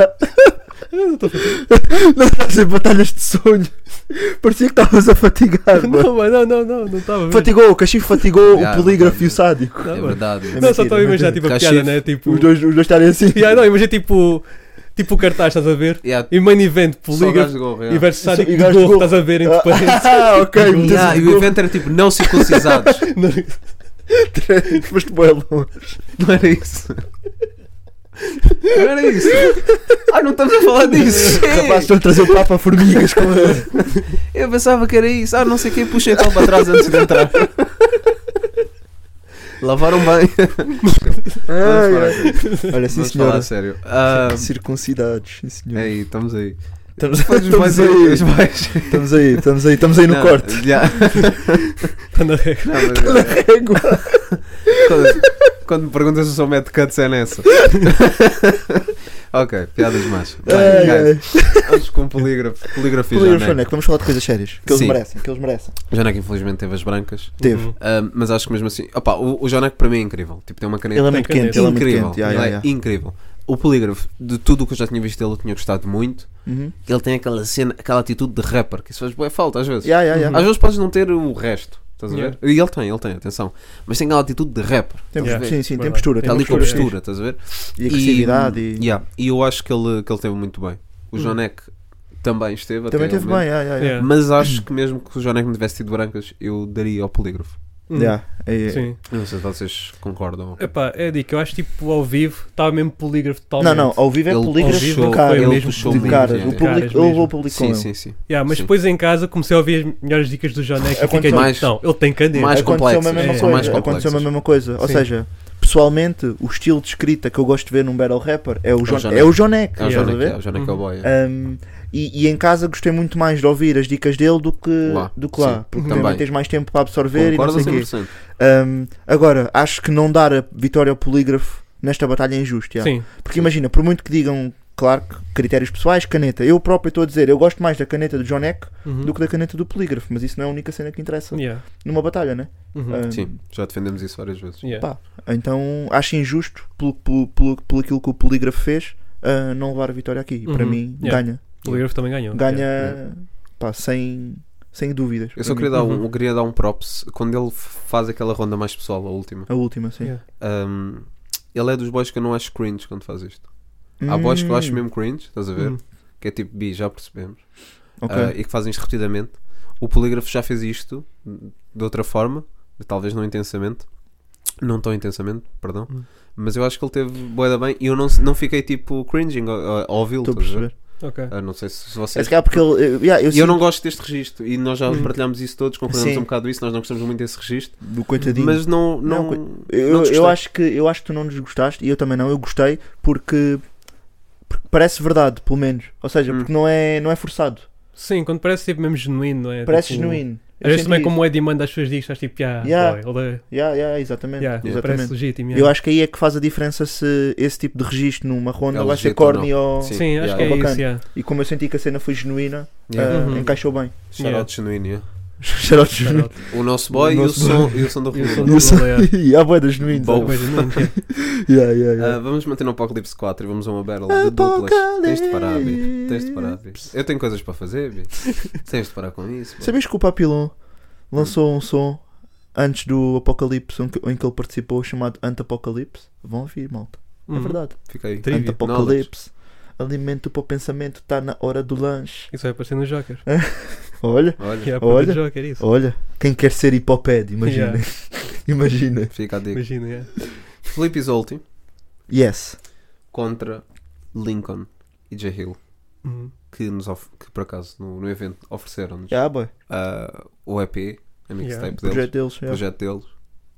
S2: Eu não estou
S5: Não estás em batalhas de sonho. Parecia que estavas a fatigar, mano.
S2: <laughs> Não, mas não, não, não, não estava. mesmo.
S5: Fatigou, o cachimbo fatigou
S6: Yeah,
S5: o polígrafo e o
S6: não.
S5: sádico.
S6: É
S2: Não,
S6: verdade.
S5: É
S2: Não, só estava a
S5: mentira,
S2: imaginar tipo
S5: mentira.
S2: a
S6: Cachif.
S2: piada, né? Tipo.
S5: Os dois, os dois estarem
S2: <laughs>
S5: assim.
S2: Yeah,
S5: <laughs>
S2: não, imagina tipo. Tipo o cartaz, estás a ver?
S6: Yeah,
S2: E main event,
S6: só gajo
S2: polígrafo
S6: de gorro.
S2: e
S6: yeah.
S2: versus sádico
S5: E
S2: de
S5: gajo de
S2: gorro,
S5: gorro.
S2: estás a ver entre
S5: <laughs>
S2: parênteses.
S5: Ah,
S2: <laughs>
S5: ok, meteste
S6: Yeah, e
S5: o
S6: o evento era tipo não circuncisados.
S5: gorro. <laughs> Foste bué longe.
S6: Não era isso. Não era <laughs> isso. Ah, não estamos a falar <laughs> disso.
S5: Rapaz, estão a trazer o Papa Formigas com ele.
S6: Eu pensava que era isso. Ah, não sei quem puxei aquele para trás antes de entrar. <laughs> Lavaram bem.
S5: Ai, ai.
S6: Vamos
S5: Olha, sim
S6: falar
S5: senhora.
S6: a sério. Ah,
S5: Circuncidados, sim senhor.
S6: aí, estamos aí.
S5: Estamos,
S6: Depois os
S5: estamos
S6: mais aí. Os
S5: aí.
S6: mais.
S5: Estamos aí, estamos aí, estamos aí no
S6: Não,
S5: corte.
S6: <laughs> já.
S2: Está na regra.
S6: Não, mas- é.
S5: Régua.
S6: Quando- Quando me perguntas se sou Mad Cuts é <laughs> nessa. ok, piadas más.
S5: Ai,
S6: Vai,
S5: ai.
S6: guys, Vamos com o polígrafo. Polígrafo e
S5: Polígrafo
S6: Janeco.
S5: Neco, vamos falar de coisas sérias. Que eles
S6: né? Sim.
S5: merecem, que eles merecem.
S6: Janeco infelizmente teve as brancas.
S2: Uhum.
S5: Teve.
S6: Ahm, mas acho que mesmo assim. Opa, o, o Janeco para mim é incrível. Tipo, tem uma caneta
S5: Ele é muito
S2: Tem
S5: quente, ele é
S6: incrível.
S5: muito quente. Ya,
S6: Ele
S5: ya,
S6: é
S5: ya.
S6: incrível. O polígrafo, de tudo o que eu já tinha visto dele, eu tinha gostado muito.
S5: Uhum.
S6: Ele tem aquela cena, aquela atitude de rapper, que isso faz boa falta às vezes.
S5: Ya, ya, ya.
S6: Às vezes podes não ter o resto, estás a ver?
S2: Yeah.
S6: E ele tem, ele tem, atenção. Mas tem aquela atitude de rapper.
S5: Tem-
S2: Yeah.
S5: Sim, sim, tem
S2: Verdade.
S5: postura.
S6: Está ali com a
S2: postura,
S6: postura, estás a ver?
S5: E agressividade. E... Hum.
S6: yeah, e eu acho que ele, que ele teve muito bem. O Jonek também esteve.
S5: Também
S6: até
S5: teve
S6: ao
S5: bem, ya, ya, ya.
S2: Yeah.
S6: Mas acho que mesmo que o Jonek me tivesse tido brancas, eu daria ao polígrafo.
S2: Hum,
S5: Ya, é-
S2: Sim.
S6: Eu Não sei se vocês concordam.
S2: Epá, é a dica. Eu acho tipo ao vivo estava mesmo polígrafo
S5: Não,
S2: totalmente.
S5: não, ao vivo é
S6: Ele
S5: polígrafo
S2: puxou,
S5: de cara.
S2: ele
S5: mesmo
S2: puxou
S5: de
S2: muito,
S5: caras.
S6: yeah.
S5: O público,
S2: Caras
S5: eu
S2: mesmo.
S5: vou público com
S6: é. Sim,
S5: ele.
S6: sim, sim.
S2: Yeah, mas
S6: Sim.
S2: depois em casa comecei a ouvir as melhores dicas do Jonek e
S5: Aconteceu-
S2: fiquei
S6: Mais-
S2: tipo, não, ele tem caneta.
S6: mais
S5: aconteceu
S6: complexas.
S5: a mesma
S2: É. São
S5: coisa.
S6: mais
S5: aconteceu a
S6: complexas.
S5: mesma coisa. Ou
S2: Sim.
S5: seja, pessoalmente, o estilo de escrita que eu gosto de ver num battle rapper é o John,
S6: John
S5: é o John Eck,
S6: É o
S5: estás a
S6: Jonek,
S5: ver?
S6: é o Jonek é o boy. é.
S5: Um, e, e em casa gostei muito mais de ouvir as dicas dele do que
S6: Lá.
S5: do que lá
S6: Sim, Uhum.
S5: porque
S6: também.
S5: também tens mais tempo para absorver
S6: Concordo
S5: e não sei o quê.
S6: 100%.
S5: Um, agora, acho que não dar a vitória ao polígrafo nesta batalha é injusto. já.
S2: Sim,
S5: Porque imagina, por muito que digam, claro, que critérios pessoais, caneta. Eu próprio estou a dizer, eu gosto mais da caneta do John Eck
S2: Uhum.
S5: do que da caneta do polígrafo, mas isso não é a única cena que interessa
S2: Yeah.
S5: numa batalha, né?
S2: Uhum.
S5: Um,
S6: Hum, Sim, já defendemos isso várias vezes.
S2: Yeah.
S5: pá, então acho injusto pelo, pelo, pelo, pelo aquilo que o polígrafo fez ah, não levar a vitória aqui. E Para
S2: Uhum.
S5: mim,
S2: Yeah.
S5: ganha.
S2: O polígrafo também ganhou.
S5: Ganha
S2: Yeah.
S5: pá, sem, sem dúvidas.
S6: Eu só
S5: para
S6: queria
S5: mim.
S6: dar, um, eu queria dar um props quando ele faz aquela ronda mais pessoal, a última.
S5: A última, sim.
S2: Yeah.
S6: Um, ele é dos boys que eu não acho cringe quando faz isto. Há boys que eu acho
S5: Hum,
S6: mesmo cringe, estás a ver?
S2: Hum.
S6: Que é tipo bi, já percebemos.
S5: ok.
S6: Ah, e que fazem isto repetidamente. O polígrafo já fez isto de outra forma, talvez não intensamente. Não tão intensamente, perdão.
S5: Hum.
S6: Mas eu acho que ele teve boeda bem e eu não, não fiquei tipo cringing a, a ouvi-lo.
S5: Estou a
S6: estás a ver?
S5: perceber.
S2: Ok.
S6: Ah, não sei se, se
S5: É
S6: vocês.
S5: se calhar porque ele. Eu, yeah, eu
S6: E eu
S5: sinto Hum.
S6: não gosto deste registro e nós já partilhámos isso todos, concordamos
S5: Sim.
S6: um bocado isso, nós não gostamos muito desse registro,
S5: do coitadinho.
S6: mas não.
S5: Não,
S6: não,
S5: coi-
S6: não
S5: eu,
S6: desgostei.
S5: eu acho que, eu acho que tu não nos gostaste e eu também não. Eu gostei porque, porque parece verdade, pelo menos. Ou seja,
S6: Hum.
S5: porque não é, não é forçado.
S2: Sim, quando parece tipo, mesmo genuíno, não é?
S5: Parece
S2: Tipo,
S5: genuíno. Eu
S2: Às vezes
S5: senti
S2: também
S5: isso.
S2: como o Eddie manda as suas dicas, estás tipo, yeah,
S5: Yeah.
S2: boy, ele é-
S5: Yeah, yeah, exatamente.
S2: yeah, parece
S5: exatamente.
S2: legítimo.
S5: Eu
S2: Yeah.
S5: acho que aí é que faz a diferença se esse tipo de registro numa ronda
S6: É
S5: vai ser
S6: legítimo ou
S5: corny ou.
S6: Sim.
S2: Sim, acho
S6: yeah.
S2: que é
S5: Bacana.
S2: isso,
S5: <laughs>
S2: yeah.
S5: E como eu senti que a cena foi genuína,
S6: Yeah.
S5: ah,
S2: Uhum.
S5: encaixou bem.
S6: Shout out
S5: <laughs>
S6: genuíno, yeah.
S5: Xarote genuíno.
S2: <laughs> Shout
S6: O nosso boy
S5: O
S6: e,
S5: nosso
S6: o
S5: boy.
S6: som, e o som do
S5: <laughs>
S2: E o som
S6: Rio.
S2: do-
S5: Não sei.
S2: Boa.
S5: Há boia das genuínas.
S6: Boa.
S2: Coisa nunca.
S5: eh. Yeah, yeah, yeah.
S6: Ah, vamos manter no Apocalypse 4 e vamos a uma battle de duplas. Tens de parar, Bi. Tens de parar, Bi. Eu tenho coisas para fazer,
S5: <laughs>
S6: Bi. Tens de parar com isso. Bi.
S5: Sabias que o Papilon lançou um som antes do Apocalipse em que- em que ele participou chamado Antapocalipse? Vão ouvir, malta. <laughs> É
S2: Uhum.
S5: verdade.
S6: Fica aí.
S2: Trivia.
S5: Antapocalipse. Alimento para o pensamento, está na hora do lanche.
S2: Uhum. Isso vai aparecer no Joker.
S5: Olha,
S6: Knowledge.
S2: Que é
S6: Olha,
S2: a própria
S5: Olha.
S2: Joker, isso.
S5: olha, quem quer ser hipoped, imagina.
S2: Yeah.
S5: <laughs> imagina.
S6: fica a dica.
S2: Imagina, yeah.
S6: Felipe Isolti
S5: Yes.
S6: contra Lincoln e J. Hill.
S2: Uhum.
S6: Que, nos of- que por acaso no, no evento ofereceram-nos
S5: Yeah, boy.
S6: ah, o EP, a mixtape deles,
S5: Projeto deles.
S6: o
S5: Yeah.
S6: projeto deles.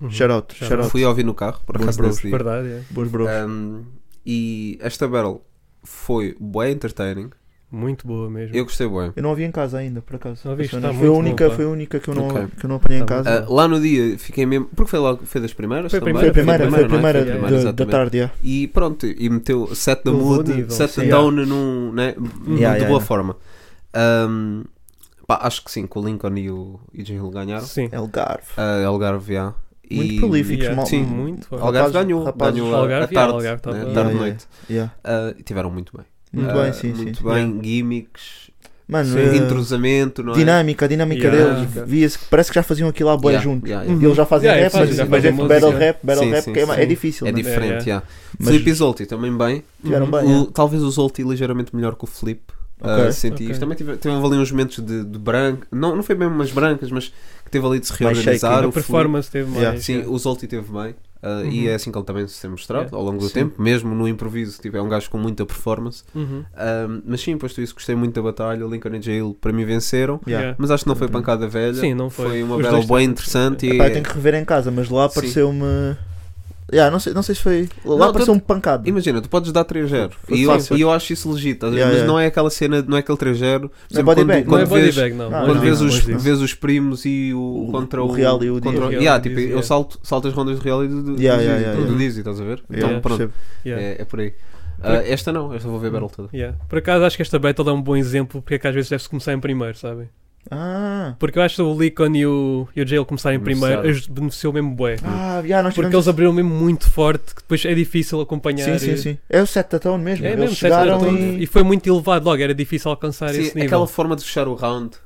S2: Uhum.
S5: Shout out,
S2: Shout É.
S5: shout out.
S6: Fui ouvir no carro, por acaso
S5: Bros.
S6: nesse dia.
S2: Verdade, yeah.
S5: Boas bros.
S6: Um, e esta battle foi bem entertaining.
S2: Muito boa mesmo.
S6: Eu gostei bem.
S5: Eu não ouvi em casa ainda, por acaso.
S2: Não ouviste?
S5: Essa não-
S2: Tá
S5: foi, a
S2: muito bom,
S5: única,
S2: pá.
S5: foi a única que eu não,
S6: Ok.
S5: que eu não apanhei em
S2: Tá
S5: casa.
S6: Ah, lá no dia fiquei mesmo. Porque foi logo, foi das primeiras
S2: Foi a
S6: também.
S5: foi a primeira,
S2: primeira,
S5: foi a
S6: não é?
S2: Foi
S5: primeira,
S2: a
S5: da-
S2: primeira,
S5: da,
S6: exatamente.
S5: tarde. yeah.
S6: E pronto, e meteu set the
S2: Um bom
S6: mood,
S2: nível,
S6: set the
S2: sim.
S6: down num, né? de
S5: yeah,
S6: boa
S5: yeah.
S6: forma. Um, pá, acho que sim, que o Lincoln e o e o Jim Hill ganharam.
S2: Sim.
S5: Algarve.
S6: Ah, Algarve, já. E-
S5: Muito prolíficos,
S2: Yeah.
S5: mal.
S6: Sim.
S2: Muito.
S5: Al-
S6: Algarve
S5: Rapazes-
S6: ganhou,
S5: rapazes- é,
S6: ganhou a- a
S2: Algarve, yeah,
S6: tarde,
S2: Algarve tava-
S6: né?
S2: Yeah,
S6: tarde
S5: tá yeah.
S6: noite.
S5: Yeah.
S6: Ah, e tiveram muito bem.
S5: Muito
S6: Ah,
S5: bem, sim, sim.
S6: Muito bem, gimmicks,
S5: Mano,
S2: Sim.
S5: eh,
S6: entrosamento, não é?
S5: dinâmica, a dinâmica
S2: Yeah.
S5: deles. Via-se que parece que já faziam aquilo lá boia
S6: Yeah,
S5: junto. Uhum.
S6: yeah,
S5: E
S6: yeah.
S5: Eles já fazem
S2: Yeah,
S5: rap,
S2: fazem,
S5: mas,
S2: já
S5: mas é
S2: fazem
S5: que
S2: música.
S5: battle rap, battle
S6: Sim,
S5: rap
S6: sim,
S5: que é, ma-
S6: sim.
S5: é difícil.
S6: É
S5: né?
S6: diferente, já.
S5: Mas
S6: Felipe Isolti também bem.
S2: Uhum.
S5: Tiveram bem.
S6: O-
S5: yeah.
S6: talvez o Zolti ligeiramente melhor que o Flip.
S5: Ok.
S6: senti
S2: Ok.
S6: isto. Também tive, teve ali uns momentos de, de branco. Não, não foi mesmo umas brancas, mas que teve ali de se
S5: Mais shaky. né? é.
S6: reorganizar.
S2: A
S6: o Felipe- ah,
S2: performance teve mais.
S5: Yeah.
S6: Sim,
S2: yeah.
S6: o Zolti teve bem. ah, E
S2: Uhum.
S6: é assim que ele também se tem mostrado
S2: Yeah.
S6: ao longo do
S5: É. Sim.
S6: tempo, mesmo no improviso. Tipo, é um gajo com muita performance.
S2: Uhum.
S6: Ah, mas sim, posto isso, gostei muito da batalha. Lincoln e Jail para mim venceram.
S5: Yeah.
S2: Yeah.
S6: Mas acho que não foi pancada velha.
S2: Uhum. Sim, não foi.
S6: uma
S2: Os
S6: battle
S2: dois
S6: bem
S2: têm-
S6: interessante.
S5: Epá, eu
S6: e
S5: tenho que rever em casa, mas lá
S6: Sim.
S5: pareceu-me Yeah, não, sei, não sei se foi. Lá
S6: Não,
S5: pareceu um pancado.
S6: Imagina, tu podes dar 3-0 e eu,
S5: Fácil.
S6: e eu acho isso legítimo, estás a ver?
S5: Yeah,
S6: mas
S5: yeah.
S6: não é aquela cena, não é aquele 3-0.
S5: Não
S6: por
S5: é
S6: exemplo,
S5: body
S6: quando-
S5: bag, não
S2: Não é
S6: quando
S2: body
S6: vês-
S2: bag, não.
S5: Ah,
S2: Não,
S6: Quando
S5: não,
S6: vês,
S2: não, é
S6: os,
S2: não, não.
S6: vês os primos e o,
S5: O-
S6: contra
S5: o
S6: o.
S5: Real e o
S6: contra,
S5: Dizzy.
S6: Yeah,
S2: O
S6: tipo,
S2: Dizzy,
S6: eu
S2: yeah.
S6: salto, salto as rondas do Real e do, do,
S5: Yeah, yeah,
S6: do, Dizzy,
S5: yeah,
S6: do
S5: yeah.
S6: Dizzy, estás a ver?
S5: Yeah,
S6: então pronto,
S5: percebo.
S2: Yeah,
S6: é, é por aí. Ah, esta não, esta vou ver a Battle toda.
S2: yeah. Por acaso acho que esta battle é um bom exemplo porque é que às vezes deve-se começar em primeiro, sabem?
S5: Ah,
S2: Porque eu acho que o Licon e o, e o Jail começarem em primeiro
S6: Começaram.
S2: as- beneficiou mesmo bué.
S5: ah yeah, nós
S2: Porque
S5: tivemos-
S2: eles abriram mesmo muito forte que depois é difícil acompanhar.
S5: Sim, sim,
S2: e-
S5: sim. É o set da Tone mesmo.
S2: É
S5: eles
S2: mesmo, sete
S5: chegaram
S2: minutos.
S5: e.
S2: e foi muito elevado logo, era difícil alcançar
S6: Sim, é
S2: esse nível.
S6: aquela forma de fechar o round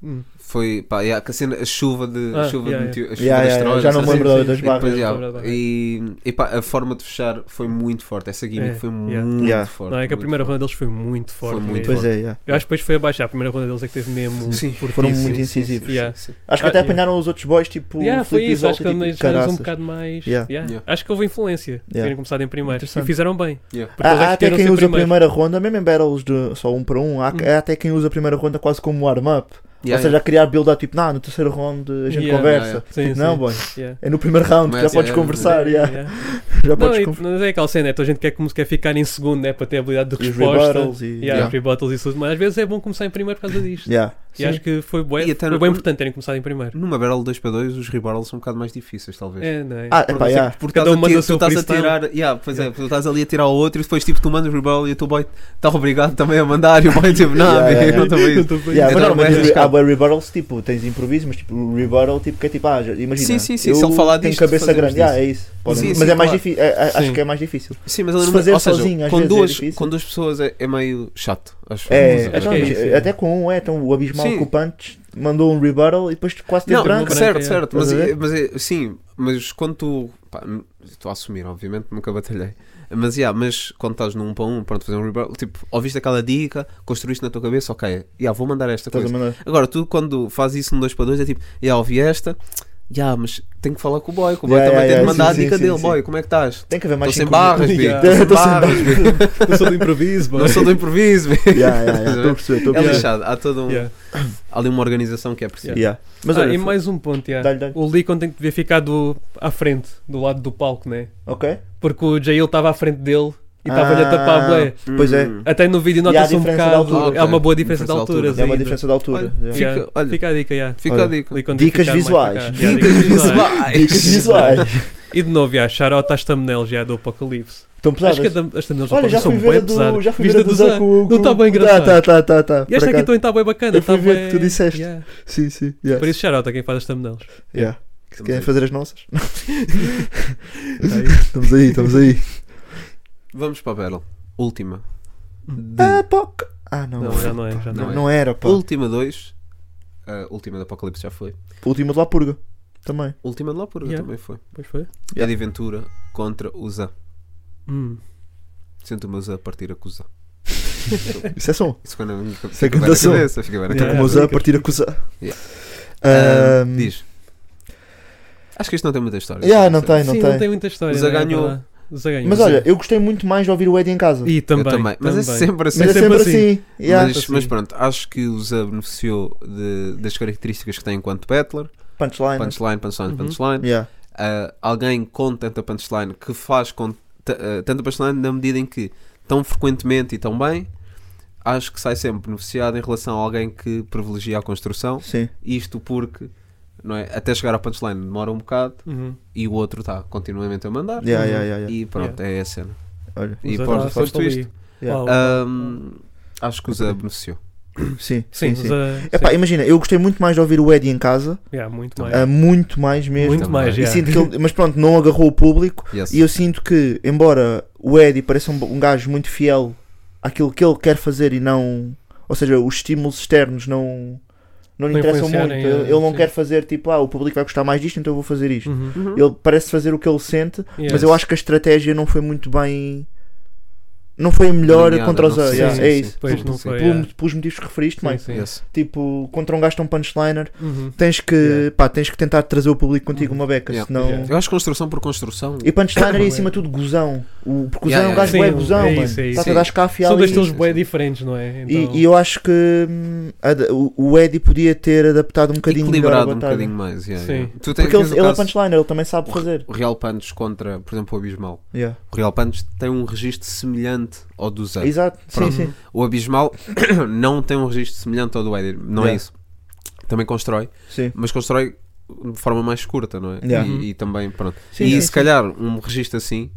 S2: Hum.
S6: foi pá, yeah, que a, cena, a chuva de a
S2: Ah,
S6: chuva
S2: yeah,
S6: de meteor- a chuva
S5: Yeah,
S6: de
S5: yeah,
S6: asteroides, assim,
S5: já não me
S6: sim,
S5: lembro
S2: sim,
S5: da- das
S2: sim.
S6: E, depois,
S5: barras.
S2: Barra.
S6: yeah,
S2: Barra.
S6: e, e pá, a forma de fechar foi muito forte. Essa gimmick
S2: É,
S6: foi
S2: yeah.
S6: muito
S5: Yeah.
S6: forte.
S2: Não, é que a
S6: muito
S2: primeira
S6: forte.
S2: ronda deles foi muito forte.
S6: muito
S2: mesmo.
S5: Pois é, yeah.
S2: Eu acho que depois foi abaixo. A primeira ronda deles é que teve mesmo.
S6: Sim.
S5: Foram
S2: fortíssimo.
S5: muito incisivos.
S2: Yeah.
S6: Sim, sim.
S5: Acho que
S2: Ah,
S5: até
S2: yeah.
S5: apanharam os outros boys, tipo.
S2: Yeah, foi
S5: Felipe
S2: isso, acho que
S5: Isolde,
S2: eles
S5: tipo,
S2: eles um
S5: caraças.
S2: bocado mais.
S5: Yeah.
S2: yeah.
S6: Yeah.
S2: Acho que houve influência de
S5: Yeah.
S2: terem começado em primeiro. E
S5: Interessante.
S2: fizeram bem.
S6: Yeah.
S2: Porque eles é
S5: Ah, Há,
S2: que
S5: há até
S2: querem
S5: quem
S2: ser
S5: usa
S2: primeiros.
S5: a primeira ronda, mesmo em battles de só um para um, há,
S2: Hum.
S5: há até quem usa a primeira ronda quase como um warm-up.
S6: Yeah,
S5: Ou seja, a criar build-up, tipo, nah, no terceiro round a gente
S2: Yeah,
S5: conversa.
S6: yeah, yeah.
S2: Sim,
S5: Tipo, não,
S2: sim.
S5: boy,
S2: Yeah.
S5: é no primeiro round,
S6: Mas,
S5: já podes
S6: yeah,
S5: conversar, yeah.
S2: Yeah.
S5: <laughs> já
S2: Não,
S5: podes
S2: e,
S5: conversar.
S2: mas é aquela cena, é que a gente quer, como se quer ficar em segundo, né, para ter a habilidade de
S5: E os
S2: resposta.
S5: rebuttals e-
S2: Yeah,
S6: Yeah.
S2: os rebuttals e tudo, mas às vezes é bom começar em primeiro por causa disto.
S5: Yeah.
S2: E acho que foi bué,
S6: E até
S2: foi
S6: no-
S2: bem importante terem começado em primeiro.
S6: Numa barrel 2x2, os rebarrels são um bocado mais difíceis, talvez.
S2: É, não é?
S5: Ah, epá, yeah.
S6: Porque
S2: Cada
S6: estás
S2: um
S6: a
S2: manda
S6: ti-
S2: o seu
S6: tu estás a
S2: freestyle.
S6: tirar, yeah, pois é, tu estás ali a tirar ao outro e depois tipo, tu mandas o rebel e o teu boy está obrigado também a mandar e o boy tipo, não,
S5: <laughs> Yeah, yeah,
S6: amigo, eu não
S5: yeah.
S6: estou a isso.
S5: Yeah, mas
S6: É dar
S5: normalmente
S6: mais
S5: re- há
S6: arriscado.
S5: bué rebuttals, tipo, tens improviso, mas tipo, o rebuttal, tipo, que é tipo, ah, já- imagina,
S6: Sim, sim, sim,
S5: eu
S6: se ele falar
S5: tenho
S6: disto,
S5: cabeça grande,
S6: fazemos disso.
S5: yeah, é isso. Podem-
S6: Sim,
S5: mas
S6: sim,
S5: é mais
S6: claro.
S5: difícil, é- é- acho
S2: Sim.
S5: que é mais difícil.
S6: Sim, mas ele
S5: Se
S6: não-
S5: fazer
S6: ou seja,
S5: sozinho, às
S6: com
S5: vezes é
S6: duas,
S5: difícil.
S6: com duas pessoas é, é meio chato, acho.
S5: É,
S6: Mas,
S5: então,
S2: acho que é isso,
S5: até com um é, então o abismal
S6: Sim.
S5: que o Punch mandou um rebuttal e depois quase teve
S6: Não,
S5: branco.
S2: branco,
S6: certo,
S2: é.
S6: certo,
S5: Estás
S6: mas,
S5: a ver?
S6: mas é- sim, mas quando tu pá, n- estou a assumir, obviamente, nunca batalhei. Mas yeah, mas quando estás num 1 para um, pronto, fazer um rebar, tipo, ouviste aquela dica, construíste na tua cabeça, ok, yeah, vou mandar esta
S5: Estás a
S6: coisa.
S5: mandar.
S6: Agora, tu quando fazes isso num 2 para 2 é tipo, já ouvi esta, já, mas tenho que falar com o boy, que o boy
S5: Yeah, yeah,
S6: também tem
S5: yeah,
S6: de mandar
S5: sim,
S6: a dica
S5: sim,
S6: dele,
S5: sim,
S6: boy, como é que
S5: <laughs>
S6: estás?
S5: Tem que haver mais
S6: Estou sem
S5: sincronia.
S6: barras, B.
S2: Yeah.
S6: Estou
S5: <laughs> Tô
S6: sem
S5: sem
S6: barras, B. <laughs>
S2: Eu sou do improviso, mano.
S6: Não sou do <laughs> improviso, B.
S5: Yeah, yeah,
S6: <laughs>
S5: yeah, Estou a perceber, estou a
S6: É
S5: perceber.
S6: lixado, há toda um,
S2: Yeah.
S6: há ali uma organização que é preciso.
S5: Yeah. Mas
S2: ah,
S5: olha,
S2: e
S5: foi-
S2: mais um ponto, yeah.
S5: Dá-lhe, dá-lhe.
S2: o Licon tem que devia ficar do, à frente, do lado do palco, né?
S5: ok.
S2: Porque o Jail estava à frente dele e estava-lhe a
S5: Ah,
S2: tapar a bué.
S5: Pois é,
S6: Hum.
S2: Até no vídeo
S5: E há
S2: nota-se um
S5: diferença de
S2: bocado,
S5: altura.
S2: há uma boa
S6: Ok.
S2: diferença de
S6: Diferença de
S2: alturas
S5: é uma
S2: ainda.
S5: diferença de altura.
S6: então. Olha,
S5: yeah.
S2: Yeah.
S6: Fica- olha.
S2: Fica a dica, yeah.
S6: Fica
S5: Olha.
S6: a dica.
S2: Licon tem que
S5: Dicas
S2: ficar mais
S5: visuais.
S2: para cá. Yeah,
S5: Dicas
S6: <laughs> É
S5: Dicas visuais.
S2: E de novo, yeah, shout-out às thumbnails yeah, do Apocalipse.
S5: Estão
S2: Acho que é
S5: pesadas.
S2: as thumbnails do
S5: Olha, já
S2: Apocalipse são
S5: fui ver a
S2: bem
S5: do.
S2: pesadas.
S5: Já fui
S2: Viste
S5: ver a
S2: a
S5: do
S2: do Zé?
S5: Zé com o.
S2: Não está bem engraçado.
S5: Tá, tá, tá, tá.
S2: E esta é aqui também está bem bacana.
S5: Eu fui
S2: tá
S5: ver
S2: bué-
S5: que tu disseste.
S2: Yeah.
S5: Sim, sim. yeah.
S2: Por isso, shout-out a quem faz as thumbnails.
S5: Yeah.
S6: Estamos
S5: Querem
S6: aí.
S5: fazer as nossas? <laughs> Estamos aí, estamos aí.
S6: Vamos para a Battle. Última. De-
S5: Ah, poc. Ah, não.
S2: Não, já não é. Já não é.
S5: Não, não era, pá.
S6: Última 2. A última do Apocalipse já foi.
S5: Última de La Purga. Também.
S6: Última de Lopura
S2: Yeah.
S6: também foi.
S2: Pois foi?
S6: É de Ventura contra o Zan.
S2: Hum.
S6: Sinto-me o Zan partir a cuzã.
S5: Isso é som.
S6: Isso quando
S5: Isso
S6: fica,
S5: é
S6: fica bem na
S5: cantação.
S6: cabeça. Fica bem na
S2: Yeah.
S5: Estou
S6: cabeça.
S5: com o Zé a partir a acusar.
S6: É, Yeah.
S5: Ah,
S6: Ahm, diz. Acho que isto não tem muita história.
S5: Yeah, não tem, não
S2: Sim,
S5: tem.
S2: não tem muita história.
S6: O Zé
S2: não é
S6: ganhou.
S2: verdade? O Zé ganhou.
S5: Mas
S2: Sim.
S5: olha, eu gostei muito mais de ouvir o Eddie em casa.
S2: E
S6: Eu
S2: também.
S6: também. Mas é
S2: também.
S6: sempre assim.
S5: Mas é sempre assim. yeah.
S6: mas,
S2: assim.
S6: mas pronto, acho que o Zé beneficiou de- das características que tem enquanto battler.
S5: Uhum. Punchline.
S6: Punchline, punchline,
S2: Uhum.
S6: punchline.
S5: Yeah.
S6: Ah, alguém com tanta punchline que faz com ta- ah, tanta punchline na medida em que tão frequentemente e tão bem, acho que sai sempre beneficiado em relação a alguém que privilegia a construção.
S5: Sim.
S6: Isto porque não é? até chegar à punchline demora um bocado
S2: Uhum.
S6: e o outro está continuamente a mandar.
S5: Yeah, yeah, yeah, yeah.
S6: E pronto, é a cena.
S5: Olha.
S2: O
S6: E
S2: Zé
S6: pós-
S2: tá
S6: foste
S2: sempre ali.
S6: isto.
S5: Yeah.
S2: Uau.
S6: Ahm, acho que o Zé beneficiou.
S5: Sim,
S2: Sim,
S5: sim,
S2: sim.
S5: sim. Epá, imagina, eu gostei muito mais de ouvir o Eddie em casa,
S2: yeah, muito mais.
S5: ah, muito mais mesmo.
S2: muito mais,
S5: E
S2: yeah.
S5: sinto que ele- mas pronto, não agarrou o público.
S6: Yes.
S5: E eu sinto que, embora o Eddie pareça um, um gajo muito fiel àquilo que ele quer fazer e não. Ou seja, os estímulos externos não, não lhe
S2: Não
S5: interessam muito.
S2: influenciarem,
S5: Ele,
S2: eh,
S5: ele não
S2: sim.
S5: quer fazer tipo, ah, o público vai gostar mais disto, então eu vou fazer isto.
S2: Uhum.
S5: Ele parece fazer o que ele sente, mas
S2: Yes.
S5: eu acho que a estratégia não foi muito bem não foi a melhor
S6: Alinhada,
S5: contra os
S6: não
S5: A.
S6: sei,
S5: yeah,
S2: sim,
S5: é
S6: sim.
S5: isso.
S2: Pois
S6: Sim,
S2: não
S6: sim.
S2: foi.
S5: Por,
S2: yeah.
S5: pelos motivos que referiste,
S2: Sim,
S5: mais.
S2: sim.
S6: Yes.
S5: Tipo, contra um gajo tão punchliner,
S2: Uhum.
S5: tens que,
S2: Yeah.
S5: pá, tens que tentar trazer o público contigo uma beca,
S6: Uhum. Yeah.
S5: senão.
S2: Yeah.
S6: Eu acho que construção por construção.
S5: E punchline é acima de tudo gozão. O, porque gozão,
S6: Yeah, yeah,
S5: o gajo
S2: sim,
S5: é gozão,
S2: é
S5: mano.
S2: isso, é isso.
S5: Está-te a dar escafe
S2: São dois
S5: ali.
S2: estilos bem diferentes, não é?
S5: E,
S2: Então-
S5: e eu acho que hum, ad- o- o Eddie podia ter adaptado um bocadinho melhor a
S6: equilibrado um
S5: batalha.
S6: bocadinho mais. yeah,
S2: Sim.
S6: yeah. Tu tens,
S5: Porque
S6: tens
S5: ele,
S6: o
S5: ele é
S6: caso-
S5: punchliner, ele também sabe fazer.
S6: o Real Panos contra, por exemplo, o Abismal.
S5: Yeah.
S6: O Real Panos tem um registro semelhante ao do Zé.
S5: Exato, sim,
S6: Pronto.
S5: sim.
S6: O Abismal <coughs> não tem um registro semelhante ao do Edir. Não é
S5: Yeah.
S6: isso. Também constrói,
S5: sim.
S6: mas constrói de forma mais curta, não é?
S5: Yeah. Uhum.
S6: E- E, também, pronto.
S5: Sim,
S6: e
S5: sim,
S6: se
S5: sim.
S6: calhar um registro assim, ou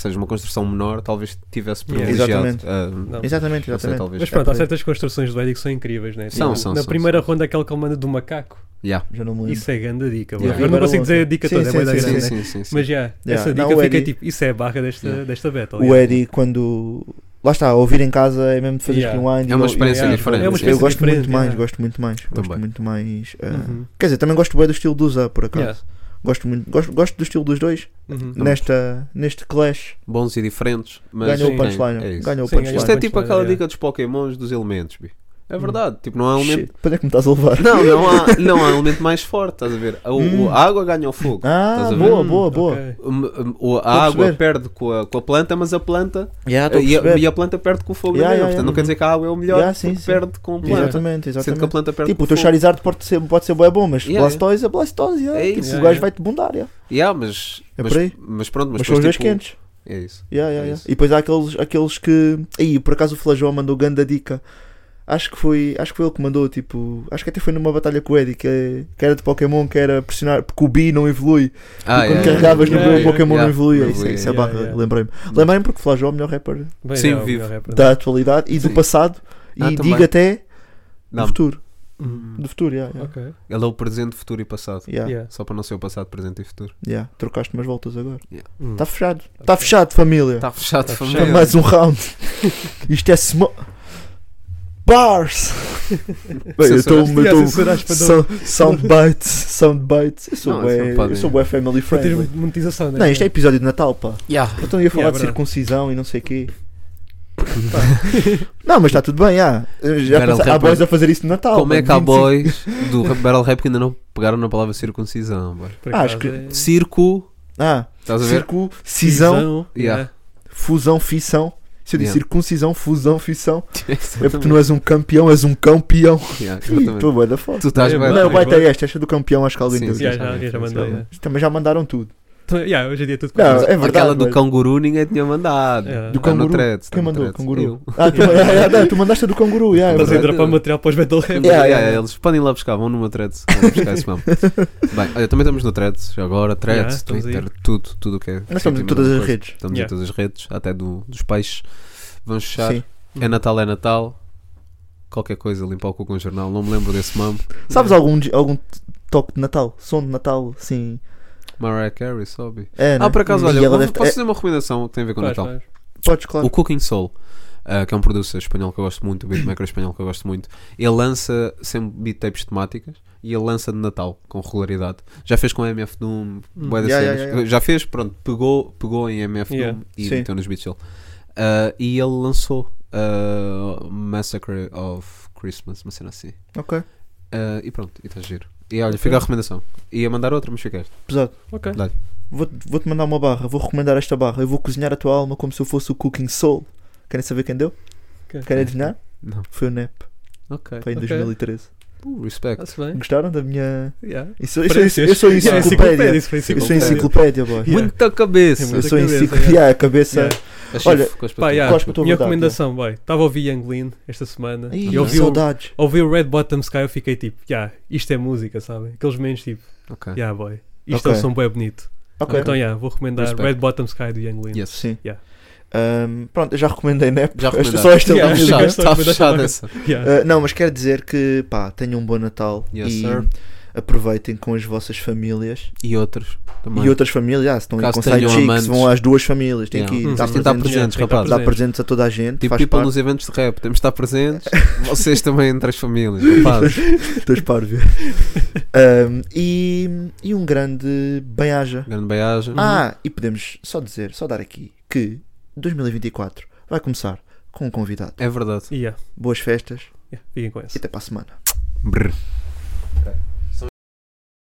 S6: seja, uma construção menor, talvez tivesse
S2: Yeah.
S6: privilegiado.
S5: Exatamente.
S6: ah,
S2: Não.
S5: Exatamente,
S6: não sei,
S5: exatamente.
S6: talvez.
S2: Mas pronto,
S5: É
S2: há
S5: por aí.
S2: certas construções do Eddie que são incríveis, né?
S6: São,
S2: Tipo,
S6: são,
S2: Na
S6: são,
S2: primeira
S6: são.
S2: ronda, aquele que ele manda do macaco.
S6: Yeah.
S5: Já não me lembro.
S2: Isso é grande dica. bro.
S5: Yeah.
S2: Agora não
S5: Primeira
S2: consigo dizer a
S5: onda.
S2: dica
S5: Sim,
S2: toda,
S5: sim,
S2: é bué da
S5: sim,
S2: grande.
S6: Sim,
S5: Sim,
S6: sim, sim. sim.
S2: Mas já, essa
S5: Não,
S2: dica
S5: o
S2: fica
S5: Eddie-
S2: tipo, isso é a barra desta,
S6: Yeah.
S2: desta battle.
S5: O
S2: yeah.
S5: Eddie, quando. Lá está, a ouvir em casa é mesmo de fazer
S2: Yeah.
S5: rewind.
S6: É uma
S5: e-
S6: experiência
S5: e-
S6: diferente.
S2: É uma
S5: Eu
S2: experiência
S5: gosto
S2: diferente,
S5: muito mais,
S2: yeah.
S5: gosto muito mais. Gosto
S6: Também.
S5: muito mais. ah,
S2: Uhum.
S5: Quer dizer, também gosto bem do estilo do Zé, por acaso.
S2: Yeah.
S5: Gosto, muito, gosto, gosto do estilo dos dois.
S2: Uhum.
S5: Nesta, neste Clash,
S6: Bons e diferentes, mas
S2: sim,
S5: ganhou o
S6: tem-
S5: punchline.
S6: é
S5: ganhou o
S6: isso.
S2: Sim, ganhou
S5: punchline.
S2: o
S6: Isto é tipo
S2: punchline,
S6: aquela
S2: yeah.
S6: dica dos Pokémons dos elementos, bi. É verdade, tipo, não há elemento
S5: Shit, Para onde é que me estás a levar?
S6: Não, não há, não há elemento mais forte, estás a ver? A, o-
S5: Hum.
S6: a água ganha o fogo.
S5: Ah,
S6: estás a ver?
S5: boa, boa, boa.
S2: Ok.
S6: Hum, hum, o-
S5: a
S6: a água
S5: perceber.
S6: perde com a, com a planta, mas a planta
S5: Yeah, estou a
S6: e a,
S5: perceber.
S6: e a planta perde com o fogo
S5: Yeah,
S6: na mesma.
S5: yeah,
S6: Portanto, não
S5: yeah.
S6: quer dizer que a água é o melhor,
S5: Yeah, sim,
S6: porque
S5: sim.
S6: perde com a planta.
S5: Exatamente,
S6: Sendo que a
S5: exatamente.
S6: planta perde
S5: Tipo,
S6: com
S5: o teu
S6: fogo.
S5: Charizard pode ser, pode ser bué bom, mas
S6: Yeah.
S5: Blastoise é Blastoise. yeah.
S6: É
S5: Tipo,
S6: isso,
S5: o
S2: yeah,
S5: gajo
S2: yeah.
S5: vai-te bundar. yeah.
S6: Yeah, mas,
S5: É
S6: mas,
S5: por aí.
S6: mas pronto, mas,
S5: Mas são os dois
S6: depois, tipo,
S5: quentes.
S6: É isso.
S5: Yeah, yeah,
S6: É
S5: yeah.
S6: isso.
S5: E depois há aqueles, aqueles que. Aí, por acaso o Flajó mandou ganda dica. Acho que foi. Acho que foi ele que mandou, tipo. Acho que até foi numa batalha com o Eddie, que, é, que era de Pokémon, que era pressionar, porque o B não evolui.
S6: Ah,
S5: e quando
S6: yeah,
S5: carregavas
S6: yeah,
S5: no
S6: yeah,
S5: meu Pokémon
S6: yeah,
S5: não evoluía.
S6: não
S5: isso, é- isso é
S2: evoluía.
S5: barra,
S2: Yeah, yeah.
S5: lembrei-me. Lembrei-me porque o Flajó é o melhor rapper
S2: Bem,
S6: Sim,
S2: não,
S6: vivo.
S2: não é para
S5: da
S2: nada.
S5: atualidade e do
S6: Sim.
S5: passado. E
S6: Ah, também.
S5: diga até do
S6: Não,
S5: futuro.
S2: Uhum.
S5: Do futuro, yeah, yeah.
S2: Ok.
S6: Ele é o presente, futuro e passado.
S5: Yeah,
S2: Yeah.
S6: Só para não ser o passado, presente e futuro.
S5: yeah. Trocaste umas voltas agora.
S2: Hum.
S5: Está fechado. Está Tá- fechado, família.
S6: Está fechado,
S2: Tá
S6: família.
S5: Para mais um round. Isto é smo... Bars! Bem, eu estou.
S6: Censuraste.
S2: Yeah,
S5: eu
S2: censuraste
S5: estou-
S2: para
S5: Sound- Soundbites. Soundbites. Eu sou
S6: Não, isso não
S5: bué-
S6: pode,
S5: eu sou
S6: é.
S5: bué family
S2: Para ter
S5: friendly.
S2: monetização, né?
S5: Não, isto é episódio de Natal, pá.
S6: Yeah.
S5: Então ia
S2: Yeah,
S5: falar
S2: é
S5: de
S2: verdade.
S5: circuncisão e não sei o quê. <laughs> não, mas está tudo bem, ah. Já
S6: Battle
S5: pensa, há
S6: um rapper.
S5: boys a fazer isso no Natal.
S6: Como é
S5: mano,
S6: que há
S5: 25.
S6: boys do Battle Rap que ainda não pegaram na palavra circuncisão? boy?
S2: Por
S5: Ah, acho
S2: acaso
S5: que-
S2: é-
S6: Circo,
S5: Ah,
S6: estás a ver?
S5: circo, cisão,
S6: Yeah.
S5: fusão, fissão. Se eu disse
S6: Yeah.
S5: circuncisão, fusão, fissão, é porque tu
S6: <laughs> Exatamente.
S5: não és um campeão, és um campeão.
S6: Yeah, exatamente.
S5: Estou boa da foto.
S6: Tu estás
S2: Não,
S6: bem.
S5: Não,
S2: Vai,
S5: baita
S2: vai.
S5: esta, esta do campeão, acho que é alguém
S6: Sim,
S5: deu.
S6: sim,
S2: Tá Yeah, já, já, já mandou. né?
S6: Sim, sim.
S2: yeah.
S5: Também já mandaram tudo.
S2: Então, yeah, hoje em dia é tudo
S5: Não,
S2: coisa.
S5: é verdade.
S6: Aquela do
S5: mas-
S6: canguru ninguém tinha mandado.
S2: Yeah.
S5: Do
S6: Tá no
S5: canguru?
S6: threads, tá
S5: Quem
S6: no
S5: mandou?
S6: threads.
S5: Canguru?
S6: Eu.
S5: Ah,
S6: <laughs>
S5: tu, ah, ah, não, tu mandaste a do canguru, yeah, é
S2: Estás a
S5: verdade.
S2: dropar material para os Battle
S6: <laughs>
S2: Rap.
S5: Yeah, yeah,
S6: Yeah,
S5: yeah.
S6: Eles podem ir lá buscar, vão numa threads. Vão buscar
S5: <laughs>
S6: isso mesmo. Bem, olha, também estamos no threads. Agora,
S2: Yeah,
S6: threads,
S2: estamos
S6: Twitter, tudo, tudo o que é.
S5: Nós estamos em
S6: sentimento,
S5: todas as
S6: coisa.
S5: redes.
S6: Estamos
S2: Yeah.
S6: em todas as redes, até do- dos peixes. Vamos fechar.
S5: Sim.
S6: É Natal, é Natal. Qualquer coisa, limpar o cu com o jornal. Não me lembro desse mamo.
S5: Sabes algum, di- algum t- toque de Natal? Som de Natal, sim.
S6: Mariah Carey, sobe.
S5: É,
S6: Ah,
S5: né?
S6: por acaso,
S5: E
S6: olha,
S5: ela
S6: vou-
S5: deve-
S6: posso
S5: é,
S6: fazer uma recomendação que tem a ver com o
S2: Faz,
S6: Natal.
S2: faz.
S5: Podes, claro.
S6: O Cooking Soul, ah, que é um producer espanhol que eu gosto muito, um beatmaker espanhol que eu gosto muito, ele lança sempre beat tapes temáticas e ele lança de Natal com regularidade. Já fez com MF Doom, bué das
S5: Hum. Yeah,
S6: cenas.
S5: yeah, yeah.
S6: já fez, pronto, pegou, pegou em MF
S2: Yeah.
S6: Doom e
S5: Sim.
S6: meteu nos beats dele. Ah, e ele lançou ah, Massacre of Christmas, uma cena assim.
S5: Ok.
S6: Ah, e pronto, e está giro. E olha, fica a recomendação. Ia mandar outra, mas fiquei.
S5: Pesado.
S2: Ok.
S5: Vou- Vou-te mandar uma barra, vou recomendar esta barra. Eu vou cozinhar a tua alma como se eu fosse o Cooking Soul. Querem saber quem deu?
S2: Ok.
S5: Querem adivinhar?
S6: Não.
S5: Foi o NEP,
S6: Ok.
S5: foi em
S2: Ok.
S5: 2013.
S6: Uh, respect.
S2: Está-se bem.
S5: Gostaram da minha.
S2: Yeah.
S5: Isso, isso, isso, eu
S6: é
S5: sou
S2: Yeah,
S5: enciclopédia.
S2: isso foi
S5: Eu sou
S2: enciclopédia.
S5: enciclopédia, boy.
S2: Yeah.
S6: Muita cabeça.
S5: Eu
S2: Muita
S5: sou
S2: cabeça,
S5: enciclopédia. <laughs> Yeah, a cabeça.
S2: Yeah.
S6: Achei
S5: Olha,
S6: com as
S2: É Pá,
S6: patinhas.
S2: yeah,
S5: Gosto que estou
S2: Tipo,
S5: a
S2: minha
S5: verdade,
S2: recomendação, vai. Estava a ouvir Young Lean esta semana.
S5: Ih,
S2: e ouvi o,
S5: saudades.
S2: ouvi o Red Bottom Sky. Eu fiquei tipo, yeah, isto é música, sabem? Aqueles menos tipo,
S6: Ok.
S2: yeah, boy. Isto
S5: Ok.
S2: é um som bem bonito.
S5: Ok.
S2: Então, yeah, vou recomendar
S6: Respect.
S2: Red Bottom Sky do Young Lean.
S6: Yes.
S5: Sim.
S2: Yeah.
S5: Ahm, pronto, eu já recomendei, <laughs> né?
S6: Já
S5: Esta-
S6: recomendaste.
S5: Só esta
S2: Yeah,
S5: é
S2: acho que
S5: minha
S2: esta-
S5: dica.
S2: está fechada
S6: essa.
S2: Yeah.
S5: Ah, Não, mas quero dizer que, pá, tenham um bom Natal
S6: Yes,
S5: e
S6: sir.
S5: aproveitem com as vossas famílias
S6: E outros também.
S5: e outras famílias. Ah, se estão em
S6: Caso
S5: Conselho
S6: tenham
S5: Chiques,
S6: amantes.
S5: vão às duas famílias. Tem
S6: Yeah. Uhum.
S5: que ir
S2: Hum.
S5: dar
S2: Sim,
S6: tentar
S5: presentes,
S6: presentes,
S2: Tem que estar
S6: rapaz.
S5: dar presentes a toda a gente.
S6: Tipo
S5: faz
S6: people
S5: parte.
S6: nos eventos de rap, temos de estar presentes.
S5: <laughs>
S6: Vocês também entre as famílias, rapaz. <laughs>
S5: Dois parvos. Um, e, e um grande bem-aja.
S6: Uhum. Grande beiaja.
S5: Ah, e podemos só dizer, só dar aqui que 2024 vai começar com um convidado.
S6: É verdade.
S2: E yeah,
S5: Boas festas
S2: yeah, fiquem com essa.
S5: e até para a semana.
S6: Brr.